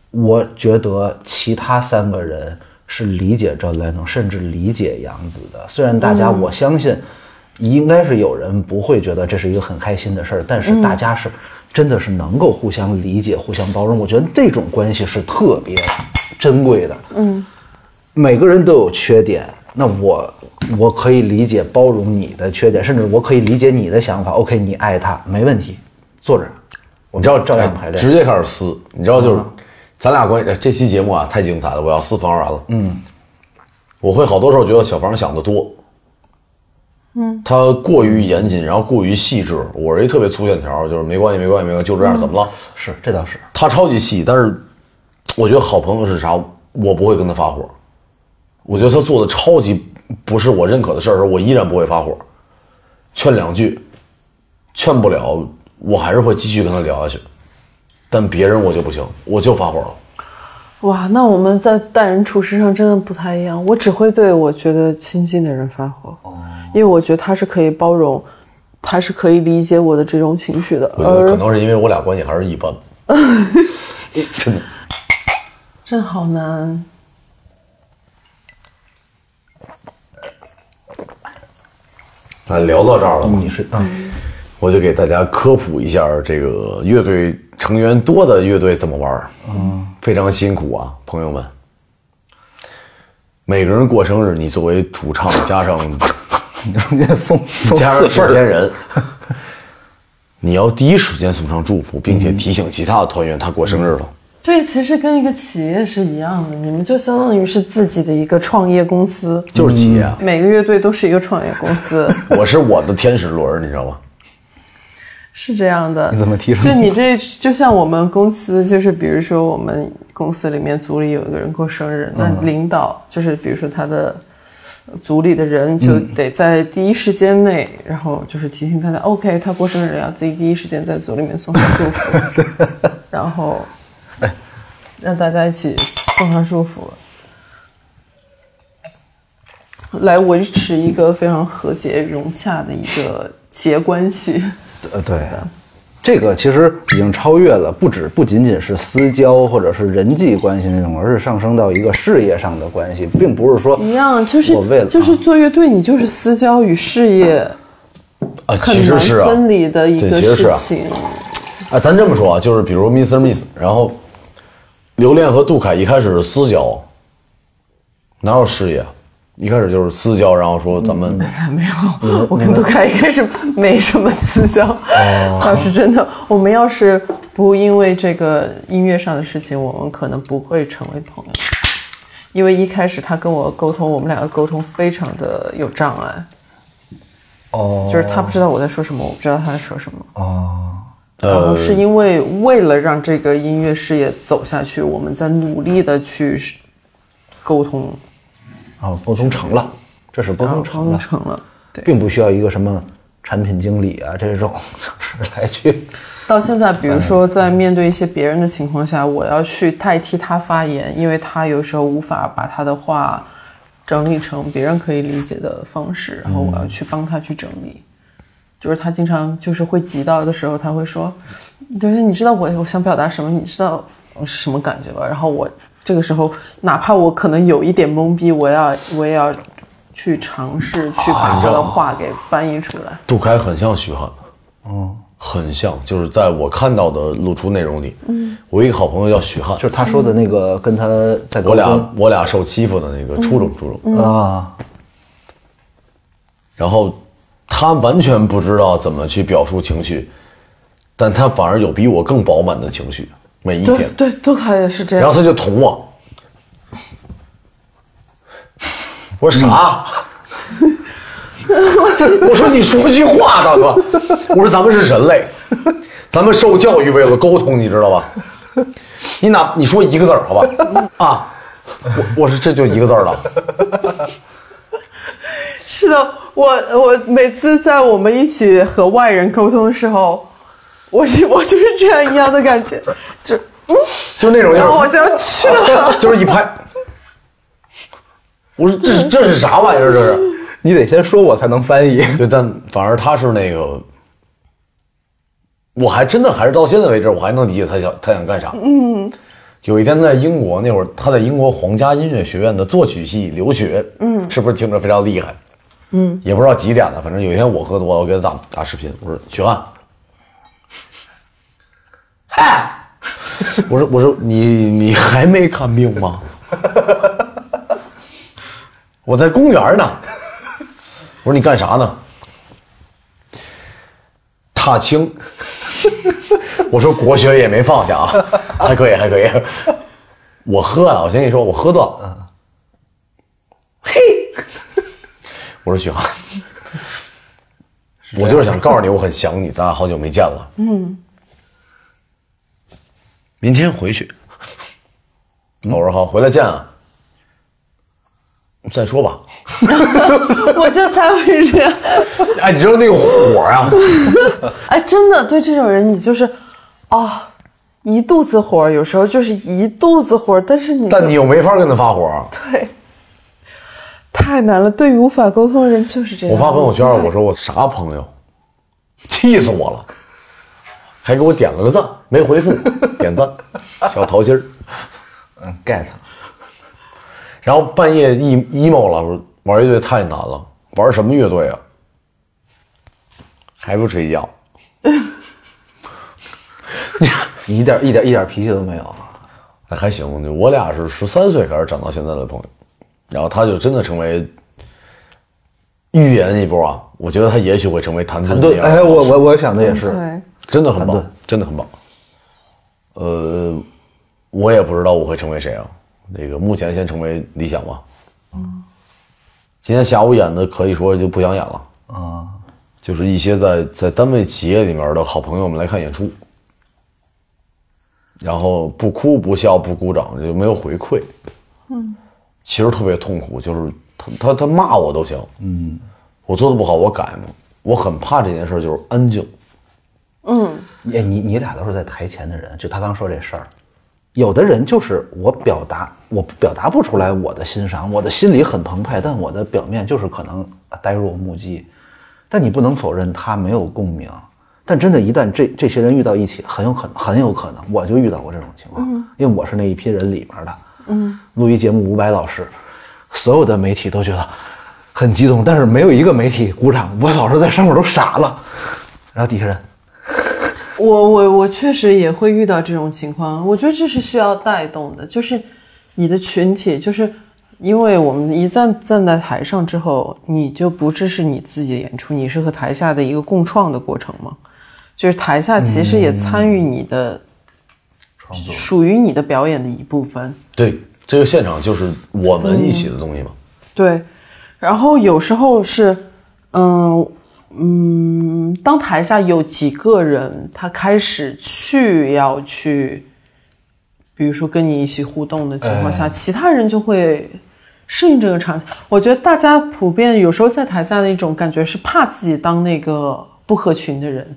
[SPEAKER 2] 我觉得其他三个人是理解赵莱农，甚至理解杨子的。虽然大家我相信，应该是有人不会觉得这是一个很开心的事儿，但是大家是真的是能够互相理解、互相包容。我觉得这种关系是特别珍贵的。嗯，每个人都有缺点，那我我可以理解包容你的缺点，甚至我可以理解你的想法。OK，你爱他没问题，坐这儿。我
[SPEAKER 3] 你知道
[SPEAKER 2] 们照样排练，
[SPEAKER 3] 哎直接开始撕。你知道就是，咱俩关系哎这期节目啊太精彩了，我要撕房然了。嗯，我会好多时候觉得小房想的多，嗯，他过于严谨，然后过于细致。我是一特别粗线条，就是没关系，没关系，没关系，就这样，怎么了？
[SPEAKER 2] 是，这倒是。
[SPEAKER 3] 他超级细，但是我觉得好朋友是啥，我不会跟他发火。我觉得他做的超级不是我认可的事儿的时候，我依然不会发火，劝两句，劝不了，我还是会继续跟他聊下去。但别人我就不行，我就发火了。
[SPEAKER 4] 哇，那我们在待人处事上真的不太一样。我只会对我觉得亲近的人发火，
[SPEAKER 3] 哦
[SPEAKER 4] 因为我觉得他是可以包容，他是可以理解我的这种情绪的。
[SPEAKER 3] 我觉得可
[SPEAKER 4] 而
[SPEAKER 3] 能是因为我俩关系还是一般，真的。
[SPEAKER 4] 这好难，
[SPEAKER 3] 那啊聊到这儿了吧，
[SPEAKER 2] 你是嗯，
[SPEAKER 3] 我就给大家科普一下这个乐队成员多的乐队怎么玩儿。嗯，非常辛苦啊，朋友们。每个人过生日，你作为主唱加上
[SPEAKER 2] 你中间送送
[SPEAKER 3] 加
[SPEAKER 2] 四份
[SPEAKER 3] 上制片
[SPEAKER 2] 儿，
[SPEAKER 3] 人，你要第一时间送上祝福，并且
[SPEAKER 4] 嗯
[SPEAKER 3] 提醒其他的团员他过生日了。
[SPEAKER 4] 这其实跟一个企业是一样的，你们就相当于是自己的一个创业公司，
[SPEAKER 3] 就是企业啊，
[SPEAKER 4] 每个乐队都是一个创业公司，
[SPEAKER 3] 我是我的天使轮儿，你知道吗？
[SPEAKER 4] 是这样的。
[SPEAKER 2] 你怎么提升
[SPEAKER 4] 就你这就像我们公司，就是比如说我
[SPEAKER 2] 嗯
[SPEAKER 4] 们公司里面组里有一个人过生日，那领导就是比如说他的组里的人就
[SPEAKER 2] 嗯
[SPEAKER 4] 得在第一时间内，然后就是提醒大家，OK，他过生日了，要自己第一时间在组里面送上祝
[SPEAKER 2] [laughs]
[SPEAKER 4] 福，然后让大家一起送上祝福，来维持一个非常和谐融洽的一个结关系。
[SPEAKER 2] 呃，对，这个其实已经超越了，不止不仅仅是私交或者是人际关系那种，而是上升到一个事业上的关系，并不是说
[SPEAKER 4] 一样，就是
[SPEAKER 2] 我为了
[SPEAKER 4] 就是
[SPEAKER 2] 啊
[SPEAKER 4] 做乐队，你就是私交与事业
[SPEAKER 3] 啊，其
[SPEAKER 4] 很
[SPEAKER 3] 实
[SPEAKER 4] 难
[SPEAKER 3] 是啊，
[SPEAKER 4] 分离的一
[SPEAKER 3] 对
[SPEAKER 4] 个
[SPEAKER 3] 其实是
[SPEAKER 4] 事
[SPEAKER 3] 啊
[SPEAKER 4] 情。
[SPEAKER 3] 啊，咱这么说啊，就是比如 Mr. Miss，然后刘恋和杜凯一开始是私交，哪有事业？一开始就是私交，然后说咱们
[SPEAKER 4] 没
[SPEAKER 3] 嗯
[SPEAKER 4] 有，我跟杜凯一开始没什么私交，
[SPEAKER 3] 哦
[SPEAKER 4] 倒是真的。我们要是不因为这个音乐上的事情，我们可能不会成为朋友。因为一开始他跟我沟通，我们两个沟通非常的有障碍，
[SPEAKER 2] 哦
[SPEAKER 4] 就是他不知道我在说什么，我不知道他在说什么。然后
[SPEAKER 3] 呃，
[SPEAKER 4] 嗯哦是因为为了让这个音乐事业走下去，我们在努力的去沟通，
[SPEAKER 2] 哦，沟通成了，这是沟
[SPEAKER 4] 然后
[SPEAKER 2] 通成
[SPEAKER 4] 成
[SPEAKER 2] 了，
[SPEAKER 4] 成了。哦对，
[SPEAKER 2] 并不需要一个什么产品经理啊这种， [laughs] 就是来去
[SPEAKER 4] 到现在，比如说在面对一些别人的情况下，我要去代替他发言，因为他有时候无法把他的话整理成别人可以理解的方式，然后我要去帮他去整理。就是他经常就是会急到的时候，他会说：“就是你知道我我想表达什么，你知道我是什么感觉吧？”然后我这个时候，哪怕我可能有一点懵逼，我要我也要去尝试去把他的话给翻译出来。
[SPEAKER 3] 杜凯很像徐汉，嗯，很像，就是在我看到的露出内容里，嗯，我一个好朋友叫徐汉，
[SPEAKER 2] 就是他说的那个跟他在沟通
[SPEAKER 3] 我俩我俩受欺负的那个初中初中，
[SPEAKER 2] 啊，
[SPEAKER 3] 然后他完全不知道怎么去表述情绪，但他反而有比我更饱满的情绪，每一
[SPEAKER 4] 对
[SPEAKER 3] 天。
[SPEAKER 4] 对，杜凯也是这样
[SPEAKER 3] 然后。他就捅我，我说
[SPEAKER 4] [laughs]
[SPEAKER 3] 啥？我说你说句话，大哥，我说咱们是人类，咱们受教育为了沟通，你知道吧？你哪你说一个字儿好吧？啊，我我说这就一个字儿了，
[SPEAKER 4] 是的，我我每次在我们一起和外人沟通的时候，我就我就是这样一样的感觉，就嗯，
[SPEAKER 3] 就那种
[SPEAKER 4] 然后
[SPEAKER 3] 样
[SPEAKER 4] 我就要去了。 [laughs]
[SPEAKER 3] 就是一拍。我说这是这是啥玩意儿？这是。
[SPEAKER 4] 嗯
[SPEAKER 2] 你得先说我才能翻译。 [laughs]
[SPEAKER 3] [laughs] 对，但反而他是那个，我还真的还是到现在为止，我还能理解他想他想干啥。嗯，有一天在英国那会儿，他在英国皇家音乐学院的作曲系留学，嗯，是不是听着非常厉害？嗯，也不知道几点了，反正有一天我喝多了，我给他打打视频，我说许 [laughs] 汉，嗨，我说我说你你还没看病吗？ [laughs] 我在公园呢。我说你干啥呢？踏青。 [laughs] 我说国学也没放下 [laughs] 啊，还可以还可以。我喝啊，我先跟你说，我喝多了。嘿，嗯我说许航，我就是想告诉你，我很想你，咱俩好久没见了。嗯。明天回去。我说好，回来见啊。再说吧。
[SPEAKER 4] 我就才会这样。
[SPEAKER 3] 哎，你知道那个火 [laughs] 啊，
[SPEAKER 4] 哎，真的对这种人，你就是啊、一肚子火儿，有时候就是一肚子火儿，但是你就
[SPEAKER 3] 但你又没法跟他发火。
[SPEAKER 4] 对太难了。对于无法沟通的人就是这样。
[SPEAKER 3] 我发朋友圈，
[SPEAKER 2] 啊
[SPEAKER 3] 我说我啥朋友，气死我了，还给我点了个赞，没回复，点赞，小桃心儿。
[SPEAKER 2] 嗯，get。
[SPEAKER 3] 然后半夜 emo emo 了，我说玩乐队太难了，玩什么乐队啊？还不睡觉？
[SPEAKER 2] 你一点一点一点脾气都没有，啊
[SPEAKER 3] 哎，还行，就我俩是十三岁开始长到现在的朋友，然后他就真的成为预言一波啊！我觉得他也许会成为谭盾那
[SPEAKER 2] 对，
[SPEAKER 3] 样的
[SPEAKER 2] 哎，我
[SPEAKER 3] 老师
[SPEAKER 2] 我我想的也是，
[SPEAKER 4] 对，
[SPEAKER 3] 真的很
[SPEAKER 2] 啊
[SPEAKER 3] 棒
[SPEAKER 2] 对，
[SPEAKER 3] 真的很棒。呃，我也不知道我会成为谁啊。那个目前先成为理想吧。今天下午演的可以说就不想演了啊，就是一些在在单位企业里面的好朋友们来看演出，然后不哭不笑不鼓掌就没有回馈，嗯，其实特别痛苦，就是他他他骂我都行，嗯，我做的不好我改嘛，我很怕这件事儿就是安静，
[SPEAKER 2] 哎，你你俩都是在台前的人，就他刚说这事儿，有的人就是我表达我表达不出来我的欣赏，我的心里很澎湃，但我的表面就是可能呆若木鸡，但你不能否认他没有共鸣。但真的，一旦这这些人遇到一起，很有可能，很有可能，我就遇到过这种情况，因为我是那一批人里面的。嗯，录一节目，伍佰老师，所有的媒体都觉得很激动，但是没有一个媒体鼓掌。伍佰老师在上面都傻了，然后底下人
[SPEAKER 4] 我我我确实也会遇到这种情况，我觉得这是需要带动的，就是你的群体，就是因为我们一站站在台上之后，你就不只是你自己的演出，你是和台下的一个共创的过程嘛，就是台下其实也参与你的，属于你的表演的一部分，
[SPEAKER 3] 对，这个现场就是我们一起的东西嘛，
[SPEAKER 4] 对，然后有时候是，嗯嗯，当台下有几个人他开始去要去，比如说跟你一起互动的情况下，其他人就会适应这个场景。我觉得大家普遍有时候在台下的一种感觉是怕自己当那个不合群的人。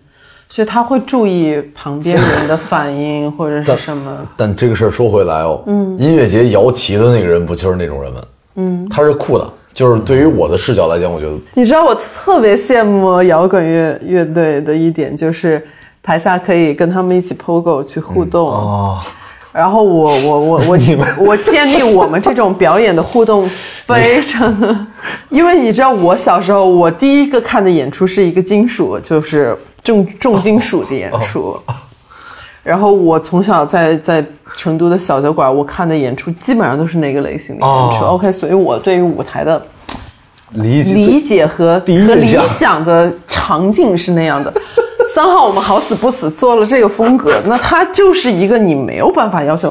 [SPEAKER 4] 所以他会注意旁边人的反应或者是什么，
[SPEAKER 3] 但这个事儿说回来哦，嗯，音乐节摇旗的那个人不就是那种人吗？嗯，他是酷的，就是对于我的视角来讲，我觉得
[SPEAKER 4] 你知道我特别羡慕摇滚乐乐队的一点就是，台下可以跟他们一起 POGO 去互动。
[SPEAKER 2] 哦，
[SPEAKER 4] 然后我我我我
[SPEAKER 2] [laughs]
[SPEAKER 4] 我建立我们这种表演的互动
[SPEAKER 2] [laughs]
[SPEAKER 4] 非常，因为你知道我小时候我第一个看的演出是一个金属，就是重重金属的演出。
[SPEAKER 2] 哦
[SPEAKER 4] 然后我从小在在成都的小酒馆，我看的演出基本上都是那个类型的演出。
[SPEAKER 2] 哦
[SPEAKER 4] OK，所以我对于舞台的
[SPEAKER 2] 理解
[SPEAKER 4] 理解和
[SPEAKER 2] 第一
[SPEAKER 4] 和
[SPEAKER 2] 印
[SPEAKER 4] 理
[SPEAKER 2] 象
[SPEAKER 4] 想的场景是那样的。 [laughs] 三号我们好死不死做了这个
[SPEAKER 3] [laughs]
[SPEAKER 4] 风格，那它就是一个你没有办法要求，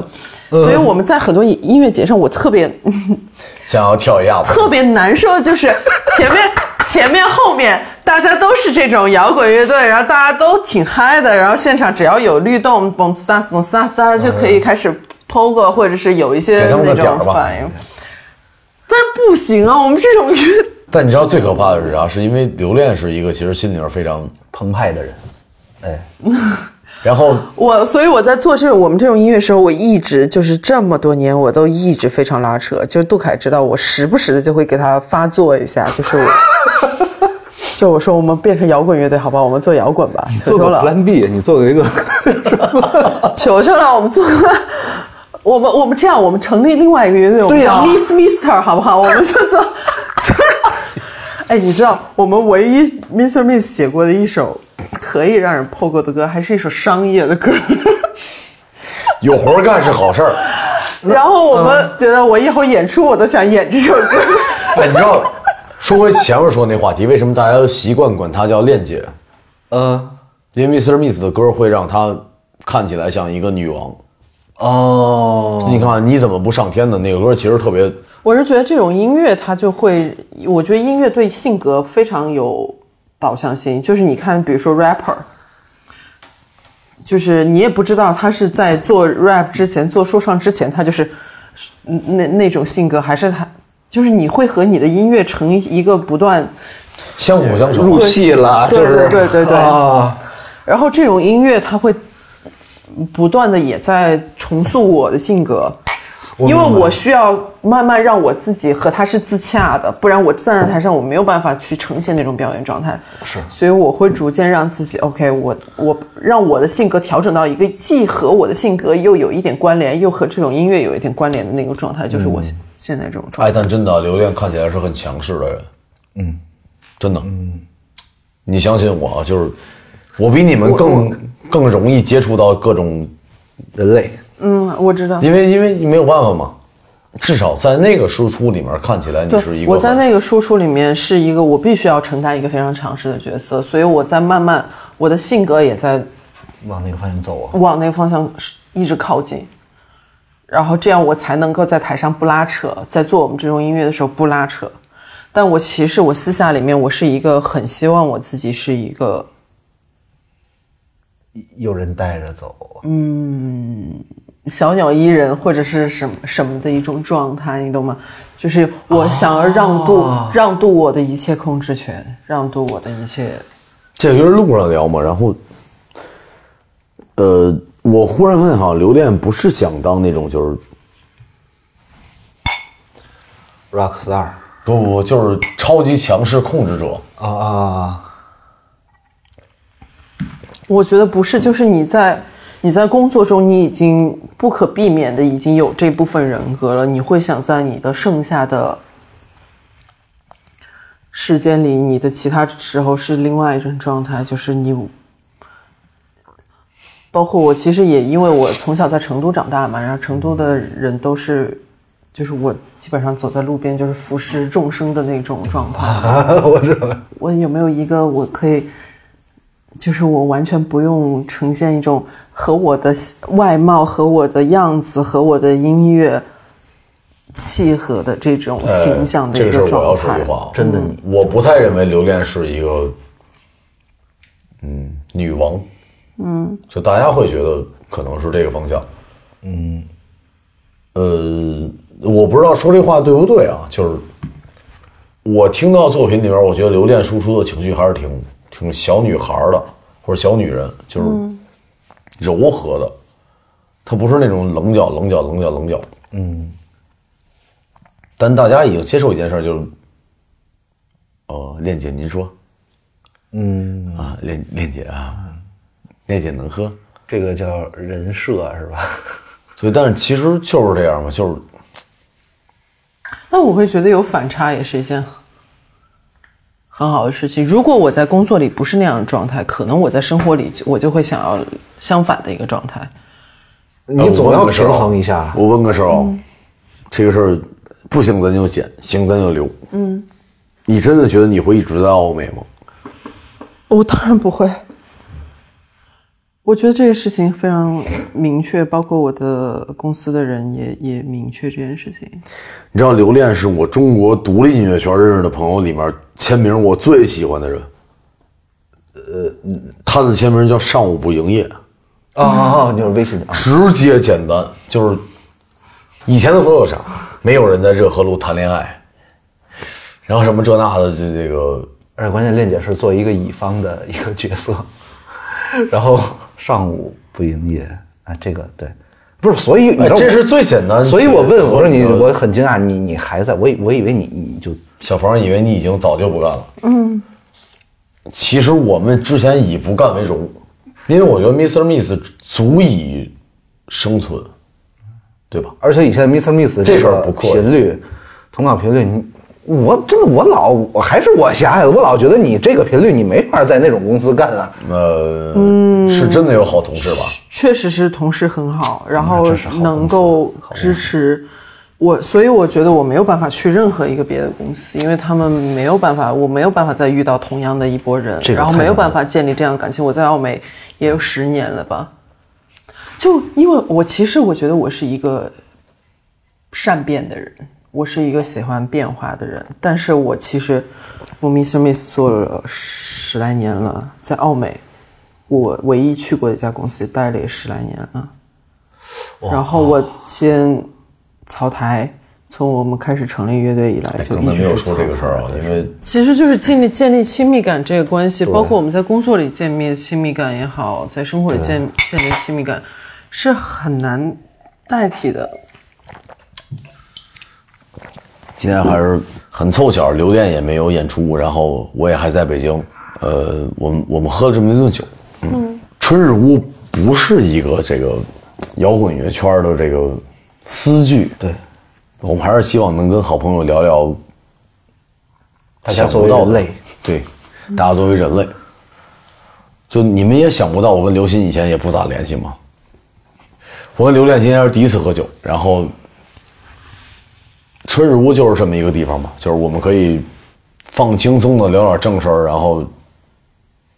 [SPEAKER 3] 嗯
[SPEAKER 4] 所以我们在很多音乐节上，我特别 [laughs]
[SPEAKER 3] 想要跳一下子，
[SPEAKER 4] 特别难受，就是前面 [laughs] 前面后面大家都是这种摇滚乐队，然后大家都挺嗨的，然后现场只要有律动，蹦呲哒呲呲哒呲哒就可以开始 pogo，或者是有一些
[SPEAKER 3] 给他们
[SPEAKER 4] 那
[SPEAKER 3] 个点
[SPEAKER 4] 种
[SPEAKER 3] 儿吧
[SPEAKER 4] 反应。但是不行啊，我们这种乐
[SPEAKER 3] 但你知道最可怕的是啥？是因为留恋是一个其实心里面非常，
[SPEAKER 2] 澎湃的人，哎，
[SPEAKER 3] 然后
[SPEAKER 4] 我所以我在做这种我们这种音乐的时候，我一直就是这么多年，我都一直非常拉扯。就是杜凯知道，我时不时的就会给他发作一下，就是我，
[SPEAKER 2] [laughs]
[SPEAKER 4] 就我说我们变成摇滚乐队好吧，我们做摇滚吧，求
[SPEAKER 2] 做
[SPEAKER 4] 求
[SPEAKER 2] 个
[SPEAKER 4] 了，
[SPEAKER 2] Plan B，你做个一 [laughs] 个，
[SPEAKER 4] 求求了，我们做个，我们我们这样，我们成立另外一个乐队，我们
[SPEAKER 2] 对呀
[SPEAKER 4] 叫 Miss Mister 好不好？我们就
[SPEAKER 2] [laughs]
[SPEAKER 4] 做。哎，你知道我们唯一 Mr. Miss 写过的一首可以让人破过的歌，还是一首商业的歌。
[SPEAKER 3] 有活儿干是好事儿。
[SPEAKER 4] 然后我们觉得，我以后演出我都想演这首歌。
[SPEAKER 3] 哎，你知道，说回前面说那话题，为什么大家都习惯管它叫恋姐？
[SPEAKER 2] 呃，
[SPEAKER 3] 因为 Mr. Miss 的歌会让她看起来像一个女王。
[SPEAKER 2] 哦，
[SPEAKER 3] 你看，你怎么不上天呢？那个歌其实特别，
[SPEAKER 4] [laughs] 我是觉得这种音乐，它就会，我觉得音乐对性格非常有导向性。就是你看，比如说 rapper，就是你也不知道他是在做 rap 之前，做说唱之前，他就是嗯那那种性格，还是他就是你会和你的音乐成一个不断。
[SPEAKER 3] 相辅相成。
[SPEAKER 2] 入戏了，
[SPEAKER 4] 对
[SPEAKER 2] 就是
[SPEAKER 4] 对对对对
[SPEAKER 2] 啊，
[SPEAKER 4] 然后这种音乐它会不断的也在重塑我的性格，因为我需要慢慢让我自己和它是自洽的，不然我站在台上我没有办法去呈现那种表演状态。是，所以我会逐渐让自己 OK，我我让我的性格调整到一个既和我的性格又有一点关联，又和这种音乐有一点关联的那个状态，就是我现在这种状态。
[SPEAKER 3] 哎，但真的，刘恋看起来是很强势的人。嗯，真的。嗯，你相信我啊，就是我比你们更更容易接触到各种，
[SPEAKER 2] 人类
[SPEAKER 4] 嗯，我知道。
[SPEAKER 3] 因为因为你没有办法嘛。至少在那个输出里面看起来你
[SPEAKER 4] 对，
[SPEAKER 3] 是一个。
[SPEAKER 4] 我在那个输出里面是一个我必须要承担一个非常强势的角色，所以我在慢慢我的性格也在
[SPEAKER 2] 往那个方向走啊，
[SPEAKER 4] 往那个方向一直靠近，然后这样我才能够在台上不拉扯，在做我们这种音乐的时候不拉扯。但我其实我私下里面我是一个很希望我自己是一个
[SPEAKER 2] 啊嗯有人带着走，
[SPEAKER 4] 小鸟依人或者是什么什么的一种状态，你懂吗？就是我想要让渡、让渡我的一切控制权，让渡我的一切。
[SPEAKER 3] 这个就是路上聊嘛，然后，呃，我忽然发现，好像刘恋不是想当那种就是
[SPEAKER 2] rock star
[SPEAKER 3] 不不不，就是超级强势控制者，
[SPEAKER 2] 啊啊，
[SPEAKER 4] 我觉得不是，就是你在你在工作中，你已经不可避免的已经有这部分人格了，你会想在你的剩下的时间里，你的其他时候是另外一种状态，就是你。包括我，其实也因为我从小在成都长大嘛，然后成都的人都是，就是我基本上走在路边就是俯视众生的那种状态。
[SPEAKER 2] 我知道，
[SPEAKER 4] 我有没有一个我可以，就是我完全不用呈现一种和我的外貌、和我的样子、和我的音乐契合的这种形象的
[SPEAKER 3] 哎这个
[SPEAKER 4] 一
[SPEAKER 3] 事儿我
[SPEAKER 4] 状
[SPEAKER 3] 要说
[SPEAKER 4] 态嗯
[SPEAKER 3] 句。话，嗯
[SPEAKER 2] 真的你，
[SPEAKER 3] 我不太认为刘恋是一个，嗯，女王，嗯，就大家会觉得可能是这个方向，嗯，呃，我不知道说这话对不对啊，就是我听到作品里面，我觉得刘恋输出的情绪还是挺挺小女孩儿的，或者小女人，就是
[SPEAKER 4] 嗯
[SPEAKER 3] 柔和的，她不是那种棱角棱角棱角棱角，嗯，但大家已经接受一件事儿，就是。哦，恋姐，您说
[SPEAKER 5] 嗯，
[SPEAKER 3] 啊，恋恋姐啊，恋姐能喝，
[SPEAKER 5] 这个叫人设是吧？
[SPEAKER 3] 所以但是其实就是这样嘛，就是
[SPEAKER 4] 那我会觉得有反差也是一件很很好的事情。如果我在工作里不是那样的状态，可能我在生活里就我就会想要相反的一个状态。
[SPEAKER 3] 呃
[SPEAKER 2] [laughs] 你总要平衡一。
[SPEAKER 3] 我问个事儿啊
[SPEAKER 2] 下。
[SPEAKER 3] 我问个事儿啊，这个事儿不行咱就减，行咱就留。嗯，你真的觉得你会一直在奥美吗？
[SPEAKER 4] 我当然不会。我觉得这个事情非常明确，包括我的公司的人也也明确这件事情。
[SPEAKER 3] 你知道刘恋是我中国独立音乐圈认识的朋友里面签名我最喜欢的人，呃，他的签名叫“上午不营业”。
[SPEAKER 2] 哦哦 [laughs] 哦，就是微信啊，
[SPEAKER 3] 直接简单，就是以前的朋友啥，没有人在热河路谈恋爱，然后什么这那的，这这个
[SPEAKER 2] 而且关键恋姐是作为一个乙方的一个角 [laughs] 色，然后上午不营业啊，这个对，不是，所以你知
[SPEAKER 3] 哎
[SPEAKER 2] 道我
[SPEAKER 3] 这是最简单
[SPEAKER 2] 所以我问我说你，
[SPEAKER 3] 合理的
[SPEAKER 2] 我很惊讶，你你还在，我以我以为你你就
[SPEAKER 3] 小房以为你已经早就不干了，嗯，其实我们之前以不干为荣，因为我觉得 Mr. Miss 足以生存，对吧？
[SPEAKER 2] 而且以前 Mr. Miss 的
[SPEAKER 3] 这事
[SPEAKER 2] 个
[SPEAKER 3] 儿不客气
[SPEAKER 2] 频率，投稿频率，你我真的我老我还是我狭隘，我老觉得你这个频率你没法在那种公司干啊。 [laughs]
[SPEAKER 3] 呃，是真的有好同事吧？
[SPEAKER 4] 确实是同事很好，然后
[SPEAKER 2] 嗯这是好公司
[SPEAKER 4] 能够支持我，所以我觉得我没有办法去任何一个别的公司，因为他们没有办法，我没有办法再遇到同样的一波人，
[SPEAKER 2] 这个
[SPEAKER 4] 然后
[SPEAKER 2] 太
[SPEAKER 4] 没有
[SPEAKER 2] 难了
[SPEAKER 4] 办法建立这样的感情。我在奥美也有十年了吧，就因为我其实我觉得我是一个善变的人，我是一个喜欢变化的人，但是我其实我 Miss Miss 做了十来年了，在奥美，我唯一去过一家公司待了也十来年了，然后我先曹台，从我们开始成立乐队以来
[SPEAKER 3] 可
[SPEAKER 4] 就
[SPEAKER 3] 能
[SPEAKER 4] 一
[SPEAKER 3] 咱
[SPEAKER 4] 直
[SPEAKER 3] 哎没有
[SPEAKER 4] 是
[SPEAKER 3] 说这个
[SPEAKER 4] 曹
[SPEAKER 3] 事儿啊，因为
[SPEAKER 4] 其实就是建立建立亲密感这个关系，包括我们在工作里建立亲密感也好，在生活里建
[SPEAKER 3] 啊
[SPEAKER 4] 建立亲密感，是很难代替的。
[SPEAKER 3] 今天还是很凑巧，刘恋也没有演出，然后我也还在北京。呃，我们我们喝了这么一顿酒。嗯，春日屋不是一个这个摇滚乐圈的这个私剧，
[SPEAKER 2] 对，
[SPEAKER 3] 我们还是希望能跟好朋友聊聊
[SPEAKER 2] 大家
[SPEAKER 3] 想
[SPEAKER 2] 作
[SPEAKER 3] 不
[SPEAKER 2] 为
[SPEAKER 3] 到
[SPEAKER 2] 人
[SPEAKER 3] 的
[SPEAKER 2] 类，
[SPEAKER 3] 对，大家作为人类，就你们也想不到，我跟刘鑫以前也不咋联系嘛。我跟刘恋今天是第一次喝酒，然后春日屋就是这么一个地方嘛，就是我们可以放轻松的聊点正事儿，然后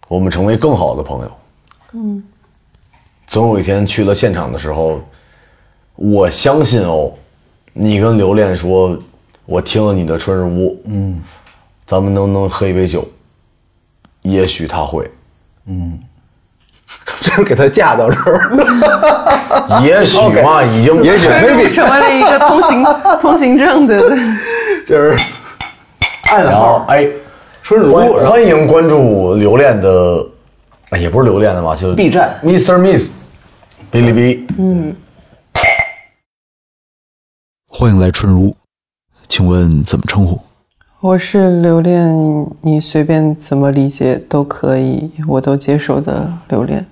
[SPEAKER 3] 我们成为更好的朋友。嗯，总有一天去了现场的时候，我相信哦，你跟刘恋说，我听了你的春日屋，嗯， [laughs] 咱们能不能喝一杯酒？也许他会，嗯，
[SPEAKER 2] 就是给他架到这儿。
[SPEAKER 3] 也许嘛，已经
[SPEAKER 2] 也 [laughs] 许
[SPEAKER 4] 这就
[SPEAKER 2] maybe
[SPEAKER 4] 成为了一个通行 [laughs] 通行证的，
[SPEAKER 2] 就是暗
[SPEAKER 3] 然后
[SPEAKER 2] 号，
[SPEAKER 3] 哎，
[SPEAKER 2] 春如
[SPEAKER 3] 欢欢迎关注留恋的，哎也不是留恋的吧，就是
[SPEAKER 2] B 站
[SPEAKER 3] Mr. Miss，哔哩哔哩。
[SPEAKER 6] 欢迎来春如，请问怎么称呼？
[SPEAKER 4] 我是留恋，你随便怎么理解都可以，我都接受的留恋。